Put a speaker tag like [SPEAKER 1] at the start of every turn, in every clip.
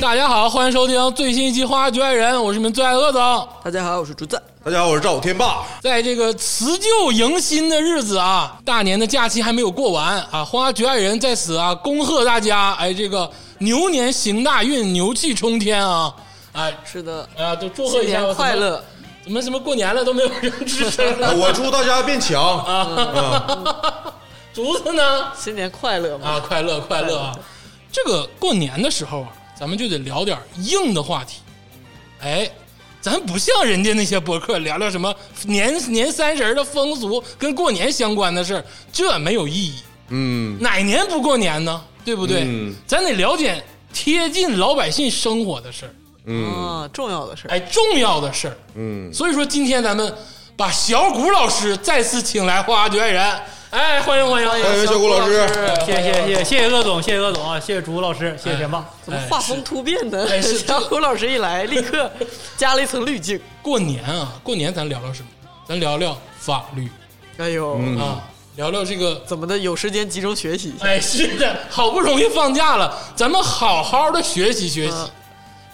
[SPEAKER 1] 大家好，欢迎收听最新一期《花花局外人》，我是你们最爱恶总。
[SPEAKER 2] 大家好，我是竹子。
[SPEAKER 3] 大家好，我是赵天霸。
[SPEAKER 1] 在这个辞旧迎新的日子啊，大年的假期还没有过完啊，《花花局外人》在此啊，恭贺大家，哎，这个牛年行大运，牛气冲天啊！哎
[SPEAKER 2] 是的，
[SPEAKER 1] 啊，就祝贺
[SPEAKER 2] 新
[SPEAKER 1] 一下吧
[SPEAKER 2] 年快！乐！
[SPEAKER 1] 怎么怎么什么过年了都没有人吱声了？
[SPEAKER 3] 我祝大家变强。
[SPEAKER 1] 竹子呢？
[SPEAKER 2] 新年快乐嘛！
[SPEAKER 1] 啊，快 乐快乐啊！这个过年的时候啊，咱们就得聊点硬的话题。哎，咱不像人家那些博客聊聊什么年年三十儿的风俗跟过年相关的事儿，这没有意义。
[SPEAKER 3] 嗯，
[SPEAKER 1] 哪年不过年呢？对不对？
[SPEAKER 3] 嗯
[SPEAKER 1] 咱得了解贴近老百姓生活的事儿，
[SPEAKER 2] 啊，重要的事儿，
[SPEAKER 1] 哎，重要的事儿。嗯，所以说今天咱们把小谷老师再次请来花花局外人，哎，欢迎欢迎欢
[SPEAKER 3] 欢迎小谷老师。
[SPEAKER 1] 哎
[SPEAKER 4] 谢谢谢谢谢谢鄂总，谢谢鄂总啊，谢谢竹老师，谢谢天霸。
[SPEAKER 2] 怎么画风突变呢
[SPEAKER 1] 哎？是
[SPEAKER 2] 小虎老师一来，立 刻加了一层滤镜。
[SPEAKER 1] 过年啊，过年咱聊聊什么？咱聊聊法律
[SPEAKER 2] 哎呦，
[SPEAKER 1] 啊，聊聊这个。
[SPEAKER 2] 怎么的？有时间集中学习一下。
[SPEAKER 1] 哎，是的，好不容易放假了，咱们好好的学习学习
[SPEAKER 2] 嗯。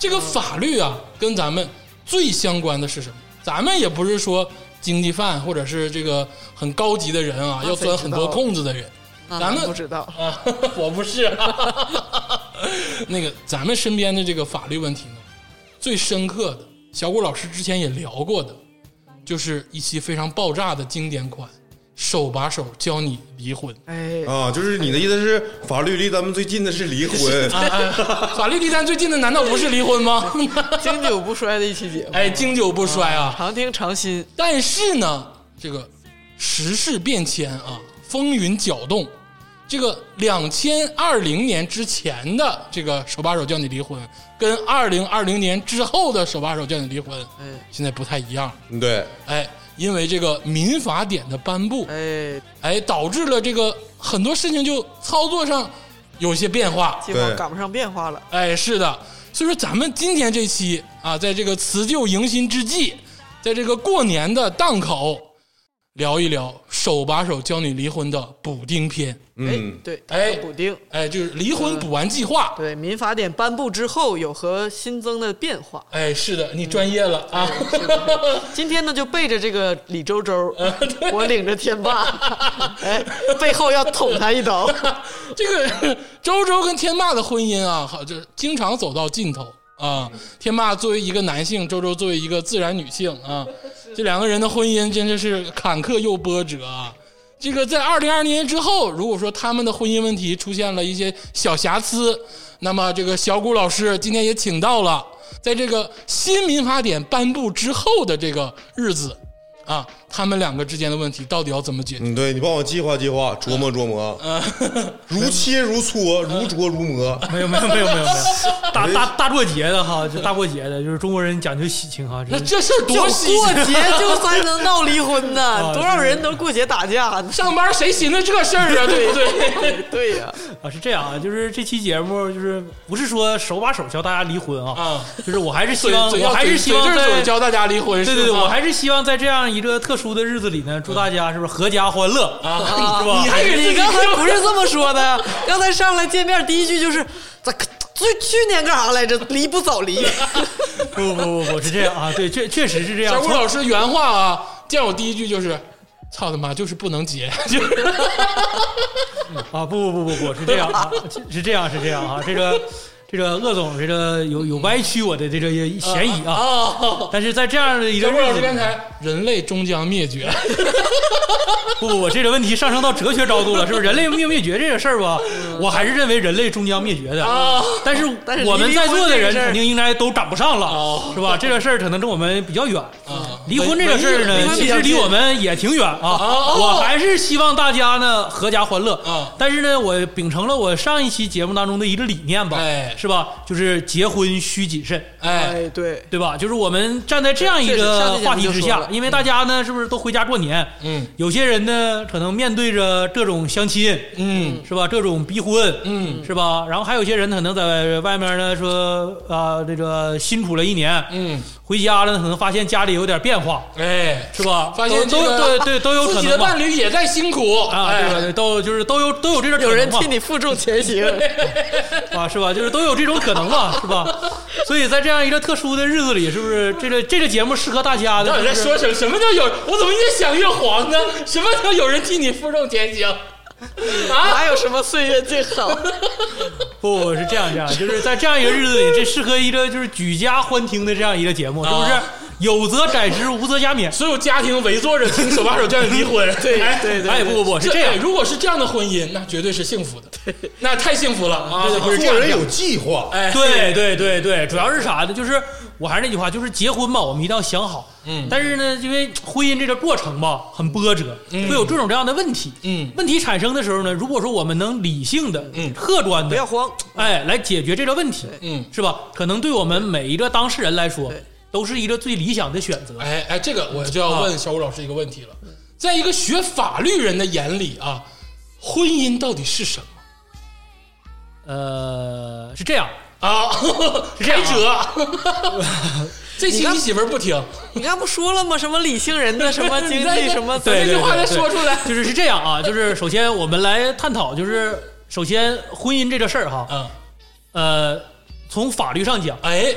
[SPEAKER 1] 这个法律啊，跟咱们最相关的是什么？咱们也不是说经济犯或者是这个很高级的人啊，
[SPEAKER 2] 那
[SPEAKER 1] 要
[SPEAKER 2] 谁
[SPEAKER 1] 钻
[SPEAKER 2] 知
[SPEAKER 1] 很
[SPEAKER 2] 道
[SPEAKER 1] 多
[SPEAKER 2] 啊
[SPEAKER 1] 空子的人。
[SPEAKER 2] 啊
[SPEAKER 1] 咱们
[SPEAKER 2] 不知道，
[SPEAKER 1] 啊， 我不是、啊。 那个，咱们身边的这个法律问题呢，最深刻的，小谷老师之前也聊过的，就是一期非常爆炸的经典款，手把手教你离婚。
[SPEAKER 2] 哎，
[SPEAKER 3] 啊，就是你的意思是，法律离咱们最近的是离婚，
[SPEAKER 1] 法律离咱最近的难道不是离婚吗？
[SPEAKER 2] 经久不衰的一期节目，
[SPEAKER 1] 哎，经久不衰啊。
[SPEAKER 2] 常听常新。
[SPEAKER 1] 但是呢，这个时事变迁啊，风云搅动，这个两千二零年之前的这个手把手叫你离婚，跟二零二零年之后的手把手叫你离婚，
[SPEAKER 2] 哎
[SPEAKER 1] 现在不太一样。
[SPEAKER 3] 嗯对，
[SPEAKER 1] 哎，因为这个民法典的颁布，
[SPEAKER 2] 哎，
[SPEAKER 1] 哎，导致了这个很多事情就操作上有一些变化。
[SPEAKER 2] 计划
[SPEAKER 3] 对
[SPEAKER 2] 赶不上变化了。
[SPEAKER 1] 哎，是的，所以说咱们今天这期啊，在这个辞旧迎新之际，在这个过年的档口，聊一聊手把手教你离婚的补丁篇。
[SPEAKER 2] 哎
[SPEAKER 3] 嗯，，
[SPEAKER 2] 对，
[SPEAKER 1] 哎
[SPEAKER 2] 补丁。
[SPEAKER 1] 哎，就是离婚补完计划。
[SPEAKER 2] 对，民法典颁布之后有何新增的变化？
[SPEAKER 1] 哎，是的，你专业了啊！
[SPEAKER 2] 今天呢，就背着这个李周周，我领着天霸，哎，背后要捅他一刀。
[SPEAKER 1] 这个周周跟天霸的婚姻啊，好，就是经常走到尽头啊。天霸作为一个男性，周周作为一个自然女性啊，这两个人的婚姻真的是坎坷又波折啊。这个在二零二零年之后，如果说他们的婚姻问题出现了一些小瑕疵，那么这个小谷老师今天也请到了，在这个新民法典颁布之后的这个日子啊，他们两个之间的问题到底要怎么解决？
[SPEAKER 3] 嗯，对，你帮我计划计划，琢磨琢磨，如切如磋，如琢如磨。
[SPEAKER 4] 没有没有没有没有没有，大大大过节的哈，就大过节的，就是中国人讲究喜庆哈。
[SPEAKER 1] 那这
[SPEAKER 4] 这
[SPEAKER 1] 事儿
[SPEAKER 2] 就
[SPEAKER 1] 多啊稀
[SPEAKER 2] 过
[SPEAKER 1] 奇！
[SPEAKER 2] 节就才能闹离婚呢，
[SPEAKER 4] 啊
[SPEAKER 2] 多少人都过节打架呢？
[SPEAKER 1] 上班谁寻思这事儿啊？对不对？
[SPEAKER 2] 对呀、
[SPEAKER 4] 啊是这样啊，就是这期节目就是不是说手把手教大家离婚啊，
[SPEAKER 1] 啊，
[SPEAKER 4] 就是我还是希
[SPEAKER 1] 嘴
[SPEAKER 4] 望
[SPEAKER 1] 嘴
[SPEAKER 4] 我
[SPEAKER 1] 要
[SPEAKER 4] 还
[SPEAKER 1] 嘴
[SPEAKER 4] 是希望
[SPEAKER 1] 嘴对
[SPEAKER 4] 在
[SPEAKER 1] 嘴教啊大家离婚，
[SPEAKER 4] 对对对，
[SPEAKER 1] 是吧
[SPEAKER 4] 我还是希望在这样一个特殊的日子里呢，祝大家是不是阖家欢乐啊，是吧？
[SPEAKER 1] 你还给自己
[SPEAKER 2] 你刚才不是这么说的呀？刚才上来见面第一句就是咋去去年干啥来着？离不早离，
[SPEAKER 4] 不不不不是这样啊，对，确确实是这样。
[SPEAKER 1] 小
[SPEAKER 4] 从
[SPEAKER 1] 谷老师原话啊，见我第一句就是。操他妈，就是不能结，就是
[SPEAKER 4] 啊，不不不不不，是这样啊，是是这样是这样啊，这个这个鄂总这个有有歪曲我的这个嫌疑啊，
[SPEAKER 1] 啊！
[SPEAKER 4] 但是在这样的一个
[SPEAKER 1] 小谷
[SPEAKER 4] 日
[SPEAKER 1] 老师
[SPEAKER 4] 子
[SPEAKER 1] 刚
[SPEAKER 4] 里，
[SPEAKER 1] 才人类终将灭 绝，
[SPEAKER 4] 不不不，这个问题上升到哲学高度了，是不是？人类灭灭绝这个事儿吧，我还是认为人类终将灭绝的
[SPEAKER 1] 啊。
[SPEAKER 4] 但是
[SPEAKER 2] 嗯但是
[SPEAKER 4] 我们在座的
[SPEAKER 2] 离婚这个
[SPEAKER 4] 人
[SPEAKER 2] 事儿
[SPEAKER 4] 肯定应该都赶不上
[SPEAKER 1] 哦
[SPEAKER 4] 了，是吧？这个事儿可能跟我们比较远。
[SPEAKER 2] 嗯
[SPEAKER 1] 啊
[SPEAKER 4] 离婚这个事儿
[SPEAKER 1] 文艺
[SPEAKER 2] 离
[SPEAKER 4] 呢，
[SPEAKER 2] 婚
[SPEAKER 4] 其
[SPEAKER 2] 比较
[SPEAKER 4] 实离
[SPEAKER 2] 近
[SPEAKER 4] 我们也挺远啊
[SPEAKER 1] 哦。
[SPEAKER 4] 我还是希望大家呢阖家欢乐
[SPEAKER 2] 嗯
[SPEAKER 1] 啊
[SPEAKER 4] 但是呢，我秉承了我上一期节目当中的一个理念吧，
[SPEAKER 1] 哎
[SPEAKER 4] 是吧？就是结婚需谨慎，
[SPEAKER 1] 哎，，
[SPEAKER 2] 对，
[SPEAKER 4] 对吧？就是我们站在这样一个话题之
[SPEAKER 2] 确实上期节目就说
[SPEAKER 4] 下
[SPEAKER 2] 了，
[SPEAKER 4] 因为大家呢是不是都回家过年？
[SPEAKER 1] 嗯
[SPEAKER 4] 有些人呢可能面对着各种相亲，
[SPEAKER 1] 嗯
[SPEAKER 4] 是吧？各种逼婚，
[SPEAKER 1] 嗯
[SPEAKER 4] 是吧？然后还有些人可能在外面呢说啊、这个新处了一年，
[SPEAKER 1] 嗯
[SPEAKER 4] 回家了呢，可能发现家里有点变化，
[SPEAKER 1] 哎，
[SPEAKER 4] 是吧？
[SPEAKER 1] 发现
[SPEAKER 4] 都
[SPEAKER 1] 这
[SPEAKER 4] 都
[SPEAKER 1] 个
[SPEAKER 4] 对对都有可
[SPEAKER 1] 自己
[SPEAKER 4] 能
[SPEAKER 1] 的
[SPEAKER 4] 吧
[SPEAKER 1] 伴。侣也在辛苦，
[SPEAKER 4] 啊，对吧？
[SPEAKER 1] 哎，
[SPEAKER 4] 对都就是都有都有这种
[SPEAKER 2] 有
[SPEAKER 4] 可
[SPEAKER 2] 人
[SPEAKER 4] 能嘛
[SPEAKER 2] 替你负重前行，
[SPEAKER 4] 啊，是吧？就是都有这种可能嘛，是吧？所以在这样一个特殊的日子里，是不是这个这个节目适合大家
[SPEAKER 1] 到
[SPEAKER 4] 的？
[SPEAKER 1] 底在
[SPEAKER 4] 是不
[SPEAKER 1] 说
[SPEAKER 4] 是
[SPEAKER 1] 什么？什么叫有？我怎么越想越黄呢？什么叫有人替你负重前行？啊，
[SPEAKER 2] 哪有什么岁月静好？
[SPEAKER 4] 不不是这样这样，就是在这样一个日子里，这适合一个就是举家欢听的这样一个节目，是不是
[SPEAKER 1] 啊？
[SPEAKER 4] 有则载之，无则加勉。
[SPEAKER 1] 所有家庭围坐着听手把手教你离婚，对
[SPEAKER 2] 对对
[SPEAKER 4] 哎，不不不，是这样
[SPEAKER 1] 哎，如果是这样的婚姻，那绝对是幸福的，那太幸福了啊！
[SPEAKER 4] 不是
[SPEAKER 3] 做
[SPEAKER 4] 这样
[SPEAKER 3] 人有计划，
[SPEAKER 1] 哎，
[SPEAKER 4] 对对对对，主要是啥呢？就是我还是那句话，就是结婚嘛，我们一定要想好。嗯，但是呢，因为婚姻这个过程吧，很波折，会有这种这样的问题。
[SPEAKER 1] 嗯
[SPEAKER 4] 问题产生的时候呢，如果说我们能理性的、
[SPEAKER 1] 嗯
[SPEAKER 4] 客观
[SPEAKER 2] 不要
[SPEAKER 4] 的，
[SPEAKER 2] 慌，
[SPEAKER 4] 哎，来解决这个问题，
[SPEAKER 1] 嗯
[SPEAKER 4] 是吧？可能对我们每一个当事人来说
[SPEAKER 2] 对，
[SPEAKER 4] 都是一个最理想的选择。
[SPEAKER 1] 哎哎，这个我就要问小武老师一个问题了，在一个学法律人的眼里啊，婚姻到底是什么？
[SPEAKER 4] 呃，是这样，
[SPEAKER 1] 啊，开折，这期
[SPEAKER 2] 你看
[SPEAKER 1] 你媳妇儿不听，
[SPEAKER 2] 你刚不说了吗？什么理性人的什么 经
[SPEAKER 1] 你再
[SPEAKER 2] 济什么
[SPEAKER 1] 把这句话再说出来。
[SPEAKER 4] 就是是这样啊，就是首先我们来探讨，就是首先婚姻这个事儿哈，
[SPEAKER 1] 嗯，
[SPEAKER 4] 呃，从法律上讲，
[SPEAKER 1] 哎，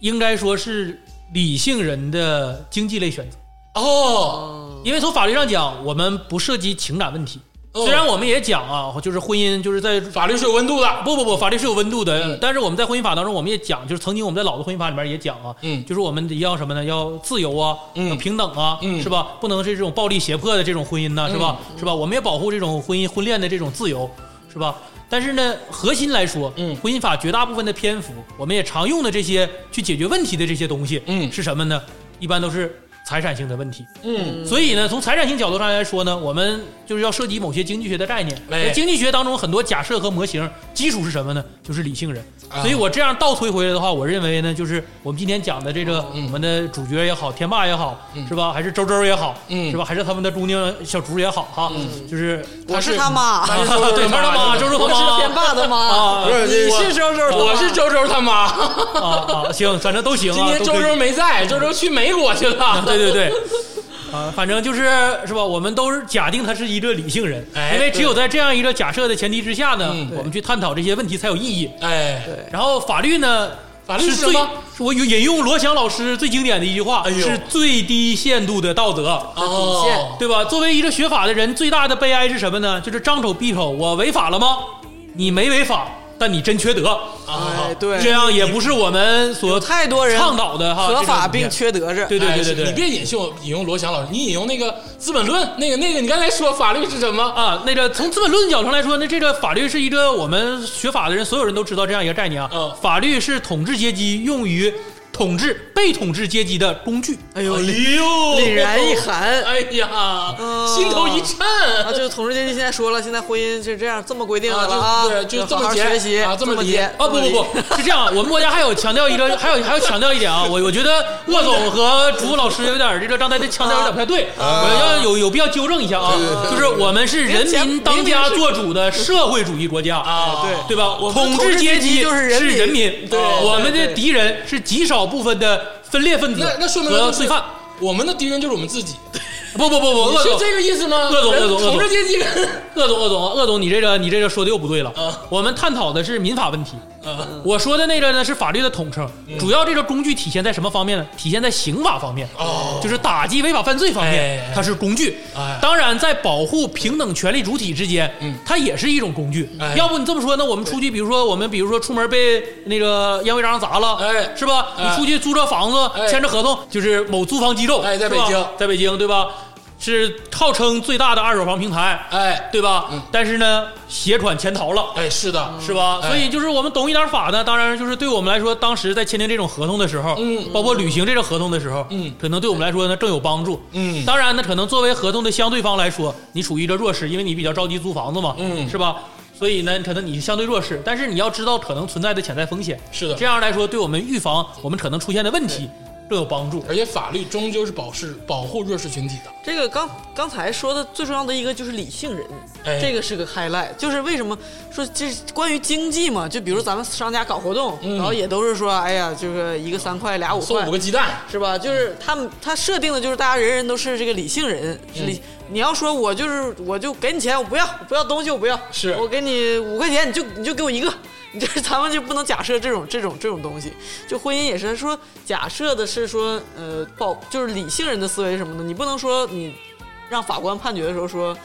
[SPEAKER 4] 应该说是理性人的经济类选择，
[SPEAKER 1] 哦，
[SPEAKER 4] 因为从法律上讲，我们不涉及情感问题。
[SPEAKER 1] 哦
[SPEAKER 4] 虽然我们也讲啊，就是婚姻就是在
[SPEAKER 1] 法律是有温度的，
[SPEAKER 4] 不不不，法律是有温度的，
[SPEAKER 1] 嗯
[SPEAKER 4] 但是我们在婚姻法当中，我们也讲，就是曾经我们在老的婚姻法里面也讲啊，
[SPEAKER 1] 嗯
[SPEAKER 4] 就是我们要什么呢？要自由啊，
[SPEAKER 1] 嗯
[SPEAKER 4] 要平等啊，
[SPEAKER 1] 嗯
[SPEAKER 4] 是吧？不能是这种暴力胁迫的这种婚姻呐，是吧？是吧？我们也保护这种婚姻婚恋的这种自由，是吧？但是呢，核心来说，
[SPEAKER 1] 嗯
[SPEAKER 4] 婚姻法绝大部分的篇幅，我们也常用的这些去解决问题的这些东西，
[SPEAKER 1] 嗯
[SPEAKER 4] 是什么呢？一般都是财产性的问题，
[SPEAKER 1] 嗯
[SPEAKER 4] 所以呢，从财产性角度上来说呢，我们就是要涉及某些经济学的概念。
[SPEAKER 1] 哎
[SPEAKER 4] 在经济学当中很多假设和模型基础是什么呢？就是理性人。
[SPEAKER 1] 啊
[SPEAKER 4] 所以我这样倒推回来的话，我认为呢，就是我们今天讲的这个
[SPEAKER 1] 嗯
[SPEAKER 4] 我们的主角也好，天霸也好，是吧？还是周周也好，
[SPEAKER 1] 嗯
[SPEAKER 4] 是吧？还是他们的姑娘小竹也好，哈，就是
[SPEAKER 2] 我是他妈，
[SPEAKER 1] 他是周周
[SPEAKER 4] 对，
[SPEAKER 1] 的
[SPEAKER 4] 他
[SPEAKER 1] 啊妈
[SPEAKER 4] 的妈，周周他
[SPEAKER 2] 我是天
[SPEAKER 4] 妈
[SPEAKER 2] 霸的妈，
[SPEAKER 3] 不是
[SPEAKER 2] 你
[SPEAKER 3] 这
[SPEAKER 2] 是周周的妈，
[SPEAKER 1] 我是周周他妈，
[SPEAKER 4] 啊 啊，行，反正都行啊。
[SPEAKER 1] 今天
[SPEAKER 4] 都
[SPEAKER 1] 周
[SPEAKER 4] 可以
[SPEAKER 1] 周没在，周周去美国去
[SPEAKER 4] 啊，
[SPEAKER 1] 了。
[SPEAKER 4] 对对对，啊，反正就是是吧？我们都是假定他是一个理性人，
[SPEAKER 1] 哎
[SPEAKER 4] 因为只有在这样一个假设的前提之下呢，
[SPEAKER 1] 嗯
[SPEAKER 4] 我们去探讨这些问题才有意义。
[SPEAKER 1] 哎，
[SPEAKER 4] 然后法律呢，
[SPEAKER 1] 法律
[SPEAKER 4] 是
[SPEAKER 1] 是什
[SPEAKER 4] 最
[SPEAKER 1] 么
[SPEAKER 4] 是我引用罗翔老师最经典的一句话，
[SPEAKER 1] 哎呦
[SPEAKER 4] 是最低限度的道德。
[SPEAKER 1] 哦，
[SPEAKER 4] 对吧？作为一个学法的人，最大的悲哀是什么呢？就是张丑闭丑，我违法了吗？你没违法，但你真缺德。
[SPEAKER 1] 啊
[SPEAKER 2] 哎，
[SPEAKER 4] 这
[SPEAKER 2] 对，
[SPEAKER 4] 样也不是我们所
[SPEAKER 2] 太多人
[SPEAKER 4] 倡导的哈
[SPEAKER 2] 合
[SPEAKER 4] 这
[SPEAKER 2] 法
[SPEAKER 4] 种理
[SPEAKER 2] 并
[SPEAKER 4] 念
[SPEAKER 2] 缺德着，
[SPEAKER 4] 对对对对
[SPEAKER 1] 哎
[SPEAKER 4] 对，
[SPEAKER 1] 你别引用引用罗翔老师，你引用那个《资本论》那个那个，你刚才说法律是什么？
[SPEAKER 4] 啊，那个从资本论角度上来说，那这个法律是一个我们学法的人所有人都知道这样一个概念啊。
[SPEAKER 1] 嗯
[SPEAKER 4] 法律是统治阶级用于统治被统治阶级的工具。
[SPEAKER 2] 哎呦，
[SPEAKER 1] 呦
[SPEAKER 2] 凛然一 寒。
[SPEAKER 1] 哎呀，
[SPEAKER 2] 嗯
[SPEAKER 1] 心头一颤
[SPEAKER 2] 啊，就是统治阶级现在说了，现在婚姻是这样这么规定的了
[SPEAKER 1] 啊，就对，
[SPEAKER 2] 要
[SPEAKER 1] 就这
[SPEAKER 2] 好
[SPEAKER 1] 么
[SPEAKER 2] 好
[SPEAKER 1] 结
[SPEAKER 2] 学习
[SPEAKER 1] 啊，
[SPEAKER 2] 这
[SPEAKER 1] 么
[SPEAKER 2] 结
[SPEAKER 1] 结
[SPEAKER 4] 啊，不不，不，是这样啊，我们国家还有强调一个，还有还有强调一点啊，我我觉得沃总和朱老师有点儿这个刚才的腔调有点不太对，
[SPEAKER 1] 啊
[SPEAKER 4] 我要有有必要纠正一下啊，就是我们是人民当家做主的社会主义国家啊。
[SPEAKER 1] 啊，
[SPEAKER 2] 对
[SPEAKER 4] 对吧？
[SPEAKER 2] 我们
[SPEAKER 4] 统
[SPEAKER 2] 统治
[SPEAKER 4] 阶
[SPEAKER 2] 阶级就是人
[SPEAKER 4] 是
[SPEAKER 2] 民
[SPEAKER 4] 人民，
[SPEAKER 2] 对
[SPEAKER 4] 我们
[SPEAKER 2] 对
[SPEAKER 4] 的
[SPEAKER 2] 对
[SPEAKER 4] 敌人是极少部分的分裂分子
[SPEAKER 1] 那那说明
[SPEAKER 4] 和罪犯。
[SPEAKER 1] 我们的敌人就是我们自己，
[SPEAKER 4] 不不不不，
[SPEAKER 1] 你
[SPEAKER 4] 鄂
[SPEAKER 1] 是
[SPEAKER 4] 总，
[SPEAKER 1] 这个意思吗？
[SPEAKER 4] 恶总恶总恶总
[SPEAKER 1] 统治阶级跟
[SPEAKER 4] 鄂总，鄂总，鄂总，你这个你这个说的又不对了
[SPEAKER 1] 啊。
[SPEAKER 4] 我们探讨的是民法问题，
[SPEAKER 1] 啊嗯
[SPEAKER 4] 我说的那个呢是法律的统称。主要这个工具体现在什么方面呢？体现在刑法方面，
[SPEAKER 1] 哦
[SPEAKER 4] 就是打击违法犯罪方
[SPEAKER 1] 哎哎
[SPEAKER 4] 面
[SPEAKER 1] 哎，
[SPEAKER 4] 它是工具
[SPEAKER 1] 哎。
[SPEAKER 4] 当然，在保护平等权利主体之间
[SPEAKER 1] 嗯，
[SPEAKER 4] 它也是一种工具
[SPEAKER 1] 哎。
[SPEAKER 4] 要不你这么说，那我们出去，比如说我们比如说出门被那个呃烟灰缸砸了，
[SPEAKER 1] 哎
[SPEAKER 4] 是吧？
[SPEAKER 1] 哎
[SPEAKER 4] 你出去租这房
[SPEAKER 1] 哎
[SPEAKER 4] 子，签着合同，就是某租房机构，
[SPEAKER 1] 哎在
[SPEAKER 4] 是吧
[SPEAKER 1] 北京
[SPEAKER 4] 在北京对吧？是号称最大的二手房平台，
[SPEAKER 1] 哎
[SPEAKER 4] 对吧？
[SPEAKER 1] 嗯
[SPEAKER 4] 但是呢，携款潜逃了。
[SPEAKER 1] 哎是的，
[SPEAKER 4] 是吧？
[SPEAKER 1] 哎
[SPEAKER 4] 所以就是我们懂一点法呢，当然就是对我们来说，当时在签订这种合同的时候，
[SPEAKER 1] 嗯
[SPEAKER 4] 包括履行这个合同的时候，
[SPEAKER 1] 嗯
[SPEAKER 4] 可能对我们来说呢更有帮助。
[SPEAKER 1] 嗯
[SPEAKER 4] 当然呢，可能作为合同的相对方来说，你处于一个弱势，因为你比较着急租房子嘛，
[SPEAKER 1] 嗯
[SPEAKER 4] 是吧？所以呢，可能你是相对弱势，但是你要知道可能存在的潜在风险，
[SPEAKER 1] 是的
[SPEAKER 4] 这样来说，对我们预防我们可能出现的问题更有帮助。
[SPEAKER 1] 而且法律终究是保是保护弱势群体的。
[SPEAKER 2] 这个刚刚才说的最重要的一个就是理性人，
[SPEAKER 1] 哎
[SPEAKER 2] 这个是个 highlight。就是为什么说这是关于经济嘛？就比如咱们商家搞活动，然后也都是说，哎呀，就是一个三块俩五块
[SPEAKER 1] 送五个鸡蛋，
[SPEAKER 2] 是吧？就是他们他设定的就是大家人人都是这个理性人，是理。你要说我就是我就给你钱，我不要我不要东西，我不要，
[SPEAKER 1] 是
[SPEAKER 2] 我给你五块钱，你就你就给我一个。 你就是咱们就不能假设这种这种这种东西，就婚姻也是说假设的是说呃保就是理性人的思维是什么呢？你不能说你让法官判决的时候说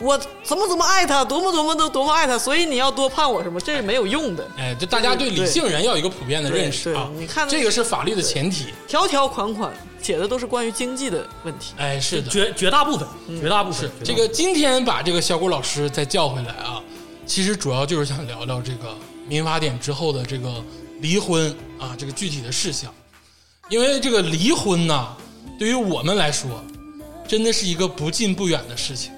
[SPEAKER 2] 我怎么怎么爱他，多么多么的多么爱他，所以你要多判我什么，这是没有用的。
[SPEAKER 1] 哎，就大家对理性人要有一个普遍的认识
[SPEAKER 2] 对
[SPEAKER 1] 啊。
[SPEAKER 2] 你看
[SPEAKER 1] 这个是法律的前提，
[SPEAKER 2] 条条款款写的都是关于经济的问题。
[SPEAKER 1] 哎，是的，
[SPEAKER 4] 绝绝大部分，绝大部分绝大部分
[SPEAKER 1] 嗯这个今天把这个小谷老师再叫回来啊，其实主要就是想聊聊这个民法典之后的这个离婚啊，这个具体的事项。因为这个离婚呐，对于我们来说，真的是一个不近不远的事情。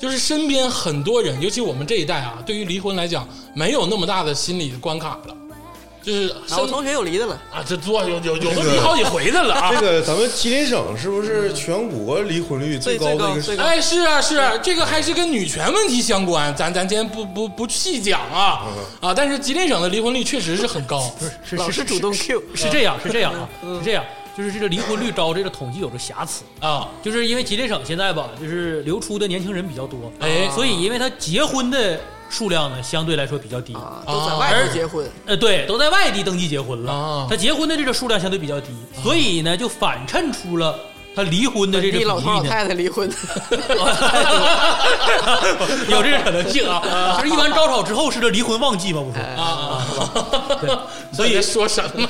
[SPEAKER 1] 就是身边很多人，尤其我们这一代啊，对于离婚来讲，没有那么大的心理的关卡了。就是
[SPEAKER 2] 啊，我
[SPEAKER 1] 身
[SPEAKER 2] 同学有离的了，
[SPEAKER 1] 啊，这多有有有的离好几回的了啊。
[SPEAKER 3] 这个咱们吉林省是不是全国离婚率最
[SPEAKER 2] 最
[SPEAKER 3] 高
[SPEAKER 2] 最
[SPEAKER 3] 的一
[SPEAKER 2] 高
[SPEAKER 3] 个省？
[SPEAKER 2] 最高。
[SPEAKER 1] 哎，是啊，是啊，这个还是跟女权问题相关，咱咱今天不不不细讲啊啊！但是吉林省的离婚率确实是很高，
[SPEAKER 4] 是
[SPEAKER 2] 老
[SPEAKER 4] 是
[SPEAKER 2] 师主动 Q，
[SPEAKER 4] 是这样，是这样啊，
[SPEAKER 2] 嗯
[SPEAKER 4] 是这样，就是这个离婚率高，这个统计有着瑕疵。
[SPEAKER 1] 啊，
[SPEAKER 4] 就是因为吉林省现在吧，就是流出的年轻人比较多，
[SPEAKER 1] 哎
[SPEAKER 4] 所以因为他结婚的数量呢，相对来说比较低。
[SPEAKER 2] 啊，都在外头结婚，
[SPEAKER 4] 呃，对，都在外地登记结婚了，
[SPEAKER 1] 啊
[SPEAKER 4] 他结婚的这个数量相对比较低，所以呢，就反衬出了他离婚的这
[SPEAKER 2] 啊本地
[SPEAKER 4] 个比例
[SPEAKER 2] 老头老
[SPEAKER 4] 呢
[SPEAKER 2] 太太 离婚，
[SPEAKER 4] 有这个可能性啊。就是一般高潮之后是这离婚旺季嘛，不
[SPEAKER 2] 哎
[SPEAKER 4] 是？啊所以
[SPEAKER 1] 在说什么？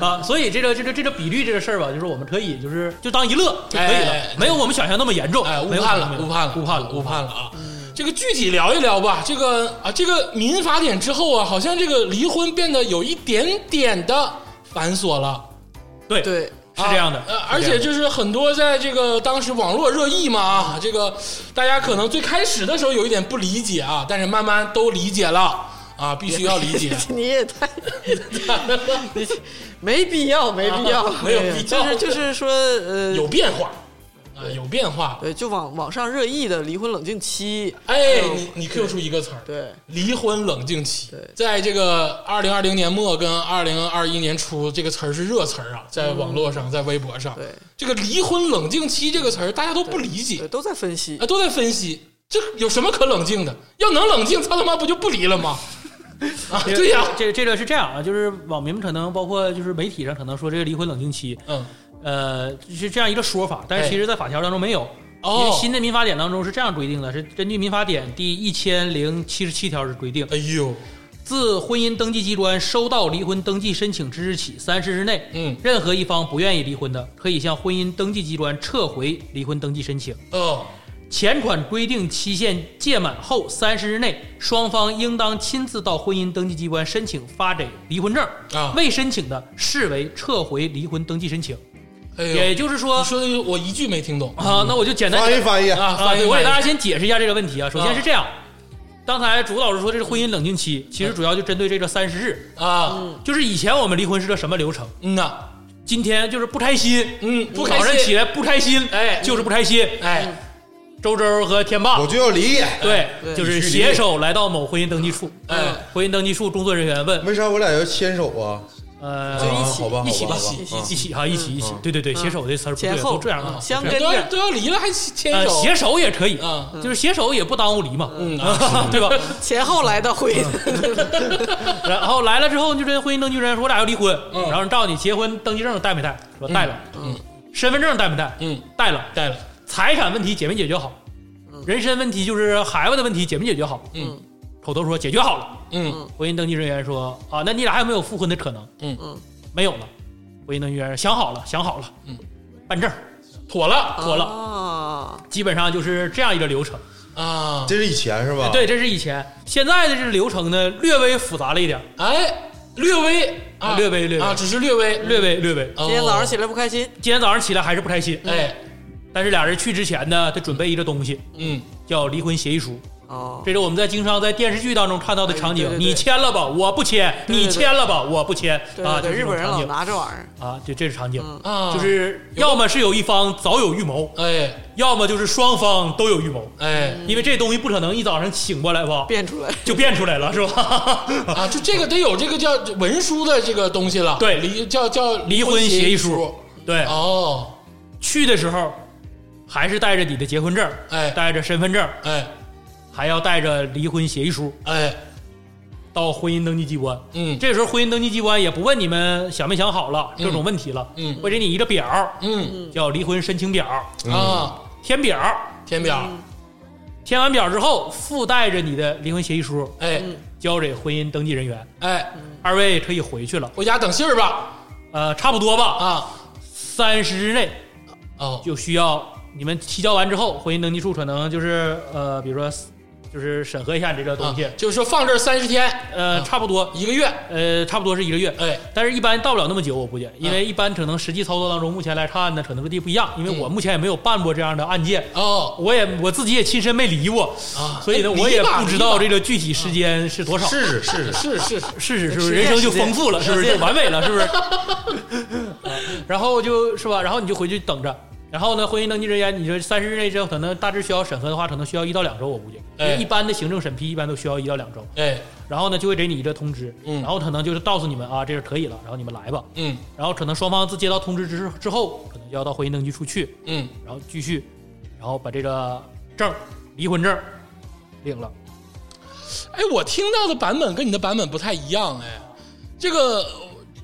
[SPEAKER 4] 啊，所以这个这个这个比率这个事儿吧，就是我们可以就是就当一乐就可以了，
[SPEAKER 1] 哎哎哎
[SPEAKER 4] 没有我们想象那么严重，
[SPEAKER 1] 哎，误
[SPEAKER 4] 没有
[SPEAKER 1] 判
[SPEAKER 4] 没
[SPEAKER 1] 了，
[SPEAKER 4] 有
[SPEAKER 1] 误判了，
[SPEAKER 4] 误判了，
[SPEAKER 1] 误判了啊！这个具体聊一聊吧。这个啊，这个民法典之后啊，好像这个离婚变得有一点点的繁琐了。
[SPEAKER 4] 对，
[SPEAKER 2] 对，
[SPEAKER 4] 是这样的
[SPEAKER 1] 呃，
[SPEAKER 4] 是
[SPEAKER 1] 而
[SPEAKER 4] 这
[SPEAKER 1] 且
[SPEAKER 4] 样的
[SPEAKER 1] 就是很多在这个当时网络热议嘛啊，这个大家可能最开始的时候有一点不理解啊，但是慢慢都理解了啊，必须要理解。
[SPEAKER 2] 你也太，你没必要，没必要，
[SPEAKER 1] 没有必要
[SPEAKER 2] 就是就是说，呃，
[SPEAKER 1] 有变化啊，有变化。
[SPEAKER 2] 对，就网网上热议的离婚冷静期，
[SPEAKER 1] 哎，你你 Q 出一个词儿，
[SPEAKER 2] 对，
[SPEAKER 1] 离婚冷静期
[SPEAKER 2] 对，
[SPEAKER 1] 在这个二零二零年末跟二零二一年初，这个词儿是热词儿啊，在网络上，在微博上，
[SPEAKER 2] 嗯对
[SPEAKER 1] 这个离婚冷静期这个词儿，大家都不理解
[SPEAKER 2] 对，，都在分析
[SPEAKER 1] 啊，，都在分析这有什么可冷静的？要能冷静，他他妈不就不离了吗？ 啊，
[SPEAKER 4] 这个
[SPEAKER 1] 对呀、
[SPEAKER 4] 这个这个是这样啊，就是网民可能包括就是媒体上可能说这个离婚冷静期，
[SPEAKER 1] 嗯，
[SPEAKER 4] 呃，是这样一个说法，但
[SPEAKER 1] 哎
[SPEAKER 4] 是其实在法条当中没有。因为
[SPEAKER 1] 哦，
[SPEAKER 4] 新的民法典当中是这样规定的，是根据民法典第一千零七十七条是规定，
[SPEAKER 1] 哎呦，
[SPEAKER 4] 自婚姻登记机关收到离婚登记申请之日起三十日内，
[SPEAKER 1] 嗯
[SPEAKER 4] 任何一方不愿意离婚的，可以向婚姻登记机关撤回离婚登记申请。
[SPEAKER 1] 哦，
[SPEAKER 4] 前款规定期限届满后三十日内，双方应当亲自到婚姻登记机关申请发给离婚证
[SPEAKER 1] 啊
[SPEAKER 4] 未申请的，视为撤回离婚登记申请。
[SPEAKER 1] 哎
[SPEAKER 4] 也
[SPEAKER 1] 呦，
[SPEAKER 4] 就是说
[SPEAKER 1] 你说的我一句没听懂
[SPEAKER 4] 啊，那我就简单
[SPEAKER 3] 翻译翻译，
[SPEAKER 1] 啊，
[SPEAKER 4] 啊，
[SPEAKER 1] 翻译
[SPEAKER 4] 对，我给大
[SPEAKER 1] 翻
[SPEAKER 4] 家
[SPEAKER 1] 译
[SPEAKER 4] 先解释一下这个问题啊。首先
[SPEAKER 1] 啊
[SPEAKER 4] 是这样，刚才主老师说这是婚姻冷静期，其实主要就针对这个三十日。
[SPEAKER 1] 啊，
[SPEAKER 4] 就是以前我们离婚是个什么流程？
[SPEAKER 1] 嗯呐，
[SPEAKER 4] 今天就是不开心，
[SPEAKER 1] 嗯，不开
[SPEAKER 4] 早上起
[SPEAKER 1] 心，
[SPEAKER 4] 来不开心，
[SPEAKER 1] 哎
[SPEAKER 4] 就是不开心。嗯
[SPEAKER 1] 哎
[SPEAKER 4] 周周和天霸
[SPEAKER 3] 我，就要离，
[SPEAKER 4] 对，
[SPEAKER 2] 对
[SPEAKER 4] 就是携手来到某婚姻登记处，
[SPEAKER 1] 哎
[SPEAKER 4] 嗯，婚姻登记处工作人员问，
[SPEAKER 3] 为啥我俩要牵手啊？
[SPEAKER 4] 呃，
[SPEAKER 3] 啊，
[SPEAKER 2] 一起
[SPEAKER 3] 好吧，
[SPEAKER 4] 一起
[SPEAKER 3] 好吧，好
[SPEAKER 4] 一
[SPEAKER 3] 吧
[SPEAKER 4] 起一起啊，一起一起，对对对，携手这词儿不对，
[SPEAKER 2] 前后
[SPEAKER 4] 都这样啊，
[SPEAKER 2] 相
[SPEAKER 4] 都这
[SPEAKER 2] 跟
[SPEAKER 4] 样
[SPEAKER 1] 都要
[SPEAKER 2] 着，
[SPEAKER 1] 都要离了还牵
[SPEAKER 4] 呃，
[SPEAKER 1] 手，
[SPEAKER 4] 携手也可以
[SPEAKER 1] 啊，
[SPEAKER 4] 就是携手也不耽误离嘛，
[SPEAKER 1] 嗯啊，
[SPEAKER 4] 对吧？
[SPEAKER 2] 前后来的婚
[SPEAKER 1] 嗯
[SPEAKER 2] 姻，
[SPEAKER 4] 然后来了之后，就跟婚姻登记人说我俩要离婚，然后照你结婚登记证带没带？说带了，
[SPEAKER 1] 嗯，
[SPEAKER 4] 身份证带没带？
[SPEAKER 1] 嗯，
[SPEAKER 4] 带了。
[SPEAKER 1] 带了，
[SPEAKER 4] 财产问题解没解决好，人身问题就是孩子的问题解没解决好。
[SPEAKER 1] 嗯
[SPEAKER 4] 口头说解决好了，
[SPEAKER 1] 嗯
[SPEAKER 4] 婚姻登记人员说啊，那你俩还有没有复婚的可能？
[SPEAKER 1] 嗯
[SPEAKER 2] 嗯，
[SPEAKER 4] 没有了。婚姻登记人员想好了，想好了，
[SPEAKER 1] 嗯，
[SPEAKER 4] 办证，
[SPEAKER 1] 妥了
[SPEAKER 4] 妥了，
[SPEAKER 2] 啊，
[SPEAKER 4] 基本上就是这样一个流程。
[SPEAKER 1] 啊，
[SPEAKER 3] 这是以前是吧？，
[SPEAKER 4] 对，这是以前，现在的这个流程呢，略微复杂了一点，
[SPEAKER 1] 哎，略微啊，
[SPEAKER 4] 略微略微
[SPEAKER 1] 啊，只是略微，
[SPEAKER 4] 略微略微。
[SPEAKER 1] 今
[SPEAKER 2] 今天早上起来不开心，
[SPEAKER 4] 今天早上起来还是不开心，
[SPEAKER 1] 哎，
[SPEAKER 4] 但是俩人去之前呢，得准备一个东西，
[SPEAKER 1] 嗯
[SPEAKER 4] 叫离婚协议书。
[SPEAKER 2] 哦，
[SPEAKER 4] 这是我们在经常在电视剧当中看到的场景
[SPEAKER 2] 哎对对。对
[SPEAKER 4] 你签了吧，我不签；
[SPEAKER 2] 对对
[SPEAKER 4] 你签了吧，我不签。
[SPEAKER 2] 对
[SPEAKER 4] 啊，
[SPEAKER 2] 对
[SPEAKER 4] 就
[SPEAKER 2] 对，
[SPEAKER 4] 是这
[SPEAKER 2] 日
[SPEAKER 4] 种
[SPEAKER 2] 本人
[SPEAKER 4] 场
[SPEAKER 2] 老
[SPEAKER 4] 景
[SPEAKER 2] 拿嗯这玩意儿，
[SPEAKER 4] 啊，对，这是场景，
[SPEAKER 1] 啊，
[SPEAKER 4] 嗯就是要么是有一方早有预谋，
[SPEAKER 1] 哎
[SPEAKER 4] 要么就是双方都有预谋，
[SPEAKER 1] 哎
[SPEAKER 4] 因为这东西不可能一早上醒过来吧，
[SPEAKER 2] 嗯变出来。
[SPEAKER 4] 就变出来了，是吧？
[SPEAKER 1] 啊，就这个得有这个叫文书的这个东西了，
[SPEAKER 4] 对
[SPEAKER 1] 离叫叫
[SPEAKER 4] 离婚
[SPEAKER 1] 婚
[SPEAKER 4] 协
[SPEAKER 1] 议
[SPEAKER 4] 议书。对，
[SPEAKER 1] 哦，
[SPEAKER 4] 去的时候还是带着你的结婚证，
[SPEAKER 1] 哎
[SPEAKER 4] 带着身份证，
[SPEAKER 1] 哎
[SPEAKER 4] 还要带着离婚协议书
[SPEAKER 1] 哎，
[SPEAKER 4] 到婚姻登记机关。
[SPEAKER 1] 嗯
[SPEAKER 4] 这时候婚姻登记机关也不问你们想没想好了这种问题了，
[SPEAKER 1] 嗯
[SPEAKER 4] 会给你一个表儿，
[SPEAKER 1] 嗯
[SPEAKER 4] 叫离婚申请表儿，
[SPEAKER 1] 啊，
[SPEAKER 4] 填表儿，
[SPEAKER 1] 填表，
[SPEAKER 4] 填完表之后附带着你的离婚协议书，
[SPEAKER 1] 哎
[SPEAKER 4] 交给婚姻登记人员。
[SPEAKER 1] 哎，
[SPEAKER 4] 二位可以回去了，
[SPEAKER 1] 回家等信儿吧
[SPEAKER 4] 呃，差不多吧，
[SPEAKER 1] 啊，
[SPEAKER 4] 三十日内
[SPEAKER 1] 哦
[SPEAKER 4] 就需要你们提交完之后，婚姻登记处可能就是呃，比如说就是审核一下你这个
[SPEAKER 1] 啊
[SPEAKER 4] 东西，，
[SPEAKER 1] 就是说放这儿三十天，
[SPEAKER 4] 呃，差不多，
[SPEAKER 1] 一个月，
[SPEAKER 4] 呃，差不多是一个月，
[SPEAKER 1] 哎
[SPEAKER 4] 但是一般到不了那么久，我估计，
[SPEAKER 1] 嗯
[SPEAKER 4] 因为一般可能实际操作当中，目前来看呢，可能各地不一样，因为我目前也没有办过这样的案件，
[SPEAKER 1] 哦
[SPEAKER 4] 我也我自己也亲身没离过，
[SPEAKER 1] 啊，
[SPEAKER 4] 所以呢，
[SPEAKER 1] 哎
[SPEAKER 4] 我也不知道这
[SPEAKER 1] 离吧
[SPEAKER 4] 个具体时间是多少。
[SPEAKER 3] 试试试试，
[SPEAKER 1] 是是是
[SPEAKER 4] 试试是不
[SPEAKER 2] 实
[SPEAKER 4] 是
[SPEAKER 2] 验
[SPEAKER 4] 人生就
[SPEAKER 2] 实验
[SPEAKER 4] 丰富了，是不是就完美了，是不是？ 啊然后就是吧，然后你就回去等着。然后呢，婚姻登记人员，你说三十日内之后，可能大致需要审核的话，可能需要一到两周，我估计。因
[SPEAKER 1] 哎
[SPEAKER 4] 为一般的行政审批一般都需要一到两周。
[SPEAKER 1] 哎
[SPEAKER 4] 然后呢，就会给你一个通知，
[SPEAKER 1] 嗯
[SPEAKER 4] 然后可能就是告诉你们啊，这个可以了，然后你们来吧。
[SPEAKER 1] 嗯
[SPEAKER 4] 然后可能双方自接到通知之之后，可能就要到婚姻登记处去，
[SPEAKER 1] 嗯
[SPEAKER 4] 然后继续，然后把这个证儿离婚证儿领了。
[SPEAKER 1] 哎，我听到的版本跟你的版本不太一样哎，这个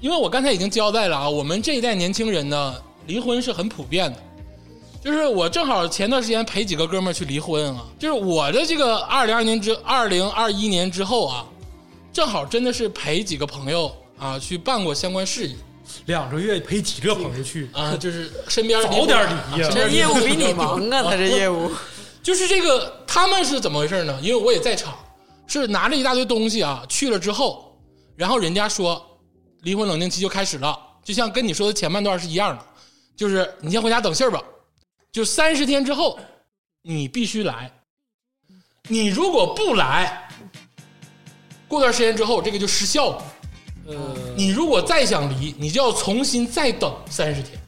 [SPEAKER 1] 因为我刚才已经交代了啊，我们这一代年轻人呢，离婚是很普遍的。就是我正好前段时间陪几个哥们儿去离婚啊，就是我的这个二零二年之二零二一年之后啊，正好真的是陪几个朋友啊去办过相关事宜
[SPEAKER 4] 两个月陪几个朋友去？
[SPEAKER 1] 啊，就是身边
[SPEAKER 4] 早点离呀
[SPEAKER 1] 呀、身边
[SPEAKER 2] 这
[SPEAKER 1] 离
[SPEAKER 2] 业务
[SPEAKER 1] 婚
[SPEAKER 2] 比你忙啊，他这业务
[SPEAKER 1] 就是这个他们是怎么回事呢？因为我也在场，是拿着一大堆东西啊去了之后，然后人家说离婚冷静期就开始了，就像跟你说的前半段是一样的，就是你先回家等信儿吧，就三十天之后你必须来，你如果不来，过段时间之后这个就失效了。
[SPEAKER 4] 呃
[SPEAKER 1] 你如果再想离，你就要重新再等三十天。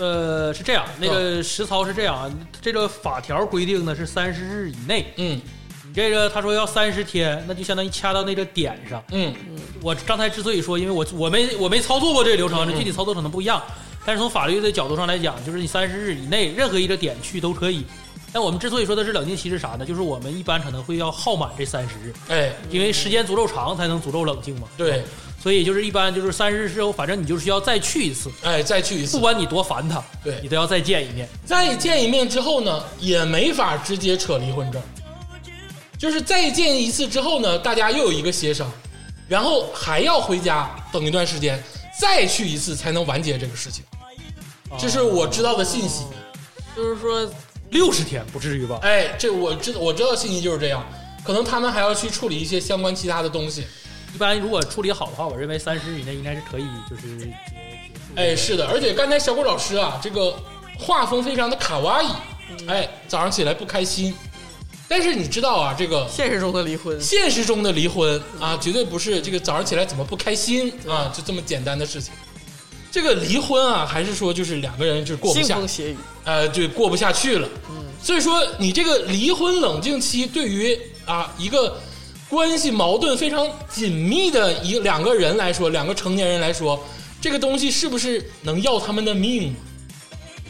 [SPEAKER 4] 呃，是这样，那个实操是这样啊，这个法条规定呢是三十日以内，
[SPEAKER 1] 嗯
[SPEAKER 4] 你这个他说要三十天，那就相当于掐到那个点上。
[SPEAKER 1] 嗯
[SPEAKER 4] 我刚才之所以说，因为我我没我没操作过这个流
[SPEAKER 1] 嗯
[SPEAKER 4] 程，具体操作可能不一样，但是从法律的角度上来讲，就是你三十日以内任何一个点去都可以。但我们之所以说的是冷静期是啥呢？就是我们一般可能会要耗满这三十日，
[SPEAKER 1] 哎
[SPEAKER 4] 因为时间足够长才能足够冷静嘛。
[SPEAKER 1] 对
[SPEAKER 4] 所以就是一般就是三十日之后，反正你就是需要再去一次，
[SPEAKER 1] 哎再去一次
[SPEAKER 4] 不。管你多烦他，
[SPEAKER 1] 对
[SPEAKER 4] 你都要再见一面。
[SPEAKER 1] 再见一面之后呢，也没法直接扯离婚证，就是再见一次之后呢，大家又有一个协商，然后还要回家等一段时间，再去一次才能完结这个事情。
[SPEAKER 4] 啊哦
[SPEAKER 1] 这是我知道的信息，
[SPEAKER 2] 就是说
[SPEAKER 4] 六十天不至于吧？
[SPEAKER 1] 哎，这我知我知道信息就是这样，可能他们还要去处理一些相关其他的东西。
[SPEAKER 4] 一般如果处理好的话，我认为三十以内应该是可以，就是结
[SPEAKER 1] 哎，是的，而且刚才小郭老师啊，这个画风非常的卡哇伊，哎，早上起来不开心，但是你知道啊，这个
[SPEAKER 2] 现实中的离婚，
[SPEAKER 1] 现实中的离婚啊，绝对不是这个早上起来怎么不开心啊，就这么简单的事情。这个离婚啊，还是说就是两个人就是过不
[SPEAKER 2] 腥
[SPEAKER 1] 下
[SPEAKER 2] 风，血雨，
[SPEAKER 1] 呃，对，过不下去了。
[SPEAKER 2] 嗯
[SPEAKER 1] 所以说你这个离婚冷静期，对于啊一个关系矛盾非常紧密的一两个人来说，两个成年人来说，这个东西是不是能要他们的命？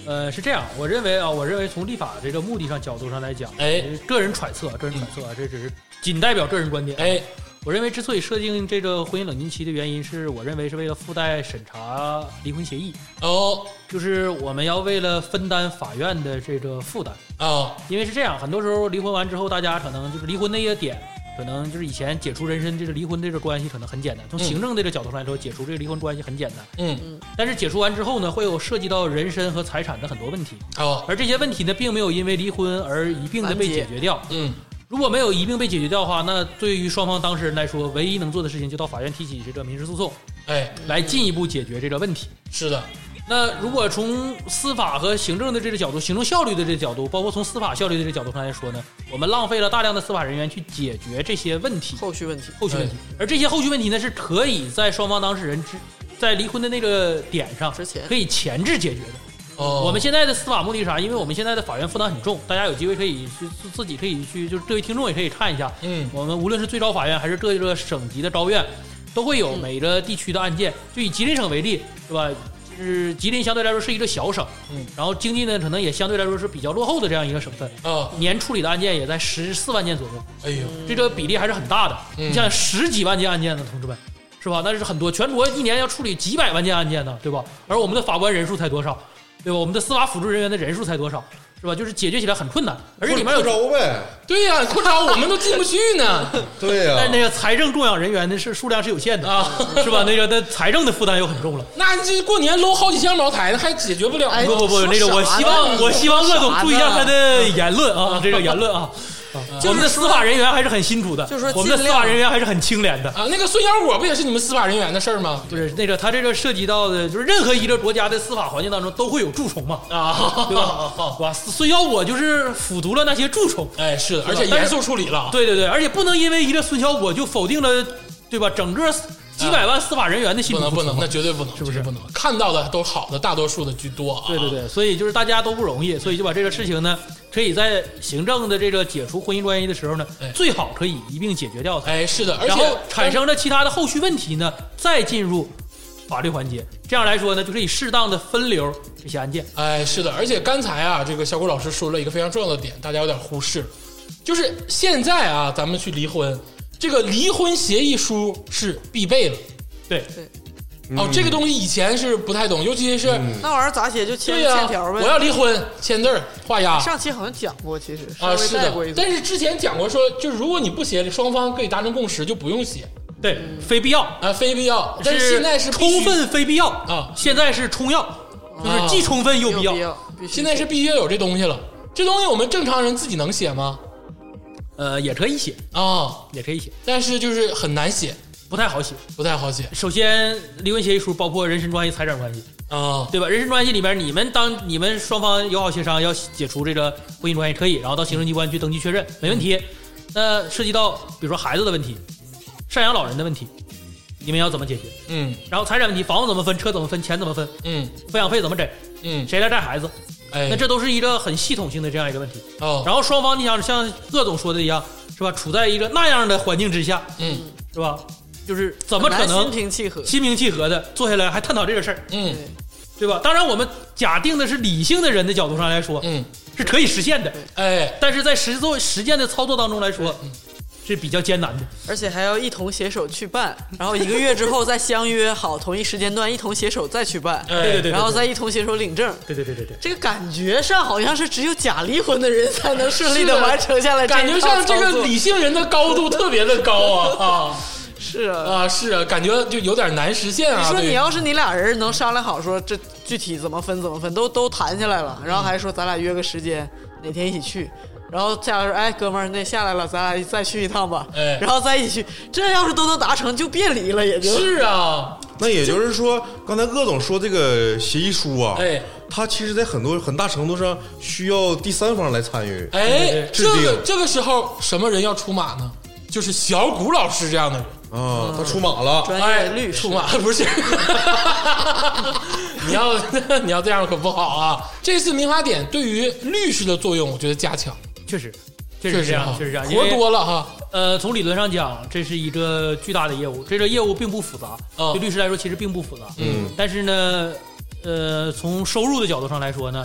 [SPEAKER 4] 呃，是这样，我认为啊，我认为从立法这个目的上角度上来讲，
[SPEAKER 1] 哎
[SPEAKER 4] 呃，个人揣测，个人揣测啊，这只是仅代表个人观点。
[SPEAKER 1] 哎，
[SPEAKER 4] 我认为之所以设定这个婚姻冷静期的原因，是我认为是为了附带审查离婚协议，
[SPEAKER 1] 哦
[SPEAKER 4] 就是我们要为了分担法院的这个负担。
[SPEAKER 1] 哦，
[SPEAKER 4] 因为是这样，很多时候离婚完之后，大家可能就是离婚那个点，可能就是以前解除人身这个离婚这个关系可能很简单，从
[SPEAKER 1] 嗯
[SPEAKER 4] 行政这个角度上来说，解除这个离婚关系很简单。
[SPEAKER 1] 嗯
[SPEAKER 4] 但是解除完之后呢，会有涉及到人身和财产的很多问题，
[SPEAKER 1] 哦
[SPEAKER 4] 而这些问题呢，并没有因为离婚而一并的被解决掉。
[SPEAKER 1] 嗯
[SPEAKER 4] 如果没有一并被解决掉的话，那对于双方当事人来说，唯一
[SPEAKER 2] 嗯
[SPEAKER 4] 能做的事情就到法院提起这个民事诉讼，
[SPEAKER 1] 哎，
[SPEAKER 4] 来进一步解决这个问题。
[SPEAKER 1] 是的，
[SPEAKER 4] 那如果从司法和行政的这个角度，行政效率的这个角度，包括从司法效率的这个角度上来说呢，我们浪费了大量的司法人员去解决这些问题，
[SPEAKER 2] 后续嗯问题，
[SPEAKER 4] 后续问题。而这些后续问题呢，是可以在双方当事人之在离婚的那个点上
[SPEAKER 2] 之前
[SPEAKER 4] 可以前置解决的。
[SPEAKER 1] 哦，
[SPEAKER 4] 我们现在的司法目的是啥？因为我们现在的法院负担很重，大家有机会可以去自自己可以去，就是各位听众也可以看一下，
[SPEAKER 1] 嗯
[SPEAKER 4] 我们无论是最高法院还是各个省级的招院，都会有每个地区的案件。就以吉林省为例，对吧？就是吉林相对来说是一个小省，
[SPEAKER 1] 嗯，
[SPEAKER 4] 然后经济呢可能也相对来说是比较落后的这样一个省份，
[SPEAKER 1] 啊，
[SPEAKER 4] 年处理的案件也在十四万件左右，
[SPEAKER 1] 哎呦，
[SPEAKER 4] 这个比例还是很大的。
[SPEAKER 1] 嗯
[SPEAKER 4] 你像十几万件案件呢，同志们，是吧？那是很多，全国一年要处理几百万件案件呢，对吧？而我们的法官人数才多少，对吧？我们的司法辅助人员的人数才多少，是吧？就是解决起来很困难，而且里面有
[SPEAKER 3] 不招呗，
[SPEAKER 1] 对呀、扩招我们都进不去 呢。
[SPEAKER 3] 对呀、
[SPEAKER 4] 但那个财政供养人员的是数量是有限的
[SPEAKER 1] 啊，
[SPEAKER 4] 是吧？那个那财政的负担又很重了。
[SPEAKER 1] 那这过年搂好几箱茅台呢，还解决不了呢。
[SPEAKER 2] 哎
[SPEAKER 4] 不不不，
[SPEAKER 2] 说
[SPEAKER 4] 那个我
[SPEAKER 2] 啥
[SPEAKER 4] 希
[SPEAKER 2] 呢
[SPEAKER 4] 望
[SPEAKER 2] 你
[SPEAKER 4] 我希望
[SPEAKER 2] 说
[SPEAKER 4] 鄂总
[SPEAKER 2] 啥
[SPEAKER 4] 注意一下
[SPEAKER 2] 呢
[SPEAKER 4] 他的言论啊，这个言论 啊，我们的司法人员还是很辛苦的，
[SPEAKER 2] 就是说
[SPEAKER 4] 我们的
[SPEAKER 2] 尽
[SPEAKER 4] 司
[SPEAKER 2] 量
[SPEAKER 4] 法人员还是很清廉的。
[SPEAKER 1] 啊，那个孙小果不也是你们司法人员的事儿吗？
[SPEAKER 4] 不是那个，他这个涉及到的，就是任何一个国家的司法环境当中都会有蛀虫嘛，
[SPEAKER 1] 啊，
[SPEAKER 4] 对吧？哇，孙小果就是腐读了那些蛀虫，
[SPEAKER 1] 哎，是的，而且
[SPEAKER 4] 但
[SPEAKER 1] 严
[SPEAKER 4] 是
[SPEAKER 1] 肃处理了。
[SPEAKER 4] 对对对，而且不能因为一个孙小果就否定了，对吧？整个几百万司法人员的辛
[SPEAKER 1] 啊不能
[SPEAKER 4] 苦付
[SPEAKER 1] 不
[SPEAKER 4] 出
[SPEAKER 1] 能，
[SPEAKER 4] 嘛
[SPEAKER 1] 那绝对不能，
[SPEAKER 4] 是不是
[SPEAKER 1] 绝对不能？看到的都好的，大多数的居多啊。
[SPEAKER 4] 对对对，所以就是大家都不容易，所以就把这个事情呢，可以在行政的这个解除婚姻关系的时候呢
[SPEAKER 1] 哎，
[SPEAKER 4] 最好可以一并解决掉它，
[SPEAKER 1] 哎，是的，而
[SPEAKER 4] 然
[SPEAKER 1] 且
[SPEAKER 4] 后产生了其他的后续问题呢，再进入法律环节。这样来说呢，就可以适当的分流这些案件。
[SPEAKER 1] 哎，是的，而且刚才啊，这个小谷老师说了一个非常重要的点，大家有点忽视，就是现在啊，咱们去离婚，这个离婚协议书是必备的。
[SPEAKER 4] 对，嗯
[SPEAKER 1] 哦，这个东西以前是不太懂，尤其是、
[SPEAKER 2] 那玩意儿咋写？就签
[SPEAKER 1] 对
[SPEAKER 2] 个
[SPEAKER 1] 呀、
[SPEAKER 2] 欠条呗。
[SPEAKER 1] 我要离婚，签字儿画押。
[SPEAKER 2] 上期好像讲过，其实稍
[SPEAKER 1] 啊，
[SPEAKER 2] 微
[SPEAKER 1] 是
[SPEAKER 2] 带
[SPEAKER 1] 的
[SPEAKER 2] 过一，嘴
[SPEAKER 1] 但是之前讲过说，就是如果你不写，双方可以达成共识，就不用写
[SPEAKER 4] 对，非必要。
[SPEAKER 1] 啊，非必要。但是现在是必须
[SPEAKER 4] 充，分非必要
[SPEAKER 1] 啊
[SPEAKER 4] 现在是充要，就是既充分又
[SPEAKER 2] 没
[SPEAKER 4] 必
[SPEAKER 2] 有
[SPEAKER 4] 要
[SPEAKER 2] 必。要。必须
[SPEAKER 1] 现在是必须要有这东西了。这东西我们正常人自己能写吗？
[SPEAKER 4] 呃，也可以写，
[SPEAKER 1] 啊，
[SPEAKER 4] 也可以写，
[SPEAKER 1] 但是就是很难写，
[SPEAKER 4] 不太好写。
[SPEAKER 1] 不太好写
[SPEAKER 4] 首先，离婚协议书包括人身关系、财产关系，
[SPEAKER 1] 啊。
[SPEAKER 4] 对吧？人身关系里边，你们当你们双方友好协商要解除这个婚姻关系，可以，然后到行政机关去登记确
[SPEAKER 1] 嗯
[SPEAKER 4] 认，没问题。那涉及到比如说孩子的问题、赡养老人的问题，你们要怎么解决？
[SPEAKER 1] 嗯
[SPEAKER 4] 然后财产问题，房子怎么分，车怎么分，钱怎么分，
[SPEAKER 1] 嗯
[SPEAKER 4] 抚养费怎么给，
[SPEAKER 1] 嗯，
[SPEAKER 4] 谁来带孩子？
[SPEAKER 1] 哎，
[SPEAKER 4] 那这都是一个很系统性的这样一个问题。
[SPEAKER 1] 哦，
[SPEAKER 4] 然后双方，你想像鄂总说的一样，是吧？处在一个那样的环境之下，
[SPEAKER 1] 嗯
[SPEAKER 4] 是吧？就是怎么可
[SPEAKER 2] 很难心
[SPEAKER 4] 能
[SPEAKER 2] 平气和？
[SPEAKER 4] 心平气和的坐下来还探讨这个事儿，
[SPEAKER 1] 嗯
[SPEAKER 2] 对
[SPEAKER 4] 对吧？当然，我们假定的是理性的人的角度上来说，
[SPEAKER 1] 嗯，
[SPEAKER 4] 是可以实现的，
[SPEAKER 1] 哎，
[SPEAKER 4] 但是在实做实践的操作当中来说，是比较艰难的。
[SPEAKER 2] 而且还要一同携手去办，然后一个月之后再相约好同一时间段，一同携手再去办，
[SPEAKER 1] 哎
[SPEAKER 4] 对嗯对对，
[SPEAKER 2] 然后再一同携手领证。
[SPEAKER 4] 对对对对对，
[SPEAKER 2] 这个感觉上好像是只有假离婚的人才能顺利
[SPEAKER 1] 是
[SPEAKER 2] 的
[SPEAKER 1] 的
[SPEAKER 2] 完成下来一套
[SPEAKER 1] 感
[SPEAKER 2] 操
[SPEAKER 1] 觉
[SPEAKER 2] 作，
[SPEAKER 1] 上这个理性人的高度特别的高啊
[SPEAKER 2] 是啊
[SPEAKER 1] 啊啊！是啊，感觉就有点难实现啊。
[SPEAKER 2] 你说
[SPEAKER 1] 对
[SPEAKER 2] 你要是你俩人能商量好说这具体怎么分怎么分，都都谈下来了，然后还说咱俩约个时间，哪天一起去。然后下来说，哎，哥们儿，那下来了，咱俩再去一趟吧。
[SPEAKER 1] 哎
[SPEAKER 2] 然后再一起去，这要是都能达成，就别离了，也就是
[SPEAKER 1] 啊，
[SPEAKER 3] 那也就是说，刚才鄂总说这个协议书啊，
[SPEAKER 1] 哎
[SPEAKER 3] 它其实在很多很大程度上需要第三方来参与。
[SPEAKER 1] 哎，
[SPEAKER 3] 制
[SPEAKER 1] 这
[SPEAKER 3] 定
[SPEAKER 1] 个这个时候什么人要出马呢？就是小谷老师这样的人。
[SPEAKER 3] 啊，他出马了，
[SPEAKER 2] 专
[SPEAKER 1] 哎
[SPEAKER 2] 业，律师
[SPEAKER 1] 出马 不是？你要 你要这样可不好啊！这次民法典对于律师的作用，我觉得加强，
[SPEAKER 4] 确实。确
[SPEAKER 1] 确
[SPEAKER 4] 实
[SPEAKER 1] 实
[SPEAKER 4] 这样
[SPEAKER 1] 啊，
[SPEAKER 4] 确实这样，因
[SPEAKER 1] 活
[SPEAKER 4] 为
[SPEAKER 1] 多了哈。
[SPEAKER 4] 呃，从理论上讲，这是一个巨大的业务，这个业务并不复杂，
[SPEAKER 1] 嗯
[SPEAKER 4] 对律师来说其实并不复杂。
[SPEAKER 3] 嗯，
[SPEAKER 4] 但是呢，呃，从收入的角度上来说呢，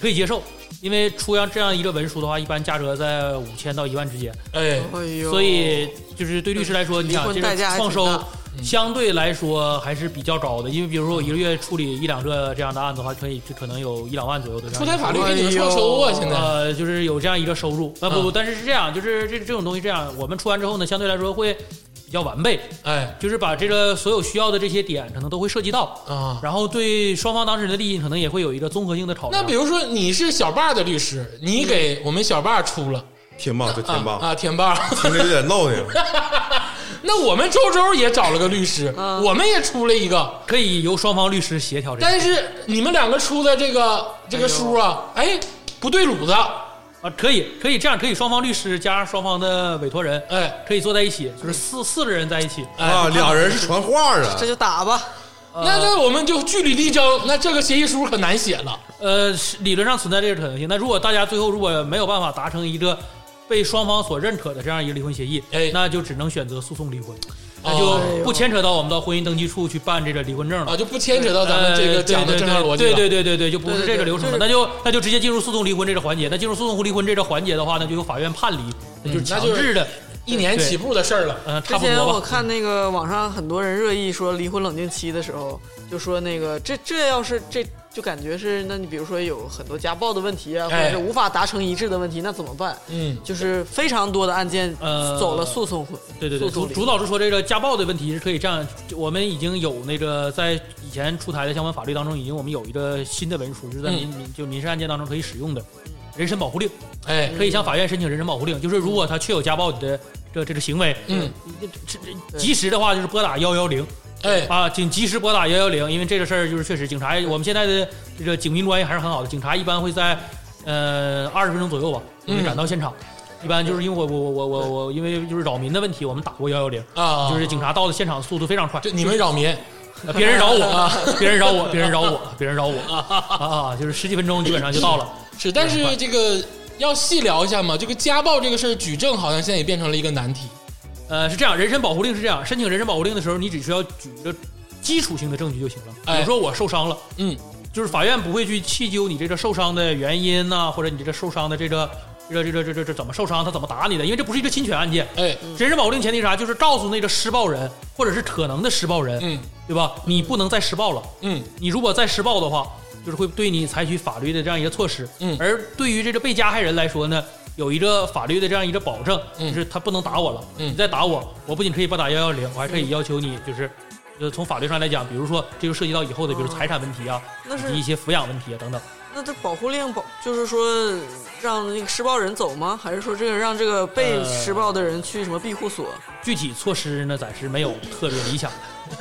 [SPEAKER 4] 可以接受，因为出样这样一个文书的话，一般价格在五千到一万之间，
[SPEAKER 1] 哎，
[SPEAKER 2] 哎呦，
[SPEAKER 4] 所以就是对律师来说，你
[SPEAKER 2] 离
[SPEAKER 4] 想
[SPEAKER 2] 婚
[SPEAKER 4] 这
[SPEAKER 2] 代
[SPEAKER 4] 个
[SPEAKER 2] 价还
[SPEAKER 4] 创
[SPEAKER 2] 挺
[SPEAKER 4] 收
[SPEAKER 2] 大
[SPEAKER 4] 相对来说还是比较高的，因为比如说我一个月处理一两个这样的案子的话，可以就可能有一两万左右的这
[SPEAKER 1] 出
[SPEAKER 4] 样一个
[SPEAKER 1] 台法律给你们创收啊！现在
[SPEAKER 4] 呃，就是有这样一个收入，呃不不，
[SPEAKER 1] 嗯
[SPEAKER 4] 但是是这样，就是这这种东西这样，我们出完之后呢，相对来说会比较完备，
[SPEAKER 1] 哎
[SPEAKER 4] 就是把这个所有需要的这些点可能都会涉及到，
[SPEAKER 1] 啊，
[SPEAKER 4] 然后对双方当事人的利益可能也会有一个综合性的啊考
[SPEAKER 1] 那
[SPEAKER 4] 量
[SPEAKER 1] 比。如说你是小爸的律师，你给我们小爸出了
[SPEAKER 3] 天霸这天
[SPEAKER 1] 啊
[SPEAKER 3] 霸，
[SPEAKER 1] 啊，天霸，
[SPEAKER 3] 听着有点闹挺。
[SPEAKER 1] 那我们周周也找了个律师，
[SPEAKER 4] 嗯
[SPEAKER 1] 我们也出了一个，
[SPEAKER 4] 可以由双方律师协调这个
[SPEAKER 1] 但是你们两个出的这
[SPEAKER 4] 哎
[SPEAKER 1] 个这个书啊，哎，不对路子，
[SPEAKER 4] 啊，可以可以这样，可以双方律师加双方的委托人，
[SPEAKER 1] 哎
[SPEAKER 4] 可以坐在一起，就是四四个人在一起。
[SPEAKER 1] 哎，
[SPEAKER 3] 啊，俩人是传话啊
[SPEAKER 2] 这，就打吧。
[SPEAKER 1] 那那我们就据理力争，那这个协议书可难写了。
[SPEAKER 4] 呃，是理论上存在这个可能性。那如果大家最后如果没有办法达成一个被双方所认可的这样一个离婚协议，
[SPEAKER 1] 哎
[SPEAKER 4] 那就只能选择诉讼离婚，那
[SPEAKER 1] 哦
[SPEAKER 4] 就不牵扯到我们到婚姻登记处去办这个离婚证了。
[SPEAKER 1] 啊，就不牵扯到咱们这个
[SPEAKER 4] 呃
[SPEAKER 1] 讲的正常逻辑
[SPEAKER 4] 对
[SPEAKER 1] 了。
[SPEAKER 4] 对对对对，就不是这个流程
[SPEAKER 2] 对对
[SPEAKER 4] 了，
[SPEAKER 2] 对
[SPEAKER 4] 那就那就直接进入诉讼离婚这个环节。那进入诉讼离婚这个环节的话呢，就由法院判离，那就是
[SPEAKER 1] 嗯那
[SPEAKER 4] 强
[SPEAKER 1] 就是
[SPEAKER 4] 制的，
[SPEAKER 1] 一年起步的事儿了。
[SPEAKER 4] 嗯，
[SPEAKER 2] 之
[SPEAKER 4] 差不
[SPEAKER 2] 前
[SPEAKER 4] 多
[SPEAKER 2] 我
[SPEAKER 4] 吧。
[SPEAKER 2] 看那个网上很多人热议说离婚冷静期的时候，就说那个这这要是这就感觉是，那你比如说有很多家暴的问题啊，或者
[SPEAKER 1] 哎
[SPEAKER 2] 是无法达成一致的问题，那怎么办？
[SPEAKER 1] 嗯，
[SPEAKER 2] 就是非常多的案件
[SPEAKER 4] 呃
[SPEAKER 2] 走了诉讼婚，
[SPEAKER 4] 对对对，
[SPEAKER 2] 诉讼
[SPEAKER 4] 主
[SPEAKER 2] 离
[SPEAKER 4] 主导是说这个家暴的问题是可以这样，我们已经有那个在以前出台的相关法律当中，已经我们有一个新的文书，就是在民民就民事案件当中可以使用的人身保护令，
[SPEAKER 1] 哎，
[SPEAKER 4] 可以向法院申请人身保护令，就是如果他确有家暴的这这个行为，
[SPEAKER 1] 嗯，
[SPEAKER 4] 这这及时的话就是拨打幺幺零
[SPEAKER 1] 哎，
[SPEAKER 4] 啊，请及时拨打幺幺零，因为这个事儿就是确实警察，我们现在的这个警民关系还是很好的，警察一般会在呃二十分钟左右吧，就
[SPEAKER 1] 嗯
[SPEAKER 4] 会赶到现场。一般就是因为我我我我我因为就是扰民的问题，我们打过幺幺零，
[SPEAKER 1] 啊，
[SPEAKER 4] 就是警察到的现场速度非常快，
[SPEAKER 1] 就你们扰民，
[SPEAKER 4] 呃别人扰 我，别人扰我，别人扰我，别人扰我啊，就是十几分钟基本上就到了。
[SPEAKER 1] 是，但是这个要细聊一下嘛，这个家暴这个事儿，举证好像现在也变成了一个难题。
[SPEAKER 4] 呃，是这样，人身保护令是这样，申请人身保护令的时候，你只需要举一个基础性的证据就行了，比
[SPEAKER 1] 哎
[SPEAKER 4] 如说我受伤了，
[SPEAKER 1] 嗯，
[SPEAKER 4] 就是法院不会去细究你这个受伤的原因呐、或者你这个受伤的这个这个这个这个这个怎么受伤，他怎么打你的，因为这不是一个侵权案件。
[SPEAKER 1] 哎，
[SPEAKER 4] 人身保护令前提是啥？就是告诉那个施暴人或者是可能的施暴人，
[SPEAKER 1] 嗯
[SPEAKER 4] 对吧？你不能再施暴了，
[SPEAKER 1] 嗯
[SPEAKER 4] 你如果再施暴的话，就是会对你采取法律的这样一个措施。
[SPEAKER 1] 嗯
[SPEAKER 4] 而对于这个被加害人来说呢，有一个法律的这样一个保证，
[SPEAKER 1] 嗯
[SPEAKER 4] 就是他不能打我了。
[SPEAKER 1] 嗯
[SPEAKER 4] 你再打我，我不仅可以拨打幺幺零，我还可以要求你就是。呃，从法律上来讲，比如说这就涉及到以后的，
[SPEAKER 1] 哦
[SPEAKER 4] 比如财产问题啊，
[SPEAKER 2] 那是
[SPEAKER 4] 以及一些抚养问题啊等等。
[SPEAKER 2] 那这保护令保就是说让那个施暴人走吗？还是说这个让这个被施暴的人去什么庇护所？
[SPEAKER 4] 具体措施呢，暂时没有特别理想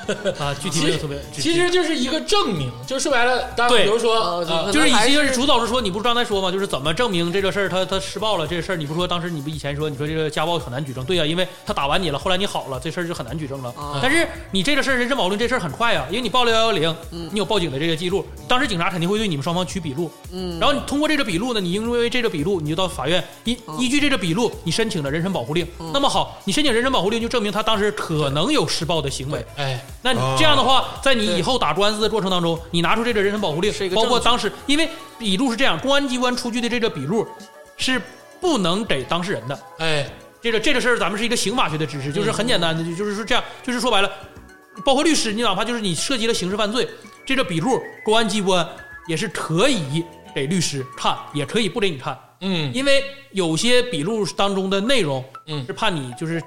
[SPEAKER 4] 的 啊，具体没有特别。具体
[SPEAKER 1] 其实就是一个证明，就说白了，当然
[SPEAKER 4] 对
[SPEAKER 1] 比如说
[SPEAKER 2] 呃
[SPEAKER 1] 呃
[SPEAKER 2] 可
[SPEAKER 4] 哦就
[SPEAKER 2] 能
[SPEAKER 4] 是以
[SPEAKER 2] 还
[SPEAKER 4] 及就是是主导是说，你不是刚才说吗？就是怎么证明这个事儿他他施暴了这个事儿？你不说当时你不以前说你说这个家暴很难举证？对呀、因为他打完你了，后来你好了，这事儿就很难举证了。
[SPEAKER 2] 啊
[SPEAKER 4] 但是你这个事儿人身保护令这事儿很快呀、因为你报了幺幺零，你有报警的这个记录，当时警察肯定会对你们双方取笔录，
[SPEAKER 2] 嗯
[SPEAKER 4] 然后你通过这个笔录呢，你因为这个笔录，你就到法院依
[SPEAKER 2] 哦
[SPEAKER 4] 依据这个笔录，你申请了人身保护令。那么好，你申请人身保护令就证明他当时可能有施暴的行为。
[SPEAKER 1] 哎
[SPEAKER 4] 那你这样的话，在你以后打官司的过程当中，你拿出这个人身保护令
[SPEAKER 2] 哦是一，个
[SPEAKER 4] 包
[SPEAKER 2] 证
[SPEAKER 4] 括
[SPEAKER 2] 据
[SPEAKER 4] 当时，因为笔录是这样，公安机关出具的这个笔录是不能给当事人的。
[SPEAKER 1] 哎
[SPEAKER 4] 这个这个事儿，咱们是一个刑法学的知识，就是
[SPEAKER 2] 嗯
[SPEAKER 4] 很简单的，就就是说这样，就是说白了，包括律师，你哪怕就是你涉及了刑事犯罪，这个笔录公安机关也是可以给律师看，也可以不给你看，
[SPEAKER 1] 嗯
[SPEAKER 4] 因为有些笔录当中的内容
[SPEAKER 1] 嗯
[SPEAKER 4] 是怕你就是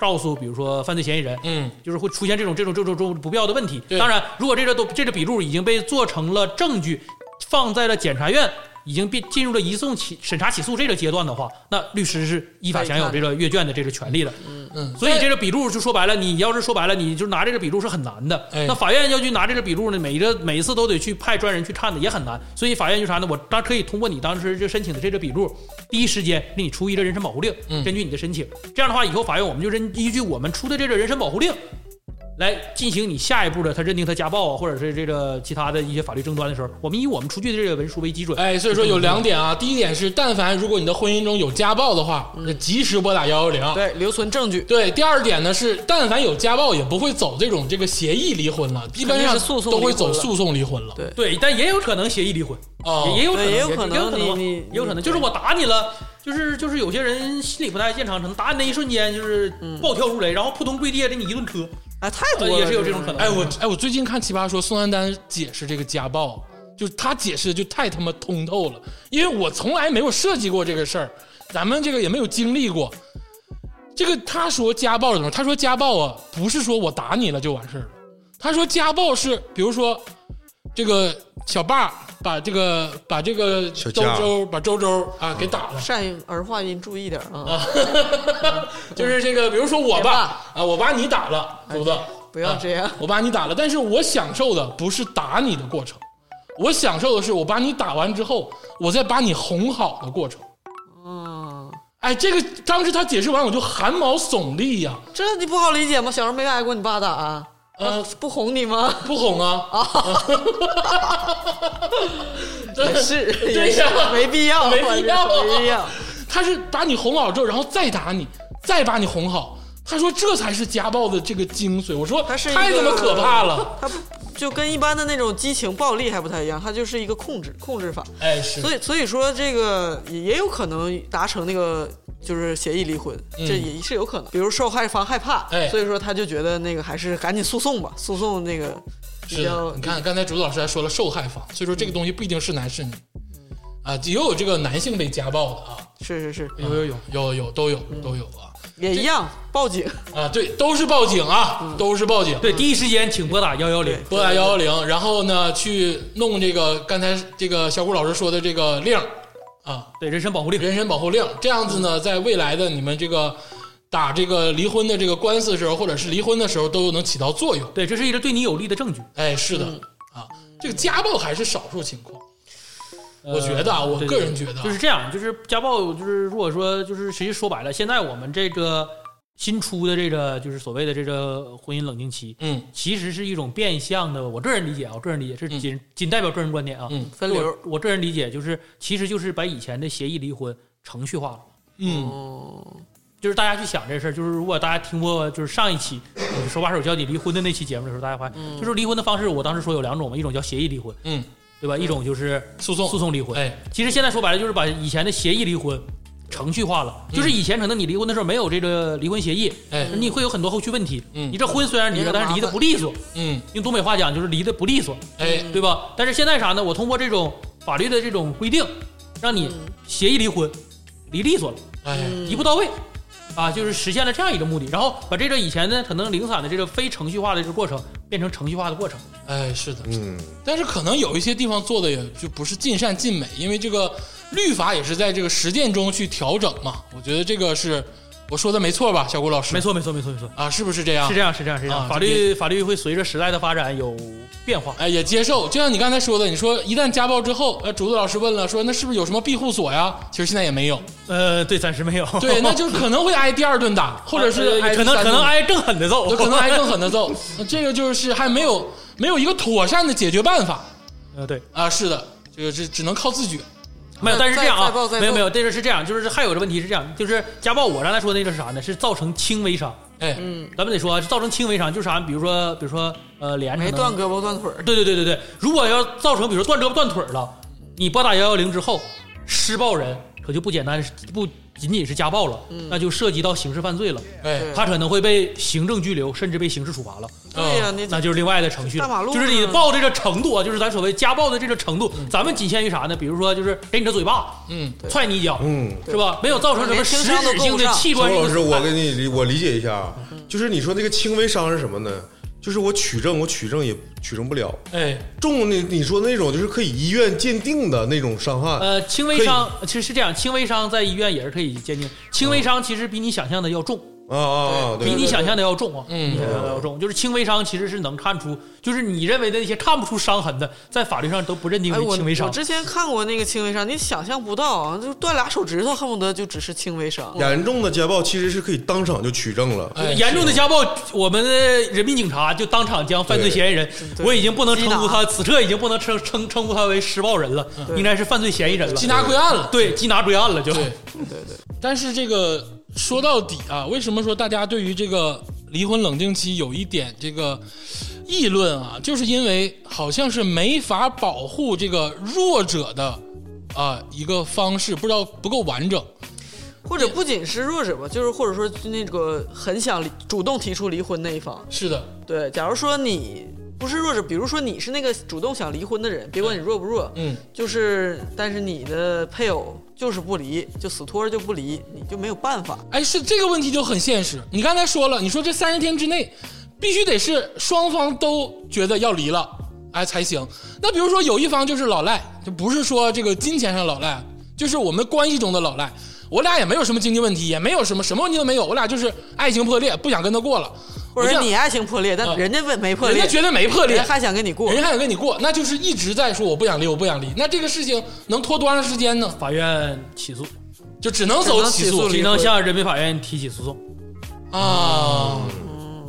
[SPEAKER 4] 告诉，比如说犯罪嫌疑人，
[SPEAKER 1] 嗯
[SPEAKER 4] 就是会出现这种这种这种这种不必要的问题。
[SPEAKER 1] 对
[SPEAKER 4] 当然，如果这个都这个笔录已经被做成了证据，放在了检察院，已经变进入了移送起审查起诉这个阶段的话，那律师是依法享有这个阅卷的这个权利的。
[SPEAKER 1] 嗯，
[SPEAKER 4] 所以这个笔录就说白了，你要是说白了，你就拿这个笔录是很难的。
[SPEAKER 1] 哎
[SPEAKER 4] 那法院要去拿这个笔录呢，每一个每一次都得去派专人去看的，也很难。所以法院就啥呢？我当可以通过你当时就申请的这个笔录，第一时间给你出一个人身保护令，
[SPEAKER 1] 嗯
[SPEAKER 4] 根据你的申请。这样的话，以后法院我们就认依据我们出的这个人身保护令。来进行你下一步的，他认定他家暴啊，或者是这个其他的一些法律争端的时候，我们以我们出具的这个文书为基准。
[SPEAKER 1] 哎，所以说有两点啊，第一点是，但凡如果你的婚姻中有家暴的话，及时拨打幺幺零。
[SPEAKER 2] 嗯对，留存证据。
[SPEAKER 1] 对，第二点呢是，但凡有家暴，也不会走这种这个协议离婚了，一般
[SPEAKER 2] 肯定
[SPEAKER 1] 上
[SPEAKER 2] 是诉讼
[SPEAKER 1] 都会
[SPEAKER 2] 离婚
[SPEAKER 1] 走
[SPEAKER 2] 了
[SPEAKER 1] 诉讼离婚了。
[SPEAKER 2] 对
[SPEAKER 4] 对，但也有可能协议离婚，
[SPEAKER 1] 哦
[SPEAKER 4] 也也有可能，
[SPEAKER 2] 对也有
[SPEAKER 4] 可
[SPEAKER 2] 可能
[SPEAKER 4] 能嘛，
[SPEAKER 2] 你你
[SPEAKER 4] 也有可能，就是我打你了，就是就是有些人心理不太健康，可能打你那一瞬间就是
[SPEAKER 2] 嗯
[SPEAKER 4] 暴跳如雷，然后扑通跪地给你一顿磕，
[SPEAKER 2] 哎，太多
[SPEAKER 4] 呃
[SPEAKER 2] 了，
[SPEAKER 4] 也是有这种可能。
[SPEAKER 1] 哎，我哎，我最近看《奇葩说》，宋丹丹解释这个家暴，就是她解释的就太他妈通透了，因为我从来没有涉及过这个事儿，咱们这个也没有经历过。这个她说家暴是怎么？她说家暴啊，不是说我打你了就完事儿了，她说家暴是，比如说这个小爸把这个把这个
[SPEAKER 3] 小
[SPEAKER 1] 周
[SPEAKER 3] 家
[SPEAKER 1] 周把周周啊给打了。
[SPEAKER 2] 善于儿化音，注意点啊，
[SPEAKER 1] 就是这个，比如说我
[SPEAKER 2] 别
[SPEAKER 1] 吧，啊，我把你打了，犊子，
[SPEAKER 2] 不要这样
[SPEAKER 1] 啊我把你打了，但是我享受的不是打你的过程，我享受的是我把你打完之后，我再把你哄好的过程。
[SPEAKER 2] 嗯，
[SPEAKER 1] 哎，这个当时他解释完，我就汗毛耸立呀、
[SPEAKER 2] 这你不好理解吗？小时候没挨过你爸打、
[SPEAKER 1] 呃
[SPEAKER 2] 啊不哄你 吗？
[SPEAKER 1] 不哄啊！
[SPEAKER 2] 哦
[SPEAKER 1] 啊，
[SPEAKER 2] 也是，
[SPEAKER 1] 对
[SPEAKER 2] 也是
[SPEAKER 1] 呀
[SPEAKER 2] 没必要，啊
[SPEAKER 1] 没必要
[SPEAKER 2] 反正没必要。
[SPEAKER 1] 他是把你哄好之后，然后再打你，再把你哄好。他说这才是家暴的这个精髓。我说
[SPEAKER 2] 它是一个
[SPEAKER 1] 太他妈可怕 了！
[SPEAKER 2] 他就跟一般的那种激情暴力还不太一样，他就是一个控制控制法。
[SPEAKER 1] 哎，是
[SPEAKER 2] 所以所以说这个也也有可能达成那个就是协议离婚，这
[SPEAKER 4] 嗯
[SPEAKER 2] 也是有可能。比如受害方害怕，
[SPEAKER 1] 哎
[SPEAKER 2] 所以说他就觉得那个还是赶紧诉讼吧，诉讼那个比
[SPEAKER 1] 是的
[SPEAKER 2] 较，
[SPEAKER 1] 你看刚才朱老师还说了受害方，所以说
[SPEAKER 2] 嗯
[SPEAKER 1] 这个东西不一定是男是女啊，也有这个男性被家暴的啊，
[SPEAKER 2] 是是是
[SPEAKER 1] 有有有有有都有
[SPEAKER 2] 嗯
[SPEAKER 1] 都有啊
[SPEAKER 2] 也一样报警。
[SPEAKER 1] 啊，对，都是报警啊，都是报警。
[SPEAKER 4] 嗯对，第一时间请拨打幺幺零。
[SPEAKER 1] 拨打幺幺零，然后呢去弄这个刚才这个小谷老师说的这个令儿啊，
[SPEAKER 4] 对，人身保护令。
[SPEAKER 1] 人身保护令，这样子呢，在未来的你们这个打这个离婚的这个官司的时候，或者是离婚的时候，都能起到作用。
[SPEAKER 4] 对，这是一个对你有利的证据。
[SPEAKER 1] 哎，是
[SPEAKER 4] 嗯
[SPEAKER 1] 的、啊，这个家暴还是少数情况，我觉得啊，我
[SPEAKER 4] 呃对
[SPEAKER 1] 个人觉得啊
[SPEAKER 4] 就是这样，就是家暴，就是如果说就是其实说白了，现在我们这个新出的这个就是所谓的这个婚姻冷静期，
[SPEAKER 1] 嗯
[SPEAKER 4] 其实是一种变相的，我个人理解啊，我个人理解是
[SPEAKER 1] 嗯
[SPEAKER 4] 仅仅代表个人观点啊，
[SPEAKER 1] 嗯
[SPEAKER 2] 分流
[SPEAKER 4] 我我个人理解就是，其实就是把以前的协议离婚程序化了。
[SPEAKER 1] 嗯
[SPEAKER 2] 哦，
[SPEAKER 4] 就是大家去想这事儿，就是如果大家听过就是上一期就是手把手教你离婚的那期节目的时候，大家发现，就是离婚的方式，我当时说有两种嘛，一种叫协议离婚，
[SPEAKER 1] 嗯，
[SPEAKER 4] 对吧？一种就是
[SPEAKER 1] 诉讼
[SPEAKER 4] 诉讼离婚。
[SPEAKER 1] 哎，
[SPEAKER 4] 其实现在说白了，就是把以前的协议离婚程序化了，
[SPEAKER 1] 嗯
[SPEAKER 4] 就是以前可能你离婚的时候没有这个离婚协议，
[SPEAKER 1] 哎
[SPEAKER 4] 你会有很多后续问题。
[SPEAKER 1] 嗯
[SPEAKER 4] 你这婚虽然离
[SPEAKER 2] 也很
[SPEAKER 4] 了，但是离
[SPEAKER 2] 麻
[SPEAKER 4] 的
[SPEAKER 2] 烦
[SPEAKER 4] 不利索。
[SPEAKER 1] 嗯
[SPEAKER 4] 用东北话讲就是离的不利索，
[SPEAKER 2] 嗯
[SPEAKER 1] 哎
[SPEAKER 4] 对吧？但是现在啥呢？我通过这种法律的这种规定，让
[SPEAKER 1] 嗯
[SPEAKER 4] 你
[SPEAKER 2] 嗯
[SPEAKER 4] 协议离婚，离利索了。
[SPEAKER 1] 哎
[SPEAKER 4] 一步到位，啊，就是实现了这样一个目的，然后把这个以前呢可能零散的这个非程序化的这个过程变成程序化的过程。
[SPEAKER 1] 哎，是的，
[SPEAKER 3] 嗯，
[SPEAKER 1] 但是可能有一些地方做的也就不是尽善尽美，因为这个律法也是在这个实践中去调整嘛。我觉得这个是我说的没错吧，小郭老师？
[SPEAKER 4] 没错，没错，没错，没错，
[SPEAKER 1] 啊，是不是这样？
[SPEAKER 4] 是这样，是这样，是这样。
[SPEAKER 1] 啊
[SPEAKER 4] 法律法律会随着时代的发展有变化。
[SPEAKER 1] 哎，也接受，就像你刚才说的，你说一旦家暴之后，呃，竹子老师问了，说那是不是有什么庇护所呀？其实现在也 没有，
[SPEAKER 4] 呃，对，暂时没有。
[SPEAKER 1] 对，那就可能会挨第二顿 打，或者是
[SPEAKER 4] 呃
[SPEAKER 1] 挨第
[SPEAKER 4] 可能
[SPEAKER 1] 三
[SPEAKER 4] 可
[SPEAKER 1] 顿
[SPEAKER 4] 能
[SPEAKER 1] 打
[SPEAKER 4] 挨更狠的揍，
[SPEAKER 1] 有可能挨更狠的揍，那这个就是还没有没有一个妥善的解决办法
[SPEAKER 4] 呃对，
[SPEAKER 1] 啊。是的，这个只只能靠自觉。
[SPEAKER 4] 没有，但是这样
[SPEAKER 2] 再报
[SPEAKER 4] 啊
[SPEAKER 2] 再，报
[SPEAKER 4] 没有没有，这个是这样，就是还有个问题是这样，就是家暴，我刚才说的那个是啥呢？是造成轻微伤，
[SPEAKER 1] 哎，
[SPEAKER 4] 咱们得说啊，造成轻微伤就是啥，比如说比如说呃连着
[SPEAKER 2] 没
[SPEAKER 4] 呢
[SPEAKER 2] 断胳膊断腿儿，
[SPEAKER 4] 对对对对对，如果要造成比如说断胳膊断腿儿了，你拨打幺幺零之后，施暴人可就不简单，不仅仅是家暴了，那就涉及到刑事犯罪了，
[SPEAKER 1] 哎，
[SPEAKER 2] 嗯对
[SPEAKER 4] 他可能会被行政拘留，甚至被刑事处罚了，
[SPEAKER 2] 对呀、你
[SPEAKER 4] 哦那就是另外的程序了。
[SPEAKER 2] 大马路
[SPEAKER 4] 就是你
[SPEAKER 2] 上嗯
[SPEAKER 4] 暴这个程度啊，就是咱所谓家暴的这个程度，咱们仅限于啥呢？比如说就是给你个嘴巴，
[SPEAKER 1] 嗯，
[SPEAKER 4] 踹你一脚，
[SPEAKER 3] 嗯
[SPEAKER 4] 是吧？没有造成什么
[SPEAKER 2] 连
[SPEAKER 4] 实
[SPEAKER 2] 轻伤都
[SPEAKER 4] 质性
[SPEAKER 2] 够不
[SPEAKER 4] 的
[SPEAKER 2] 上
[SPEAKER 4] 器
[SPEAKER 3] 周
[SPEAKER 4] 官性
[SPEAKER 3] 老
[SPEAKER 4] 的
[SPEAKER 3] 师，
[SPEAKER 4] 损
[SPEAKER 3] 我
[SPEAKER 4] 害。
[SPEAKER 3] 给你理我理解一下啊，就是你说那个轻微伤是什么呢？就是我取证，我取证也取证不了。
[SPEAKER 1] 哎，
[SPEAKER 3] 重那你说那种就是可以医院鉴定的那种伤害，
[SPEAKER 1] 啊
[SPEAKER 4] 呃，轻微伤其实是这样，轻微伤在医院也是可以鉴定，轻
[SPEAKER 1] 哦
[SPEAKER 4] 微伤其实比你想象的要重。
[SPEAKER 3] 啊啊啊！对
[SPEAKER 4] 比
[SPEAKER 3] 对
[SPEAKER 4] 你
[SPEAKER 3] 对
[SPEAKER 4] 想象的要重啊，
[SPEAKER 1] 嗯
[SPEAKER 4] 比你想象的要重，就是轻微伤其实是能看出，就是你认为的那些看不出伤痕的，在法律上都不认定
[SPEAKER 2] 哎，
[SPEAKER 4] 为
[SPEAKER 2] 我
[SPEAKER 4] 轻微伤
[SPEAKER 2] 我。之前看过那个轻微伤，你想象不到啊，就断俩手指头，恨不得就只是轻微伤。
[SPEAKER 3] 严重的家暴其实是可以当场就取证了。
[SPEAKER 1] 哎
[SPEAKER 4] 严重的家暴，我们的人民警察就当场将犯罪嫌疑人，
[SPEAKER 2] 对
[SPEAKER 4] 我已经不能称呼
[SPEAKER 2] 缉拿
[SPEAKER 4] 他，此刻已经不能称称称呼他为施暴人了，应该是犯罪嫌疑人了，
[SPEAKER 1] 嗯缉拿归案了。
[SPEAKER 4] 对缉拿归案了就。
[SPEAKER 1] 对，
[SPEAKER 2] 对对，
[SPEAKER 1] 但是这个说到底啊，为什么说大家对于这个离婚冷静期有一点这个议论啊？就是因为好像是没法保护这个弱者的啊、一个方式，不知道不够完整。
[SPEAKER 2] 或者不仅是弱者吧，就是或者说那个很想离主动提出离婚那一方。
[SPEAKER 1] 是的，
[SPEAKER 2] 对，假如说你不是弱者，比如说你是那个主动想离婚的人，别管你弱不弱，
[SPEAKER 1] 嗯，
[SPEAKER 2] 就是但是你的配偶就是不离，就死拖着就不离，你就没有办法。
[SPEAKER 1] 哎，是这个问题就很现实。你刚才说了，你说这三十天之内必须得是双方都觉得要离了。哎才行。那比如说有一方就是老赖，就不是说这个金钱上老赖，就是我们关系中的老赖。我俩也没有什么经济问题，也没有什么什么问题都没有，我俩就是爱情破裂，不想跟他过了。我
[SPEAKER 2] 或者
[SPEAKER 1] 想
[SPEAKER 2] 你爱情破裂，但人家没没破
[SPEAKER 1] 啊人
[SPEAKER 2] 裂，
[SPEAKER 1] 家觉得没破裂，
[SPEAKER 2] 人家还想跟你过
[SPEAKER 1] 人，家还想跟你过，那就是一直在说我不想离，我不想离。那这个事情能拖多长时间呢？
[SPEAKER 4] 法院起诉，
[SPEAKER 1] 就只能走起诉
[SPEAKER 4] 只能向人民法院提起诉讼。
[SPEAKER 1] 啊。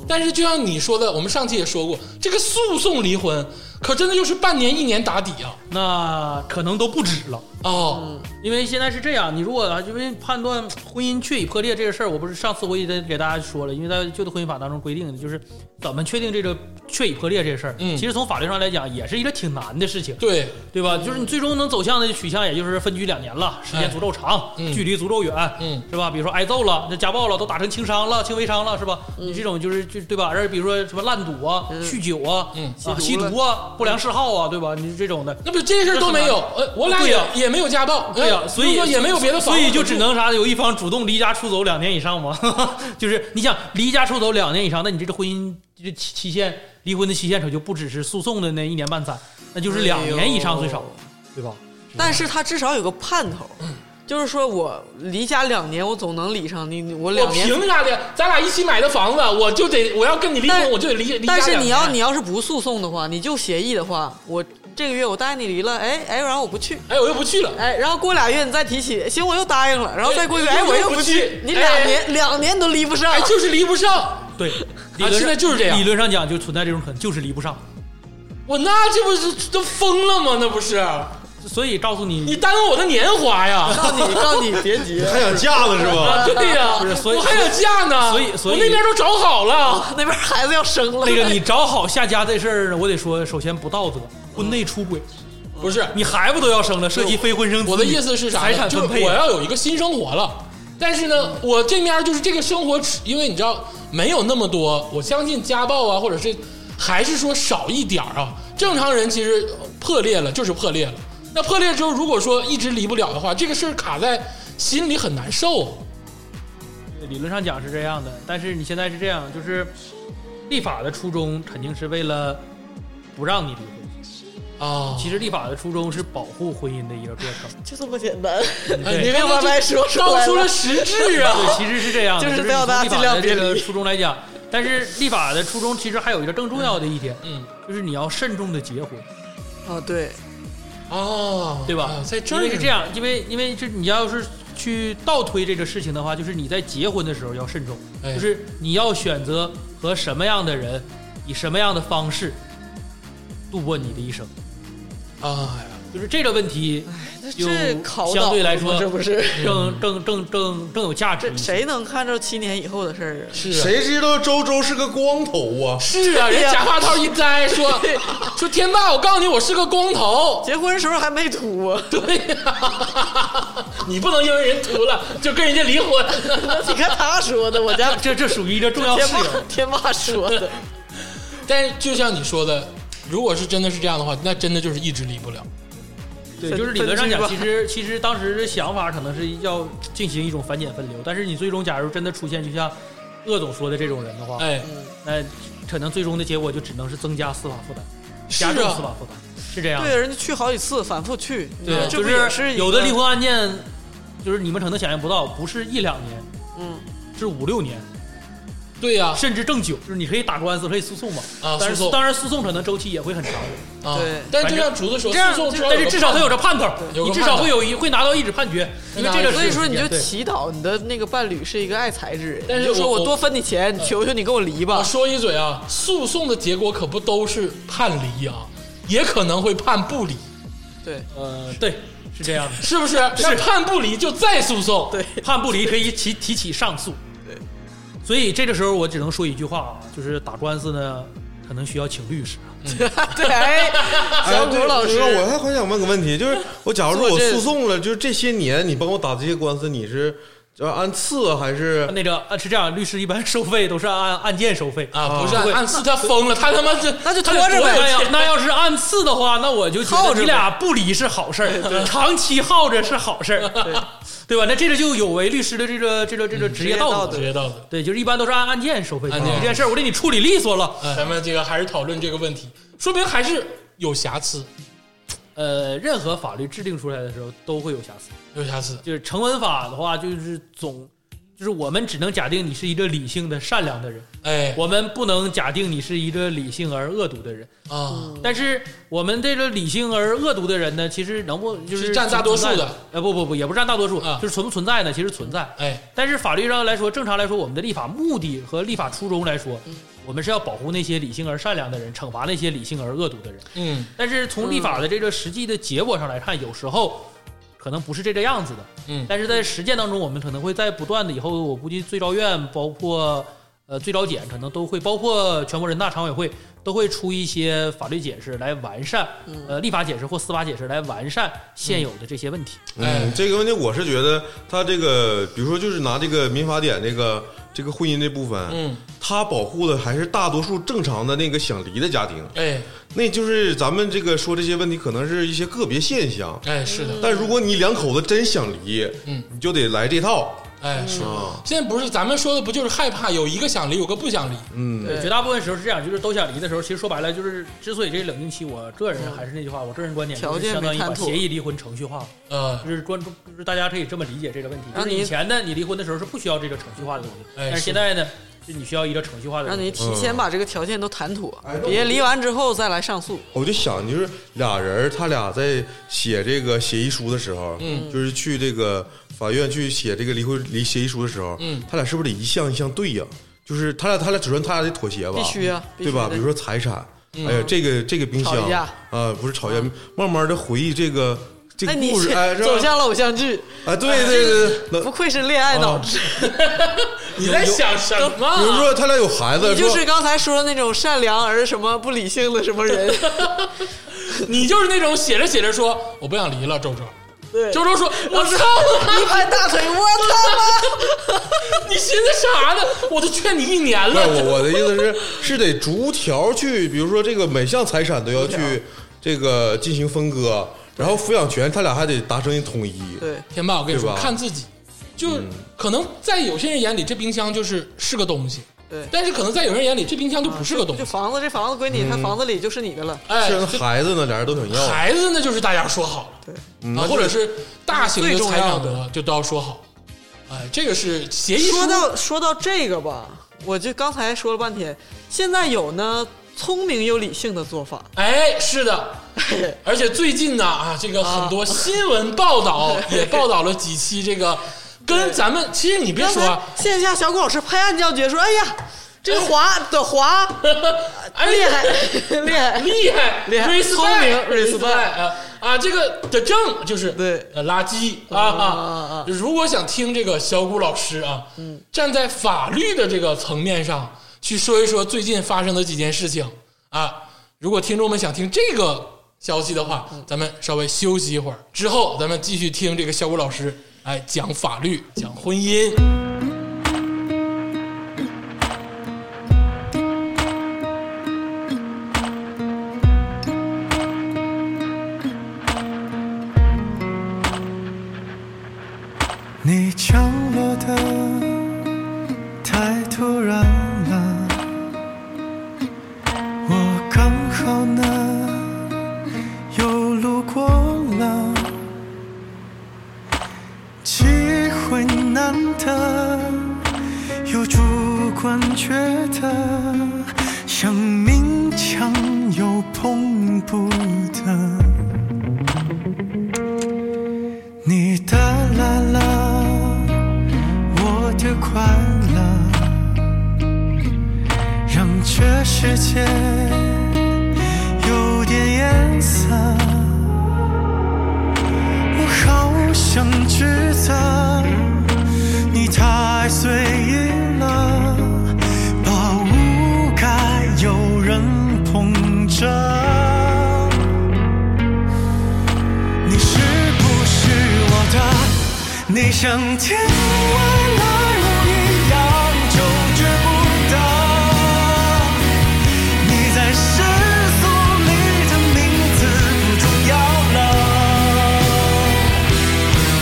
[SPEAKER 1] 但是就像你说的，我们上期也说过，这个诉讼离婚可真的就是半年一年打底啊。
[SPEAKER 4] 那可能都不止了，
[SPEAKER 1] 哦，
[SPEAKER 4] 因为现在是这样，你如果因为判断婚姻确已破裂这个事儿，我不是上次我也在给大家说了，因为在旧的婚姻法当中规定的就是怎么确定这个确已破裂这事儿，
[SPEAKER 1] 嗯
[SPEAKER 4] 其实从法律上来讲也是一个挺难的事情，
[SPEAKER 1] 对，
[SPEAKER 4] 对吧？就是你最终能走向的取向，也就是分居两年了，时间足够长，
[SPEAKER 1] 嗯
[SPEAKER 4] 距离足够远，
[SPEAKER 1] 嗯
[SPEAKER 4] 是吧？比如说挨揍了，这家暴了，都打成轻伤了、轻微伤了，是吧？你这种就是就对吧？而比如说什么滥赌啊、
[SPEAKER 2] 嗯
[SPEAKER 4] 酗酒啊、
[SPEAKER 1] 嗯
[SPEAKER 4] 啊
[SPEAKER 2] 吸
[SPEAKER 4] 吸
[SPEAKER 2] 毒了
[SPEAKER 4] 毒啊、不良嗜好啊，对吧？你这种的，
[SPEAKER 1] 那不这事儿都没有，呃，我俩
[SPEAKER 4] 对
[SPEAKER 1] 也
[SPEAKER 4] 呀
[SPEAKER 1] 也没有家暴，
[SPEAKER 4] 对呀、
[SPEAKER 1] 哎
[SPEAKER 4] 所以
[SPEAKER 1] 就说也没有别的法，
[SPEAKER 4] 所以就只能啥，有一方主动离家出走两年以上嘛。 就是你想离家出走两年以上，那你这个婚姻这期期限，离婚的期限可就不只是诉讼的那一年半载，那就是两年以上最
[SPEAKER 1] 哎
[SPEAKER 4] 少，哎对吧？
[SPEAKER 2] 但是他至少有个盼头，
[SPEAKER 1] 嗯
[SPEAKER 2] 就是说我离家两年，我总能理上你，你我
[SPEAKER 1] 我
[SPEAKER 2] 两年。
[SPEAKER 1] 凭啥的？咱俩一起买的房子，我就得我要跟你离
[SPEAKER 2] 但
[SPEAKER 1] 婚，我就得离离家
[SPEAKER 2] 但是
[SPEAKER 1] 两
[SPEAKER 2] 你要
[SPEAKER 1] 年
[SPEAKER 2] 你要是不诉讼的话，你就协议的话，我这个月我答应你离了，哎哎，然后我不去，
[SPEAKER 1] 哎，我又不去了。
[SPEAKER 2] 哎，然后过俩月你再提起，行，我又答应了，然后再过一个月，
[SPEAKER 1] 哎
[SPEAKER 2] 哎，我又
[SPEAKER 1] 又不
[SPEAKER 2] 不
[SPEAKER 1] 去
[SPEAKER 2] 去，
[SPEAKER 1] 哎
[SPEAKER 2] 你两年两年都离不上
[SPEAKER 1] 哎，，就是离不上。
[SPEAKER 4] 对，理论
[SPEAKER 1] 啊
[SPEAKER 4] 上
[SPEAKER 1] 现在就是这样
[SPEAKER 4] 理论上讲，就存在这种可能，就是离不上。
[SPEAKER 1] 我那这不是都疯了吗？那不是
[SPEAKER 4] 所以告诉
[SPEAKER 1] 你
[SPEAKER 4] 你，
[SPEAKER 1] 耽误我的年华 呀！
[SPEAKER 2] 告你告你别急，
[SPEAKER 3] 还想嫁了是吧？
[SPEAKER 1] 对呀，
[SPEAKER 4] 不是所以
[SPEAKER 1] 我还想嫁呢，
[SPEAKER 4] 所以所以
[SPEAKER 1] 我那边都找好了。
[SPEAKER 2] 哦那边孩子要生了，
[SPEAKER 4] 那个你找好下家这事儿，我得说，首先不道德，婚内出轨，
[SPEAKER 1] 不是，
[SPEAKER 4] 你孩子都要生了，涉及非婚生子 女，
[SPEAKER 1] 我的意思是啥
[SPEAKER 4] 财
[SPEAKER 1] 呢？
[SPEAKER 4] 产
[SPEAKER 1] 就是
[SPEAKER 4] 分配啊
[SPEAKER 1] 我要有一个新生活了。但是呢，我这面就是这个生活，因为你知道没有那么多，我相信家暴啊，或者是还是说少一点儿啊。正常人其实破裂了就是破裂了，那破裂之后，如果说一直离不了的话，这个事儿卡在心里很难受啊。
[SPEAKER 4] 理论上讲是这样的，但是你现在是这样，就是立法的初衷肯定是为了不让你离婚。
[SPEAKER 1] 啊
[SPEAKER 2] 哦
[SPEAKER 4] 其实立法的初衷是保护婚姻的一个过 程。
[SPEAKER 2] 就这么简单，
[SPEAKER 1] 哎，
[SPEAKER 4] 对
[SPEAKER 1] 你看
[SPEAKER 2] 要不
[SPEAKER 1] 他
[SPEAKER 2] 然
[SPEAKER 1] 这
[SPEAKER 2] 说出来了
[SPEAKER 1] 道出了实质啊！
[SPEAKER 4] 对，其实是这样 的，
[SPEAKER 2] 就
[SPEAKER 4] 就是是
[SPEAKER 2] 要
[SPEAKER 4] 从
[SPEAKER 2] 大家
[SPEAKER 4] 立
[SPEAKER 2] 尽
[SPEAKER 4] 法
[SPEAKER 2] 量
[SPEAKER 4] 的
[SPEAKER 2] 别
[SPEAKER 4] 这个
[SPEAKER 2] 离
[SPEAKER 4] 初衷来讲，但是立法的初衷其实还有一个更重要的一点，
[SPEAKER 1] 嗯，
[SPEAKER 4] 就是你要慎重的结婚，
[SPEAKER 2] 哦对，
[SPEAKER 1] 哦，
[SPEAKER 4] 嗯对吧？
[SPEAKER 1] 啊在这
[SPEAKER 4] 因
[SPEAKER 1] 儿
[SPEAKER 4] 为是这，样，因为因为这你要是去倒推这个事情的话，就是你在结婚的时候要慎重，
[SPEAKER 1] 哎
[SPEAKER 4] 就是你要选择和什么样的人，以什么样的方式度过你的一生，
[SPEAKER 1] 啊呀，
[SPEAKER 4] 就是这个问题就
[SPEAKER 2] 这考倒
[SPEAKER 4] 相对来说
[SPEAKER 2] 这不是
[SPEAKER 1] 哎嗯
[SPEAKER 4] 更更更更更有价值
[SPEAKER 2] 这
[SPEAKER 4] 一些。
[SPEAKER 2] 谁能看着七年以后的事儿啊？
[SPEAKER 1] 是啊
[SPEAKER 3] 谁知道周周是个光头啊？
[SPEAKER 1] 是啊，人
[SPEAKER 2] 哎呀
[SPEAKER 1] 假发套一摘，说说天霸，我告诉你，我是个光头。
[SPEAKER 2] 结婚时候还没秃 啊，
[SPEAKER 1] 对呀、你不能因为人秃了 就跟人家离婚。
[SPEAKER 2] 你看他说的，我 家
[SPEAKER 4] 这这属于一个重要
[SPEAKER 2] 天
[SPEAKER 4] 事由
[SPEAKER 2] 霸。天霸说的，
[SPEAKER 1] 但是就像你说的，如果是真的是这样的话，那真的就是一直离不了。
[SPEAKER 4] 对，
[SPEAKER 2] 分
[SPEAKER 4] 就是理论上讲，
[SPEAKER 2] 分
[SPEAKER 4] 其
[SPEAKER 2] 居吧
[SPEAKER 4] 实其实当时的想法可能是要进行一种繁简分流，但是你最终假如真的出现，就像鄂总说的这种人的话，
[SPEAKER 1] 哎，
[SPEAKER 4] 那可能最终的结果就只能是增加司法负担，
[SPEAKER 1] 是
[SPEAKER 4] 加重
[SPEAKER 1] 啊，
[SPEAKER 4] 司法负担，是这样的。
[SPEAKER 2] 对，人家去好几次，反复去，
[SPEAKER 4] 对，
[SPEAKER 2] 这
[SPEAKER 4] 就
[SPEAKER 2] 不也是一个
[SPEAKER 4] 有的离婚案件，就是你们可能想象不到，不是一两年，
[SPEAKER 2] 嗯，
[SPEAKER 4] 是五六年，
[SPEAKER 1] 对呀、
[SPEAKER 4] 甚至更久。就是你可以打官司，可以诉讼嘛。
[SPEAKER 1] 啊诉
[SPEAKER 4] 但是
[SPEAKER 1] 讼
[SPEAKER 4] 当然诉讼可能周期也会很长，
[SPEAKER 1] 啊，
[SPEAKER 2] 对
[SPEAKER 1] 但就像竹子说，
[SPEAKER 4] 这样
[SPEAKER 1] 诉讼，
[SPEAKER 4] 但是至少他有
[SPEAKER 1] 这
[SPEAKER 4] 这盼头，
[SPEAKER 1] 有个
[SPEAKER 4] 你至
[SPEAKER 1] 盼
[SPEAKER 4] 少
[SPEAKER 1] 头
[SPEAKER 4] 会有一会拿到一纸判决，因为这个
[SPEAKER 2] 所以
[SPEAKER 4] 是
[SPEAKER 2] 说
[SPEAKER 4] 有时
[SPEAKER 2] 你就
[SPEAKER 4] 间对
[SPEAKER 2] 祈祷你的那个伴侣是一个爱财之人，
[SPEAKER 1] 但是
[SPEAKER 2] 你就说
[SPEAKER 1] 我呃
[SPEAKER 2] 我多分你钱，你求求你跟我离
[SPEAKER 1] 我
[SPEAKER 2] 吧。
[SPEAKER 1] 说一嘴啊，诉讼的结果可不都是判离啊，也可能会判不离，
[SPEAKER 2] 对
[SPEAKER 4] 呃对是这样的。
[SPEAKER 1] 是不是？那判不离就再诉讼。
[SPEAKER 2] 对，
[SPEAKER 4] 判不离可以提提起上诉。所以这个时候我只能说一句话啊，就是打官司呢，可能需要请律师啊。
[SPEAKER 2] 对，哎，小谷
[SPEAKER 3] 对
[SPEAKER 2] 老师，
[SPEAKER 3] 我还还想问个问题，就是我假如说
[SPEAKER 2] 做
[SPEAKER 3] 我
[SPEAKER 2] 这
[SPEAKER 3] 诉讼了，就是这些年你帮我打这些官司，你是要按次啊还是
[SPEAKER 4] 那个啊是这样，律师一般收费都是按案件收费
[SPEAKER 1] 啊，不是
[SPEAKER 4] 啊
[SPEAKER 1] 按
[SPEAKER 4] 对
[SPEAKER 1] 按次他疯了，他他妈这
[SPEAKER 2] 那就
[SPEAKER 1] 他
[SPEAKER 2] 拖着呗
[SPEAKER 4] 那要那要是按次的话，那我就觉
[SPEAKER 2] 耗
[SPEAKER 4] 得
[SPEAKER 2] 着呗
[SPEAKER 4] 你俩不离是好事儿，长期耗着是好事儿， 对吧？那这个就有违律师的这个这个这个职业道
[SPEAKER 1] 嗯职
[SPEAKER 4] 德。
[SPEAKER 1] 业道德。
[SPEAKER 4] 对，就是一般都是按案件收费。
[SPEAKER 1] 案件哎
[SPEAKER 4] 这件事儿我给你处理利索了，
[SPEAKER 1] 咱们这个还是讨论这个问题，说明还是有瑕疵，
[SPEAKER 4] 呃，任何法律制定出来的时候都会有瑕疵。
[SPEAKER 1] 有瑕疵。
[SPEAKER 4] 就是成文法的话，就是总，就是我们只能假定你是一个理性的、善良的人，
[SPEAKER 1] 哎
[SPEAKER 4] 我们不能假定你是一个理性而恶毒的人。
[SPEAKER 1] 啊，
[SPEAKER 4] 但是我们这个理性而恶毒的人呢，其实能不就是
[SPEAKER 1] 是占大多数的
[SPEAKER 4] 存在？呃，不不不，也不是占大多数，
[SPEAKER 1] 啊
[SPEAKER 4] 就是存不存在呢？其实存在。
[SPEAKER 1] 哎，
[SPEAKER 4] 但是法律上来说，正常来说，我们的立法目的和立法初衷来说，
[SPEAKER 1] 嗯
[SPEAKER 4] 我们是要保护那些理性而善良的人，惩罚那些理性而恶毒的人。
[SPEAKER 1] 嗯
[SPEAKER 4] 但是从立法的这个实际的结果上来看，有时候可能不是这个样子的。
[SPEAKER 1] 嗯
[SPEAKER 4] 但是在实践当中，我们可能会在不断的以后，我估计最高院包括呃最高检可能都会，包括全国人大常委会都会出一些法律解释来完善，
[SPEAKER 2] 嗯
[SPEAKER 4] 呃立法解释或司法解释来完善现有的这些问题。
[SPEAKER 1] 哎
[SPEAKER 3] 嗯，这个问题我是觉得他这个，比如说就是拿这个民法典这个这个婚姻这部分，
[SPEAKER 1] 嗯，
[SPEAKER 3] 它保护的还是大多数正常的那个想离的家庭，
[SPEAKER 1] 哎
[SPEAKER 3] 那就是咱们这个说这些问题可能是一些个别现象，
[SPEAKER 1] 哎，是的，
[SPEAKER 3] 但如果你两口子真想离，
[SPEAKER 1] 嗯，
[SPEAKER 3] 你就得来这套
[SPEAKER 1] 哎是。
[SPEAKER 2] 哦
[SPEAKER 3] 啊，
[SPEAKER 1] 现在不是咱们说的，不就是害怕有一个想离，有个不想离？
[SPEAKER 3] 嗯，
[SPEAKER 4] 对，绝大部分时候是这样，就是都想离的时候，其实说白了就是，之所以这冷静期，我个人还是那句话，我个人观点就
[SPEAKER 2] 条
[SPEAKER 4] 是
[SPEAKER 2] 件
[SPEAKER 4] 相当于
[SPEAKER 2] 没
[SPEAKER 4] 把
[SPEAKER 2] 谈妥
[SPEAKER 4] 协议离婚程序化，
[SPEAKER 1] 呃，
[SPEAKER 4] 就是关注，就是大家可以这么理解这个问题。就
[SPEAKER 2] 让
[SPEAKER 4] 是
[SPEAKER 2] 你
[SPEAKER 4] 以前呢，你离婚的时候是不需要这个程序化的东西，
[SPEAKER 1] 哎
[SPEAKER 4] 但是
[SPEAKER 1] 是
[SPEAKER 4] 现在呢，是你需要一个程序化的
[SPEAKER 2] 让
[SPEAKER 4] 东
[SPEAKER 2] 你
[SPEAKER 4] 西。
[SPEAKER 2] 提先把这个条件都谈妥
[SPEAKER 3] 哎，
[SPEAKER 2] 别离完之后再来上诉。
[SPEAKER 3] 我就想就是俩人他俩在写这个协议书的时候，
[SPEAKER 1] 嗯，
[SPEAKER 3] 就是去这个法院去写这个离婚离协议书的时候，
[SPEAKER 1] 嗯
[SPEAKER 3] 他俩是不是得一项一项对呀、就是他俩，他俩只算他俩得妥协吧，
[SPEAKER 2] 必须啊必须
[SPEAKER 3] 对吧？
[SPEAKER 2] 的
[SPEAKER 3] 比如说财产，哎呀，这个这个冰
[SPEAKER 2] 吵
[SPEAKER 3] 箱
[SPEAKER 2] 一架嗯
[SPEAKER 3] 啊、不是吵架，慢慢的回忆这个这
[SPEAKER 2] 那
[SPEAKER 3] 个
[SPEAKER 2] 你
[SPEAKER 3] 故事，哎，是吧
[SPEAKER 2] 走向了偶像剧，
[SPEAKER 3] 哎，对对对对， 那
[SPEAKER 2] 不愧是恋爱脑，
[SPEAKER 1] 你在想 什
[SPEAKER 3] 哦
[SPEAKER 1] 啊
[SPEAKER 3] 比如说他俩有孩子，
[SPEAKER 2] 你就是
[SPEAKER 3] 说
[SPEAKER 2] 刚才说的那种善良而什么不理性的什么 人。
[SPEAKER 1] 你就是那种写着写着说我不想离了，周周。
[SPEAKER 2] 对，
[SPEAKER 1] 周 周说：“我操，
[SPEAKER 2] 一拍大腿，我他
[SPEAKER 1] 你寻思啥呢？我都劝你一年
[SPEAKER 3] 不是我
[SPEAKER 1] 了。
[SPEAKER 3] 我的意思是是得逐条去，比如说这个每项财产都要去这个进行分割，然后抚养权他俩还得达成统一，
[SPEAKER 2] 妈！对”，
[SPEAKER 1] 天霸，我跟你说，
[SPEAKER 3] 对吧
[SPEAKER 1] 看自己，就
[SPEAKER 2] 嗯
[SPEAKER 1] 可能在有些人眼里，这冰箱就是是个东西，
[SPEAKER 2] 对
[SPEAKER 1] 但是可能在有人眼里，这冰箱就不是个东
[SPEAKER 2] 就
[SPEAKER 1] 西。
[SPEAKER 2] 房子，这房子归你，
[SPEAKER 3] 嗯
[SPEAKER 2] 他房子里就是你的了。
[SPEAKER 1] 哎，
[SPEAKER 3] 甚至孩子呢，俩人都想要，
[SPEAKER 1] 孩子那就是大家说好了，
[SPEAKER 2] 对，
[SPEAKER 3] 嗯
[SPEAKER 1] 啊，或者是大型的
[SPEAKER 2] 最重
[SPEAKER 1] 财
[SPEAKER 2] 要
[SPEAKER 1] 产
[SPEAKER 2] 的
[SPEAKER 1] 的就都要说好。哎，这个是协议书
[SPEAKER 2] 说到说到这个吧，我就刚才说了半天，现在有呢聪明又理性的做法，
[SPEAKER 1] 哎，是 的，而且最近呢啊，这个很多新闻报 道也报道了几期这个跟咱们，其实你别
[SPEAKER 2] 刚
[SPEAKER 1] 说
[SPEAKER 2] 才
[SPEAKER 1] 啊，
[SPEAKER 2] 线下小谷老师拍案叫绝，说：“哎呀，这个滑的滑
[SPEAKER 1] 哎，
[SPEAKER 2] 厉害 厉害，
[SPEAKER 1] 厉害
[SPEAKER 2] 厉害
[SPEAKER 1] respect，
[SPEAKER 2] 聪明
[SPEAKER 1] respect
[SPEAKER 2] respect
[SPEAKER 1] 啊啊，这个的正就是
[SPEAKER 2] 对
[SPEAKER 1] 呃垃圾
[SPEAKER 2] 啊
[SPEAKER 1] 啊。如果想听这个小谷老师啊，嗯，站在法律的这个层面上去说一说最近发生的几件事情啊，如果听众们想听这个消息的话，
[SPEAKER 2] 嗯
[SPEAKER 1] 咱们稍微休息一会儿，之后咱们继续听这个小谷老师哎讲法律、讲婚姻。
[SPEAKER 5] 你降落的太突然了，我刚好呢又路过了，机会难得，有主观觉得像明枪又碰不得。你的啦啦，我的快乐，让这世界有点颜色。我好想指责你太随意了，把无该有人捧着。你是不是我的？你像天外来物一样求之不得。你在世俗里的名字不重要了，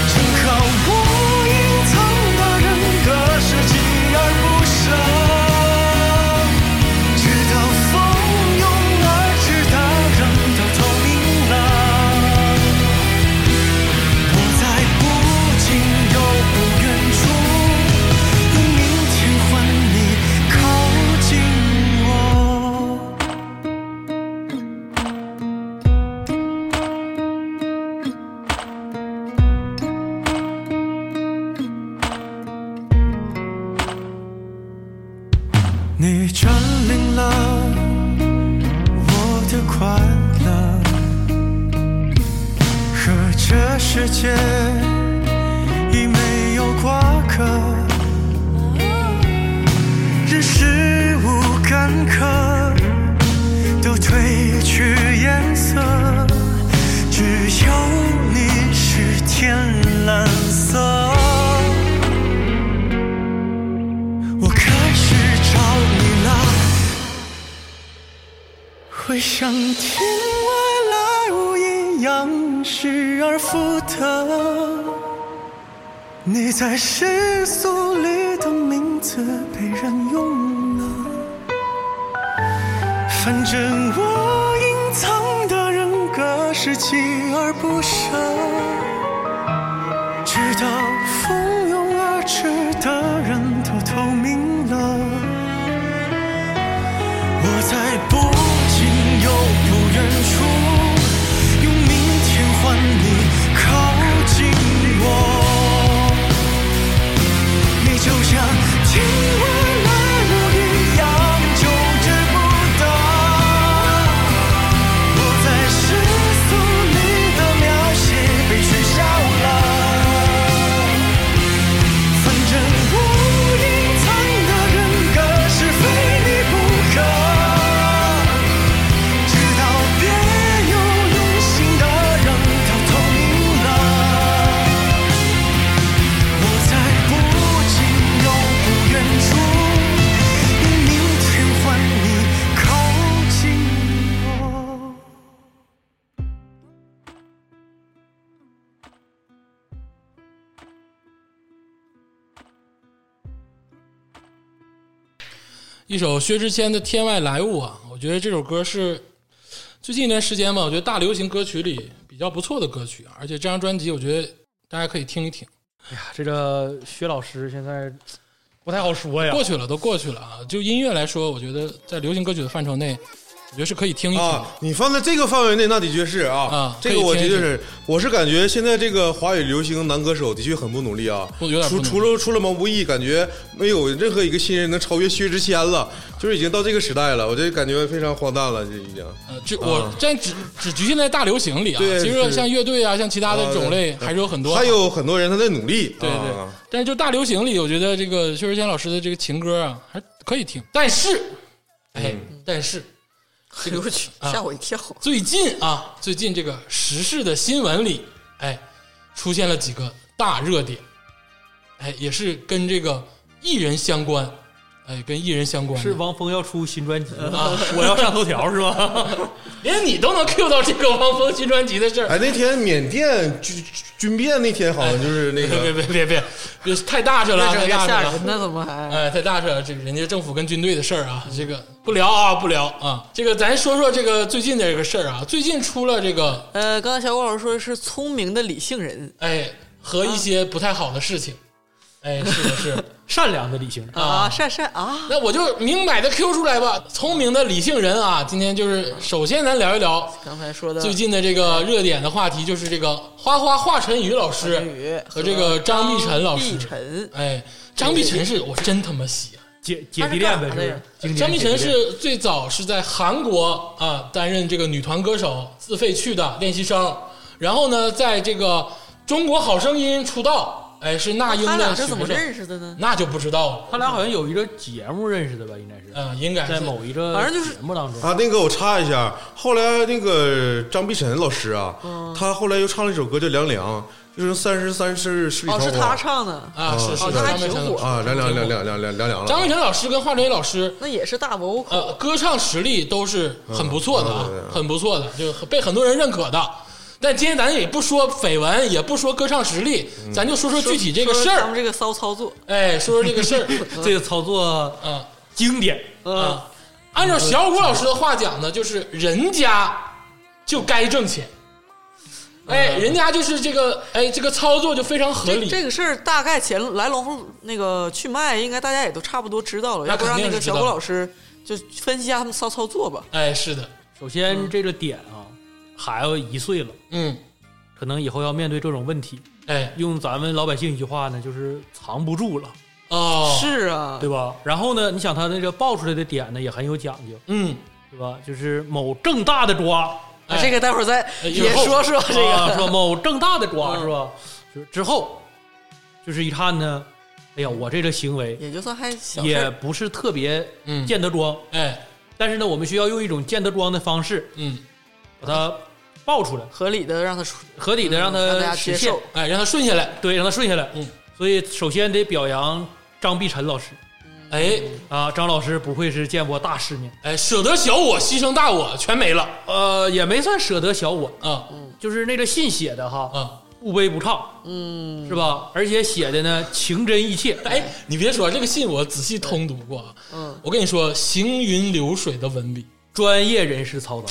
[SPEAKER 5] 正好我隐藏的人格是锲而不舍，直到蜂拥而至的人的界已没有挂科，任事物干渴都褪去颜色，只有你是天蓝色。我开始找你了。回想听外来物一样失而复得，你在世俗里的名字被人用了。反正我隐藏的人格是锲而不舍，直到蜂拥而至的人都透明了。我在不近又不远处，用明天换你靠近我。你就像听外来物一样久治不得。我在世俗里的描写被取笑了。反正我隐藏的人格是非你不可，直到别有用心的人都透明了。我在不近又不远处，用明天换你靠近我。
[SPEAKER 1] 一首薛之谦的《天外来物》啊，我觉得这首歌是最近一段时间吧，我觉得大流行歌曲里比较不错的歌曲啊，而且这张专辑我觉得大家可以听一听。
[SPEAKER 4] 这个薛老师现在不太好 说呀
[SPEAKER 1] 过。去了都过去了啊，就音乐来说，我觉得在流行歌曲的范畴内，我觉得是可以听一听的
[SPEAKER 3] 啊，你放在这个范围内，那的确是啊，
[SPEAKER 1] 啊
[SPEAKER 3] 这个我
[SPEAKER 1] 可以
[SPEAKER 3] 的
[SPEAKER 1] 听一
[SPEAKER 3] 确是，我是感觉现在这个华语流行男歌手的确很不努力啊，
[SPEAKER 1] 不有点不努
[SPEAKER 3] 除
[SPEAKER 1] 力
[SPEAKER 3] 除了除了毛不易，感觉没有任何一个新人能超越薛之谦了，就是已经到这个时代了，我这感觉非常荒诞了，这已经。
[SPEAKER 1] 呃，这我但只只局限在大流行里啊，
[SPEAKER 3] 啊对
[SPEAKER 1] 其实
[SPEAKER 3] 是
[SPEAKER 1] 像乐队啊，像其他的种类
[SPEAKER 3] 啊
[SPEAKER 1] 还是有很多。
[SPEAKER 3] 还有很多人他在努力，
[SPEAKER 1] 对对
[SPEAKER 3] 啊，
[SPEAKER 1] 但是就大流行里，我觉得这个薛之谦老师的这个情歌啊，还可以听。但是，哎，但是
[SPEAKER 2] 哎呦我去，
[SPEAKER 1] 啊
[SPEAKER 2] 吓我一跳！
[SPEAKER 1] 最近啊，最近这个时事的新闻里，哎，出现了几个大热点，哎，也是跟这个艺人相关，哎，跟艺人相关的
[SPEAKER 4] 是汪峰要出新专辑啊，
[SPEAKER 1] 嗯
[SPEAKER 4] 我要上头条是吧？
[SPEAKER 1] 连你都能 Q 到这个汪峰新专辑的事儿。
[SPEAKER 3] 哎，那天缅甸军军变那天好像就是那
[SPEAKER 1] 别
[SPEAKER 3] 个
[SPEAKER 1] 别别别别，太大声了，
[SPEAKER 2] 整
[SPEAKER 1] 太
[SPEAKER 2] 个
[SPEAKER 1] 大
[SPEAKER 2] 吓
[SPEAKER 1] 声了
[SPEAKER 2] 人。呢，怎么还？
[SPEAKER 1] 哎，太大事了，这人家政府跟军队的事儿啊，这个不聊啊，不聊啊。这个咱说说这个最近的这个事儿啊，最近出了这个，
[SPEAKER 2] 呃，刚才小郭老师说是聪明的理性人
[SPEAKER 1] 哎，和一些不太好的事情，哎，是的是。
[SPEAKER 4] 善良的理性人，
[SPEAKER 2] 啊，晒晒啊，
[SPEAKER 1] 那我就明摆的 Q 出来吧，聪明的理性人啊，今天就是首先咱聊一聊
[SPEAKER 2] 刚才说的
[SPEAKER 1] 最近的这个热点的话题，就是这个花花华晨宇老师，
[SPEAKER 2] 宇
[SPEAKER 1] 和这个张碧晨老师
[SPEAKER 2] 张碧晨
[SPEAKER 1] 哎，张碧晨是我真他妈喜欢。啊
[SPEAKER 4] 姐姐弟恋呗，是不是？经典
[SPEAKER 1] 张碧晨
[SPEAKER 4] 姐弟恋
[SPEAKER 1] 是最早是在韩国啊担任这个女团歌手自费去的练习生，然后呢，在这个中国好声音出道，哎，是那英
[SPEAKER 2] 哦他
[SPEAKER 1] 的
[SPEAKER 2] 俩
[SPEAKER 1] 学
[SPEAKER 2] 是怎么
[SPEAKER 1] 生，
[SPEAKER 2] 认识的呢？
[SPEAKER 1] 那就不知道了，
[SPEAKER 4] 他俩好像有一个节目认识的吧，应该是
[SPEAKER 1] 嗯、应该
[SPEAKER 4] 在
[SPEAKER 1] 是
[SPEAKER 4] 某一个
[SPEAKER 2] 反正就是
[SPEAKER 4] 节目当中。
[SPEAKER 3] 啊，那个我插一下，后来那个张碧晨老师啊，他后来又唱了一首歌叫《凉凉》，就是三十三世十里
[SPEAKER 2] 哦，
[SPEAKER 3] 桃
[SPEAKER 2] 是他
[SPEAKER 3] 花
[SPEAKER 2] 唱的，
[SPEAKER 1] 啊，是是
[SPEAKER 2] 哦那还
[SPEAKER 1] 张碧晨
[SPEAKER 2] 挺
[SPEAKER 1] 老师
[SPEAKER 2] 火
[SPEAKER 3] 啊，凉凉凉凉凉凉凉凉了。
[SPEAKER 1] 张碧晨老师跟华晨宇老师。
[SPEAKER 2] 那也是大 vocal
[SPEAKER 1] 呃，歌唱实力都是很不错的啊
[SPEAKER 3] 嗯对对，对
[SPEAKER 1] 很不错的，就被很多人认可的。但今天咱也不说绯闻，也不说歌唱实力，咱就说说具体这个事
[SPEAKER 2] 咱们
[SPEAKER 1] 儿。
[SPEAKER 2] 这个骚操作，
[SPEAKER 1] 哎，说说这个事儿。
[SPEAKER 4] 这个操作
[SPEAKER 1] 嗯，
[SPEAKER 4] 经典，
[SPEAKER 2] 嗯，
[SPEAKER 1] 啊，按照小谷老师的话讲呢，就是人家就该挣钱，哎，人家就是这个，哎，这个操作就非常合
[SPEAKER 2] 嗯这
[SPEAKER 1] 理。
[SPEAKER 2] 这个事儿大概前来龙后那个去脉，应该大家也都差不多知道了。
[SPEAKER 1] 那
[SPEAKER 2] 要不让
[SPEAKER 1] 肯定是
[SPEAKER 2] 那个
[SPEAKER 1] 知道
[SPEAKER 2] 小
[SPEAKER 1] 的
[SPEAKER 2] 郭老师就分析一下他们骚操作吧。
[SPEAKER 1] 哎，是的，
[SPEAKER 4] 首先这个点啊，孩子一岁了，
[SPEAKER 1] 嗯，
[SPEAKER 4] 可能以后要面对这种问题。
[SPEAKER 1] 哎，
[SPEAKER 4] 用咱们老百姓一句话呢，就是藏不住了，
[SPEAKER 1] 哦，，
[SPEAKER 2] 是啊，
[SPEAKER 4] 对吧？然后呢，你想他那个爆出来的点呢，也很有讲究，
[SPEAKER 1] 嗯，
[SPEAKER 4] 对吧？就是某正大的抓，
[SPEAKER 1] 哎
[SPEAKER 2] 这个待会儿再
[SPEAKER 1] 哎
[SPEAKER 2] 也
[SPEAKER 1] 以后
[SPEAKER 2] 说说这
[SPEAKER 4] 啊
[SPEAKER 2] 个。嗯
[SPEAKER 4] 说某正大的抓是吧？就是之后，就是一看呢，哎呀，我这个行 为
[SPEAKER 2] 也就算还小事
[SPEAKER 4] 也
[SPEAKER 2] 儿，
[SPEAKER 4] 不是特别
[SPEAKER 1] 嗯
[SPEAKER 4] 见得光，
[SPEAKER 1] 哎，
[SPEAKER 4] 但是呢，我们需要用一种见得光的方式
[SPEAKER 1] 嗯，
[SPEAKER 4] 把它爆出来，
[SPEAKER 2] 合理的让他出，
[SPEAKER 4] 合理的让
[SPEAKER 2] 嗯让大
[SPEAKER 4] 它
[SPEAKER 2] 家接
[SPEAKER 4] 实现
[SPEAKER 2] 受，。
[SPEAKER 1] 哎，让他顺下来，
[SPEAKER 4] 对，让它顺下来。
[SPEAKER 1] 嗯
[SPEAKER 4] 所以首先得表扬张碧晨老师
[SPEAKER 1] 哎
[SPEAKER 4] 啊，张老师不愧是见过大世面，
[SPEAKER 1] 哎，舍得小我，牺牲大我，全没了
[SPEAKER 4] 呃，也没算舍得小我，
[SPEAKER 1] 啊
[SPEAKER 2] 嗯
[SPEAKER 4] 就是那个信写的哈，
[SPEAKER 1] 啊！
[SPEAKER 4] 不卑不亢，嗯，是吧？而且写的呢情真意切，
[SPEAKER 1] 哎，你别说这个信，我仔细通读过啊。
[SPEAKER 2] 嗯，
[SPEAKER 1] 我跟你说，行云流水的文笔，
[SPEAKER 4] 专业人士操刀，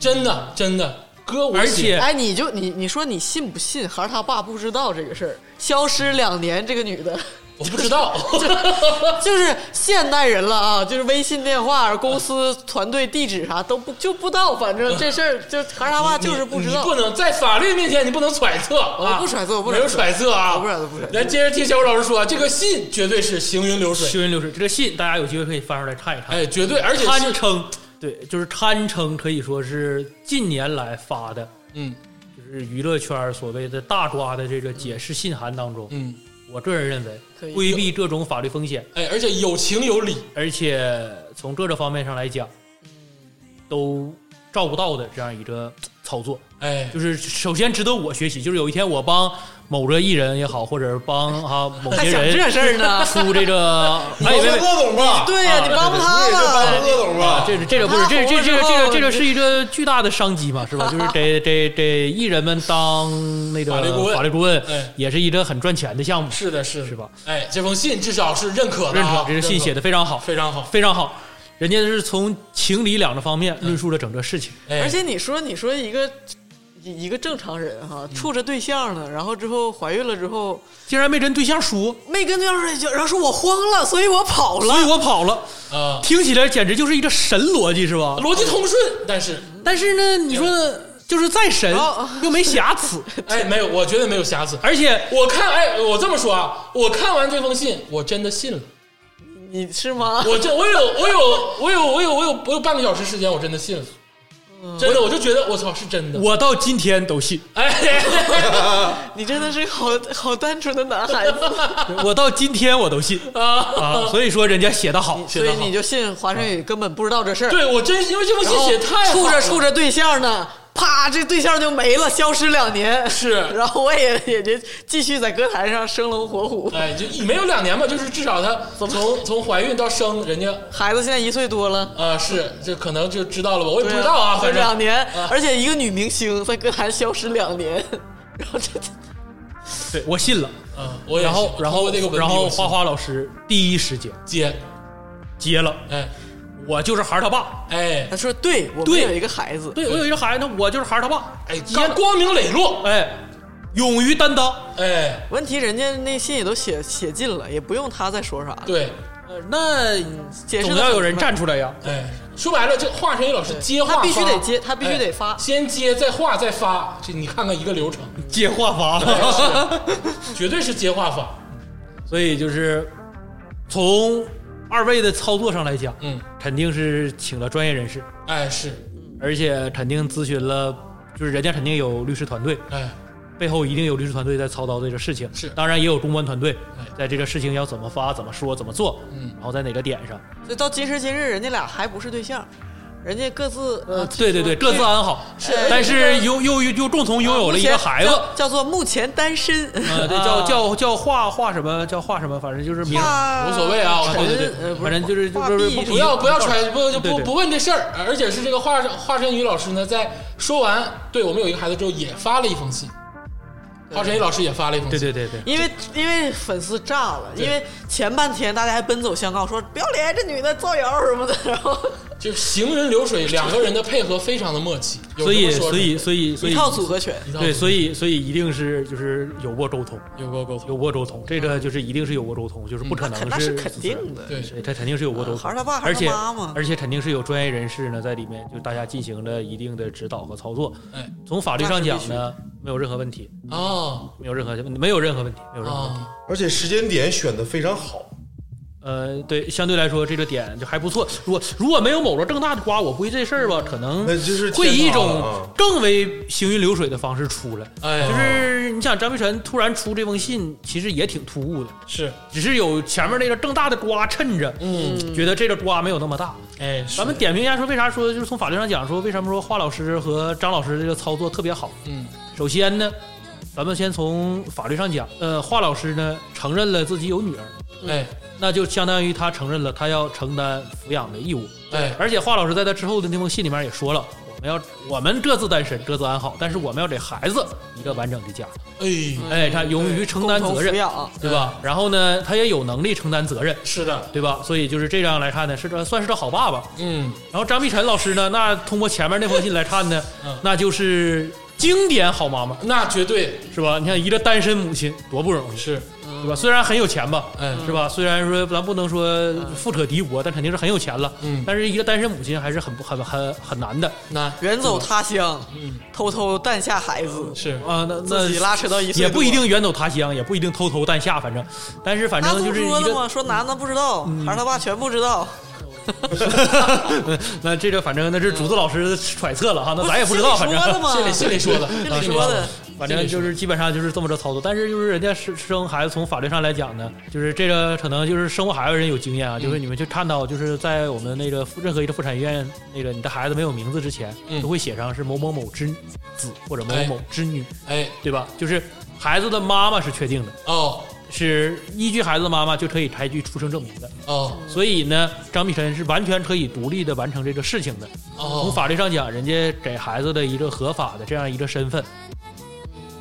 [SPEAKER 1] 真的真的，哥我
[SPEAKER 4] 而
[SPEAKER 1] 写
[SPEAKER 4] 且
[SPEAKER 2] 哎，你就你你说你信不信？孩儿他爸不知道这个事儿，消失两年，这个女的
[SPEAKER 1] 我不知道，
[SPEAKER 2] 就是现代人了啊，就是微信电话、公司团队地址啥都不就不知道，反正这事儿就孩儿 他爸就是不知
[SPEAKER 1] 嗯你
[SPEAKER 2] 道
[SPEAKER 1] 你。不能在法律面前你不能揣测啊，
[SPEAKER 2] 我不揣测我不
[SPEAKER 1] 没有
[SPEAKER 2] 揣
[SPEAKER 1] 揣测啊，
[SPEAKER 2] 我不揣测不揣测
[SPEAKER 1] 来接着听小武老师说啊，这个信绝对是行云流水，
[SPEAKER 4] 行云流水，这个信大家有机会可以翻出来看一看，
[SPEAKER 1] 哎，绝对，而且
[SPEAKER 4] 堪
[SPEAKER 1] 是
[SPEAKER 4] 称对，就是堪称可以说是近年来发的，
[SPEAKER 1] 嗯
[SPEAKER 4] 就是娱乐圈所谓的大抓的这个解释信函当中，
[SPEAKER 1] 嗯，
[SPEAKER 4] 我个人认
[SPEAKER 2] 可以
[SPEAKER 4] 为规避各种法律风险，
[SPEAKER 1] 哎，而且有情有理，
[SPEAKER 4] 而且从各个方面上来讲，都照顾到的这样一个操作。
[SPEAKER 1] 哎，
[SPEAKER 4] 就是首先值得我学习，就是有一天我帮某个艺人也好，或者帮啊某
[SPEAKER 2] 还
[SPEAKER 4] 些
[SPEAKER 2] 想这
[SPEAKER 4] 人
[SPEAKER 2] 事儿呢？
[SPEAKER 4] 出这 个，哎，
[SPEAKER 3] 帮
[SPEAKER 4] 别别
[SPEAKER 3] 帮
[SPEAKER 4] 别
[SPEAKER 3] 郭总吧，
[SPEAKER 2] 对呀、
[SPEAKER 4] 啊
[SPEAKER 2] 你帮帮他
[SPEAKER 3] 你也就帮帮
[SPEAKER 2] 了。
[SPEAKER 3] 郭总吧
[SPEAKER 4] 啊，，这这个不是
[SPEAKER 2] 他
[SPEAKER 4] 这这这个
[SPEAKER 2] 红
[SPEAKER 4] 这
[SPEAKER 2] 了之后
[SPEAKER 4] 个这个是一个巨大的商机嘛，是吧？就是给给给艺人们当那个
[SPEAKER 1] 法律顾问
[SPEAKER 4] 法律顾问
[SPEAKER 1] 哎，
[SPEAKER 4] 也是一个很赚钱的项目，
[SPEAKER 1] 是的，是的
[SPEAKER 4] 是吧？
[SPEAKER 1] 哎，这封信至少是认可的
[SPEAKER 4] 认
[SPEAKER 1] 啊
[SPEAKER 4] 可，，这个信写的非常好，
[SPEAKER 1] 非常好，
[SPEAKER 4] 非常好，人家是从情理两个方面论述了整个事情，
[SPEAKER 1] 哎，
[SPEAKER 2] 而且你说你说一个一个正常人哈，处着对象呢，然后之后怀孕了之后
[SPEAKER 4] 竟然没跟对象说，
[SPEAKER 2] 没跟对象睡觉，然后说我慌了，所以我跑了
[SPEAKER 4] 所以。我跑了，
[SPEAKER 1] 啊，
[SPEAKER 4] 听起来简直就是一个神逻辑，是吧？
[SPEAKER 1] 逻辑通顺，但是
[SPEAKER 4] 但是呢，你说就是再神
[SPEAKER 2] 哦
[SPEAKER 4] 又没瑕 疵，
[SPEAKER 1] 哎，没有，我觉得没有瑕疵。
[SPEAKER 4] 而且
[SPEAKER 1] 我看，哎，我这么说啊，我看完这封信，我真的信了。
[SPEAKER 2] 你是吗？
[SPEAKER 1] 我这我有我有我有我有我有我有半个小时时间，我真的信了，
[SPEAKER 4] 嗯
[SPEAKER 1] 真的，我就觉得我操是真的。
[SPEAKER 4] 我到今天都信，
[SPEAKER 1] 哎，
[SPEAKER 2] 你真的是好好单纯的男 孩子，
[SPEAKER 4] 我到今天我都 信啊，所以说人家写的好，
[SPEAKER 2] 所以你就信华晨宇根本不知道这事儿。
[SPEAKER 1] 对我真因为这封信写太好
[SPEAKER 2] 处着
[SPEAKER 1] 了
[SPEAKER 2] 处着对象呢，啪，这对象就没了，消失两年。
[SPEAKER 1] 是
[SPEAKER 2] 然后我也也就继续在歌坛上生龙活虎。
[SPEAKER 1] 哎，就没有两年吧，就是至少他从从怀孕到生，人家
[SPEAKER 2] 孩子现在一岁多了。
[SPEAKER 1] 啊、是就可能就知道了吧，我也
[SPEAKER 2] 对
[SPEAKER 1] 不知道啊，
[SPEAKER 2] 就
[SPEAKER 1] 反
[SPEAKER 2] 两
[SPEAKER 1] 正
[SPEAKER 2] 年，而且一个女明星在歌坛消失两年，然后这
[SPEAKER 4] 对我信了。
[SPEAKER 1] 嗯，我也
[SPEAKER 4] 然
[SPEAKER 1] 是
[SPEAKER 4] 后，然后
[SPEAKER 1] 通过这个，文
[SPEAKER 4] 然
[SPEAKER 1] 笔
[SPEAKER 4] 后
[SPEAKER 1] 我信
[SPEAKER 4] 花花老师第一时间
[SPEAKER 1] 接，
[SPEAKER 4] 接了，
[SPEAKER 1] 哎
[SPEAKER 4] 我就是孩儿他爸，
[SPEAKER 1] 哎
[SPEAKER 2] 他说对我们
[SPEAKER 4] 对
[SPEAKER 2] 有一个孩子，
[SPEAKER 4] 对我有一个孩子，我就是孩儿他爸，
[SPEAKER 1] 哎，
[SPEAKER 4] 接
[SPEAKER 1] 刚光明磊落，
[SPEAKER 4] 哎，勇于担当，
[SPEAKER 1] 哎，
[SPEAKER 2] 问题人家那信也都写写尽了，也不用他再说啥了，
[SPEAKER 1] 对，
[SPEAKER 4] 呃那
[SPEAKER 2] 解释
[SPEAKER 4] 总
[SPEAKER 2] 得
[SPEAKER 4] 要有
[SPEAKER 2] 很
[SPEAKER 4] 人
[SPEAKER 2] 明白
[SPEAKER 4] 站出来呀，
[SPEAKER 1] 哎，说白了，这华晨宇老师接话
[SPEAKER 2] 他必须
[SPEAKER 1] 发
[SPEAKER 2] 得接他必须得发
[SPEAKER 1] 哎先接再画再发，这你看看一个流程，
[SPEAKER 4] 接 话法，
[SPEAKER 1] 绝对是接话法，
[SPEAKER 4] 所以就是从二位的操作上来讲，
[SPEAKER 1] 嗯，
[SPEAKER 4] 肯定是请了专业人士，
[SPEAKER 1] 哎是，
[SPEAKER 4] 而且肯定咨询了，就是人家肯定有律师团队，
[SPEAKER 1] 哎
[SPEAKER 4] 背后一定有律师团队在操刀这个事情，
[SPEAKER 1] 是
[SPEAKER 4] 当然也有公关团队
[SPEAKER 1] 哎，
[SPEAKER 4] 在这个事情要怎么发、怎么说、怎么做，
[SPEAKER 1] 嗯
[SPEAKER 4] 然后在哪个点上，
[SPEAKER 2] 所以到今时今日，人家俩还不是对象，人家各自呃，
[SPEAKER 4] 对对对，各自安好，
[SPEAKER 2] 是
[SPEAKER 4] 但是又又又又共同拥有了一个孩子
[SPEAKER 2] 目，前叫叫做目前单身，
[SPEAKER 4] 呃，对，叫叫叫画画什么叫画什么，反正就是名儿，
[SPEAKER 2] 啊
[SPEAKER 1] 无所谓啊，我
[SPEAKER 4] 对
[SPEAKER 1] 觉
[SPEAKER 4] 对
[SPEAKER 1] 得。
[SPEAKER 2] 陈呃
[SPEAKER 4] 对，
[SPEAKER 2] 不是
[SPEAKER 4] 反正就是
[SPEAKER 2] 画
[SPEAKER 4] 就是
[SPEAKER 2] 壁
[SPEAKER 4] 不
[SPEAKER 1] 不要不要揣不就
[SPEAKER 4] 对
[SPEAKER 1] 不
[SPEAKER 4] 对
[SPEAKER 1] 不问这事儿，而且是这个华华晨宇老师呢，在说完对我们有一个孩子之后，也发了一封信，华晨宇老师也发了一封
[SPEAKER 4] 对
[SPEAKER 1] 信，
[SPEAKER 4] 对对对，
[SPEAKER 2] 因为因为粉丝炸了，
[SPEAKER 1] 对
[SPEAKER 2] 因为前半天大家还奔走相告说不要脸，这女的造谣什么的，然后
[SPEAKER 1] 就行云流水，两个人的配合非常的默契，有
[SPEAKER 4] 所以
[SPEAKER 1] 什么说
[SPEAKER 4] 所以
[SPEAKER 1] 什
[SPEAKER 4] 所以所
[SPEAKER 2] 一
[SPEAKER 4] 以
[SPEAKER 2] 套组合拳。
[SPEAKER 1] 么
[SPEAKER 4] 对，所以所以一定是就是有过沟通，
[SPEAKER 1] 有过沟通，
[SPEAKER 4] 有过沟通，这个就是一定是有过沟通，就是不可能是、
[SPEAKER 2] 嗯那是肯定的，
[SPEAKER 1] 对，
[SPEAKER 4] 对，他肯定是有过沟
[SPEAKER 2] 啊
[SPEAKER 4] 通，
[SPEAKER 2] 孩儿他爸孩儿
[SPEAKER 4] 而且
[SPEAKER 2] 他妈嘛
[SPEAKER 4] 而且肯定是有专业人士呢在里面，就大家进行了一定的指导和操作。
[SPEAKER 1] 哎
[SPEAKER 4] 从法律上讲呢，没有任何问题，
[SPEAKER 1] 哦
[SPEAKER 4] 没有任何没有任何问题，没有任何问题。
[SPEAKER 1] 哦，
[SPEAKER 3] 而且时间点选的非常好，
[SPEAKER 4] 呃，对，相对来说这个点就还不错。如果如果没有某个正大的瓜，我估计这事儿吧，可能
[SPEAKER 3] 那就是
[SPEAKER 4] 会以一
[SPEAKER 3] 天堂
[SPEAKER 4] 种
[SPEAKER 3] 了啊
[SPEAKER 4] 更为行云流水的方式出来。
[SPEAKER 1] 嗯哎，
[SPEAKER 4] 就是你想，张碧晨突然出这封信，其实也挺突兀的，
[SPEAKER 1] 是，
[SPEAKER 4] 只是有前面那个正大的瓜衬着，
[SPEAKER 1] 嗯，
[SPEAKER 4] 觉得这个瓜没有那么大。
[SPEAKER 1] 哎，
[SPEAKER 4] 咱们点评一下，说为啥说就是从法律上讲，说为什么说华老师和张老师这个操作特别好？
[SPEAKER 1] 嗯
[SPEAKER 4] 首先呢，咱们先从法律上讲，呃，华老师呢承认了自己有女儿，
[SPEAKER 1] 哎
[SPEAKER 4] 那就相当于他承认了他要承担抚养的义务。
[SPEAKER 1] 哎
[SPEAKER 4] 而且华老师在他之后的那封信里面也说了，我们要我们各自单身，各自安好，但是我们要给孩子一个完整的家，
[SPEAKER 1] 哎，
[SPEAKER 4] 哎，他勇于承担责任，
[SPEAKER 2] 养，
[SPEAKER 4] 对吧？然后呢，他也有能力承担责任，
[SPEAKER 1] 是的，
[SPEAKER 4] 对吧？所以就是这样来看呢，是个算是个好爸爸。
[SPEAKER 1] 嗯，
[SPEAKER 4] 然后张碧晨老师呢，那通过前面那封信来看呢
[SPEAKER 1] 嗯，
[SPEAKER 4] 那就是经典好妈妈，
[SPEAKER 1] 那绝对
[SPEAKER 4] 是吧？你看一个单身母亲多不容易，
[SPEAKER 1] 是，
[SPEAKER 4] 对吧？虽然很有钱吧，
[SPEAKER 1] 哎，
[SPEAKER 4] 是吧？虽然说咱不能说富可敌国，但肯定是很有钱了。
[SPEAKER 1] 嗯
[SPEAKER 4] 但是一个单身母亲还是很不很很很难的
[SPEAKER 1] 那
[SPEAKER 2] 远走他乡，
[SPEAKER 1] 嗯
[SPEAKER 2] 偷偷诞下孩子，
[SPEAKER 1] 是
[SPEAKER 4] 啊。那那
[SPEAKER 2] 自己拉扯到一岁多
[SPEAKER 4] 也不一定远走他乡，也不一定偷偷诞下，反正，但是反
[SPEAKER 2] 他
[SPEAKER 4] 正
[SPEAKER 2] 这
[SPEAKER 4] 就
[SPEAKER 2] 么
[SPEAKER 4] 是一
[SPEAKER 2] 说的
[SPEAKER 4] 个嗯
[SPEAKER 2] 嘛，说男的不知道，还是他爸全不知道，
[SPEAKER 4] 那这个反正那是竹子老师揣测了哈， 那咱也不知道，
[SPEAKER 2] 这
[SPEAKER 4] 反
[SPEAKER 2] 里
[SPEAKER 4] 正
[SPEAKER 2] 说的嘛，
[SPEAKER 1] 这里这里说的，
[SPEAKER 4] 啊
[SPEAKER 2] 这里说的，
[SPEAKER 4] 反正就是基本上就是这么着操作，但是就是人家生生孩子，从法律上来讲呢，就是这个可能就是生过孩子的人有经验啊，
[SPEAKER 2] 嗯
[SPEAKER 4] 就是你们去看到就是在我们那个妇任何一个妇产医院，那个你的孩子没有名字之前，
[SPEAKER 1] 嗯
[SPEAKER 4] 都会写上是某某某之子或者某
[SPEAKER 1] 哎
[SPEAKER 4] 某之女，
[SPEAKER 1] 哎
[SPEAKER 4] 对吧？就是孩子的妈妈是确定的，
[SPEAKER 1] 哦
[SPEAKER 4] 是依据孩子的妈妈就可以开具出生证明的，
[SPEAKER 1] 哦
[SPEAKER 4] 所以呢，张碧晨是完全可以独立的完成这个事情的。从
[SPEAKER 1] 哦，
[SPEAKER 4] 法律上讲，人家给孩子的一个合法的这样一个身份，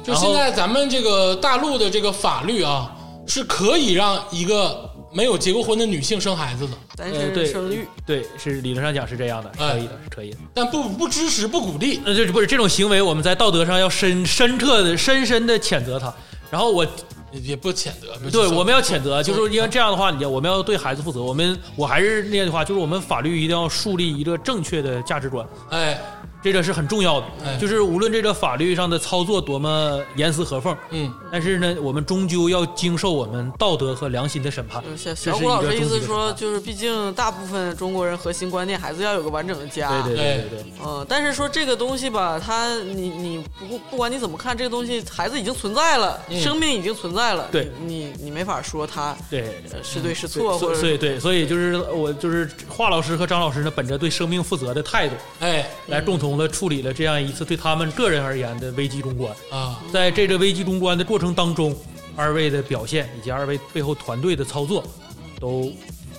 [SPEAKER 1] 就现在咱们这个大陆的这个法律啊，是可以让一个没有结过婚的女性生孩子的，
[SPEAKER 2] 咱
[SPEAKER 4] 呃，
[SPEAKER 2] 是
[SPEAKER 4] 对
[SPEAKER 2] 生育，
[SPEAKER 4] 对，是理论上讲是这样的，是
[SPEAKER 1] 哎
[SPEAKER 4] 可以的，是可以的。
[SPEAKER 1] 但不不支持不鼓励，
[SPEAKER 4] 那就是不是这种行为，我们在道德上要深深刻的、深深的谴责他。然后我
[SPEAKER 1] 也不谴责，不
[SPEAKER 4] 对
[SPEAKER 1] 是
[SPEAKER 4] 我们要谴责，就是因为这样的话，你我们要对孩子负责。我们我还是那句话，就是我们法律一定要树立一个正确的价值观，
[SPEAKER 1] 哎
[SPEAKER 4] 这个是很重要的
[SPEAKER 1] 哎。
[SPEAKER 4] 就是无论这个法律上的操作多么严丝合缝，
[SPEAKER 1] 嗯
[SPEAKER 4] 但是呢，我们终究要经受我们道德和良心的审判
[SPEAKER 2] 就是。呃小
[SPEAKER 4] 这
[SPEAKER 2] 小谷
[SPEAKER 4] 是一
[SPEAKER 2] 老
[SPEAKER 4] 个
[SPEAKER 2] 师意
[SPEAKER 4] 终极
[SPEAKER 2] 思
[SPEAKER 4] 的啊
[SPEAKER 2] 说，
[SPEAKER 4] 答案
[SPEAKER 2] 就是毕竟大部分中国人核心观念还是要有个完整的家，
[SPEAKER 4] 对对
[SPEAKER 1] 哎
[SPEAKER 4] 对对对。
[SPEAKER 2] 嗯，但是说这个东西吧，它你你不不管你怎么看，这个东西孩子已经存在了，生命已经存在了，
[SPEAKER 4] 嗯对
[SPEAKER 2] 你你你没法说它
[SPEAKER 4] 对
[SPEAKER 2] 呃是对是
[SPEAKER 4] 所
[SPEAKER 2] 错，
[SPEAKER 4] 以
[SPEAKER 2] 或
[SPEAKER 4] 所
[SPEAKER 2] 者
[SPEAKER 4] 以对，所以就是我就是华老师和张老师呢，本着对生命负责的态度，
[SPEAKER 1] 哎
[SPEAKER 4] 来共同的处理了这样一次对他们个人而言的危机公关。
[SPEAKER 1] 啊
[SPEAKER 4] 在这个危机公关的过程当中，二位的表现以及二位背后团队的操作，都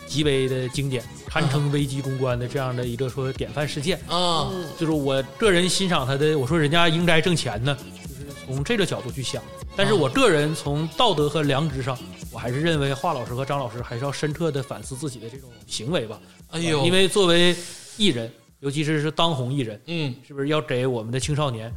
[SPEAKER 4] 极为的经典，堪称危机公关的这样的一个说典范事件。
[SPEAKER 1] 啊
[SPEAKER 4] 就是我个人欣赏他的，我说人家应该挣钱呢，就是从这个角度去想。但
[SPEAKER 1] 啊
[SPEAKER 4] 是我个人从道德和良知上，我还是认为华老师和张老师还是要深刻的反思自己的这种行为吧。
[SPEAKER 1] 哎呦，
[SPEAKER 4] 因为作为艺人，尤其是是当红艺人，
[SPEAKER 1] 嗯
[SPEAKER 4] 是不是要给我们的青少年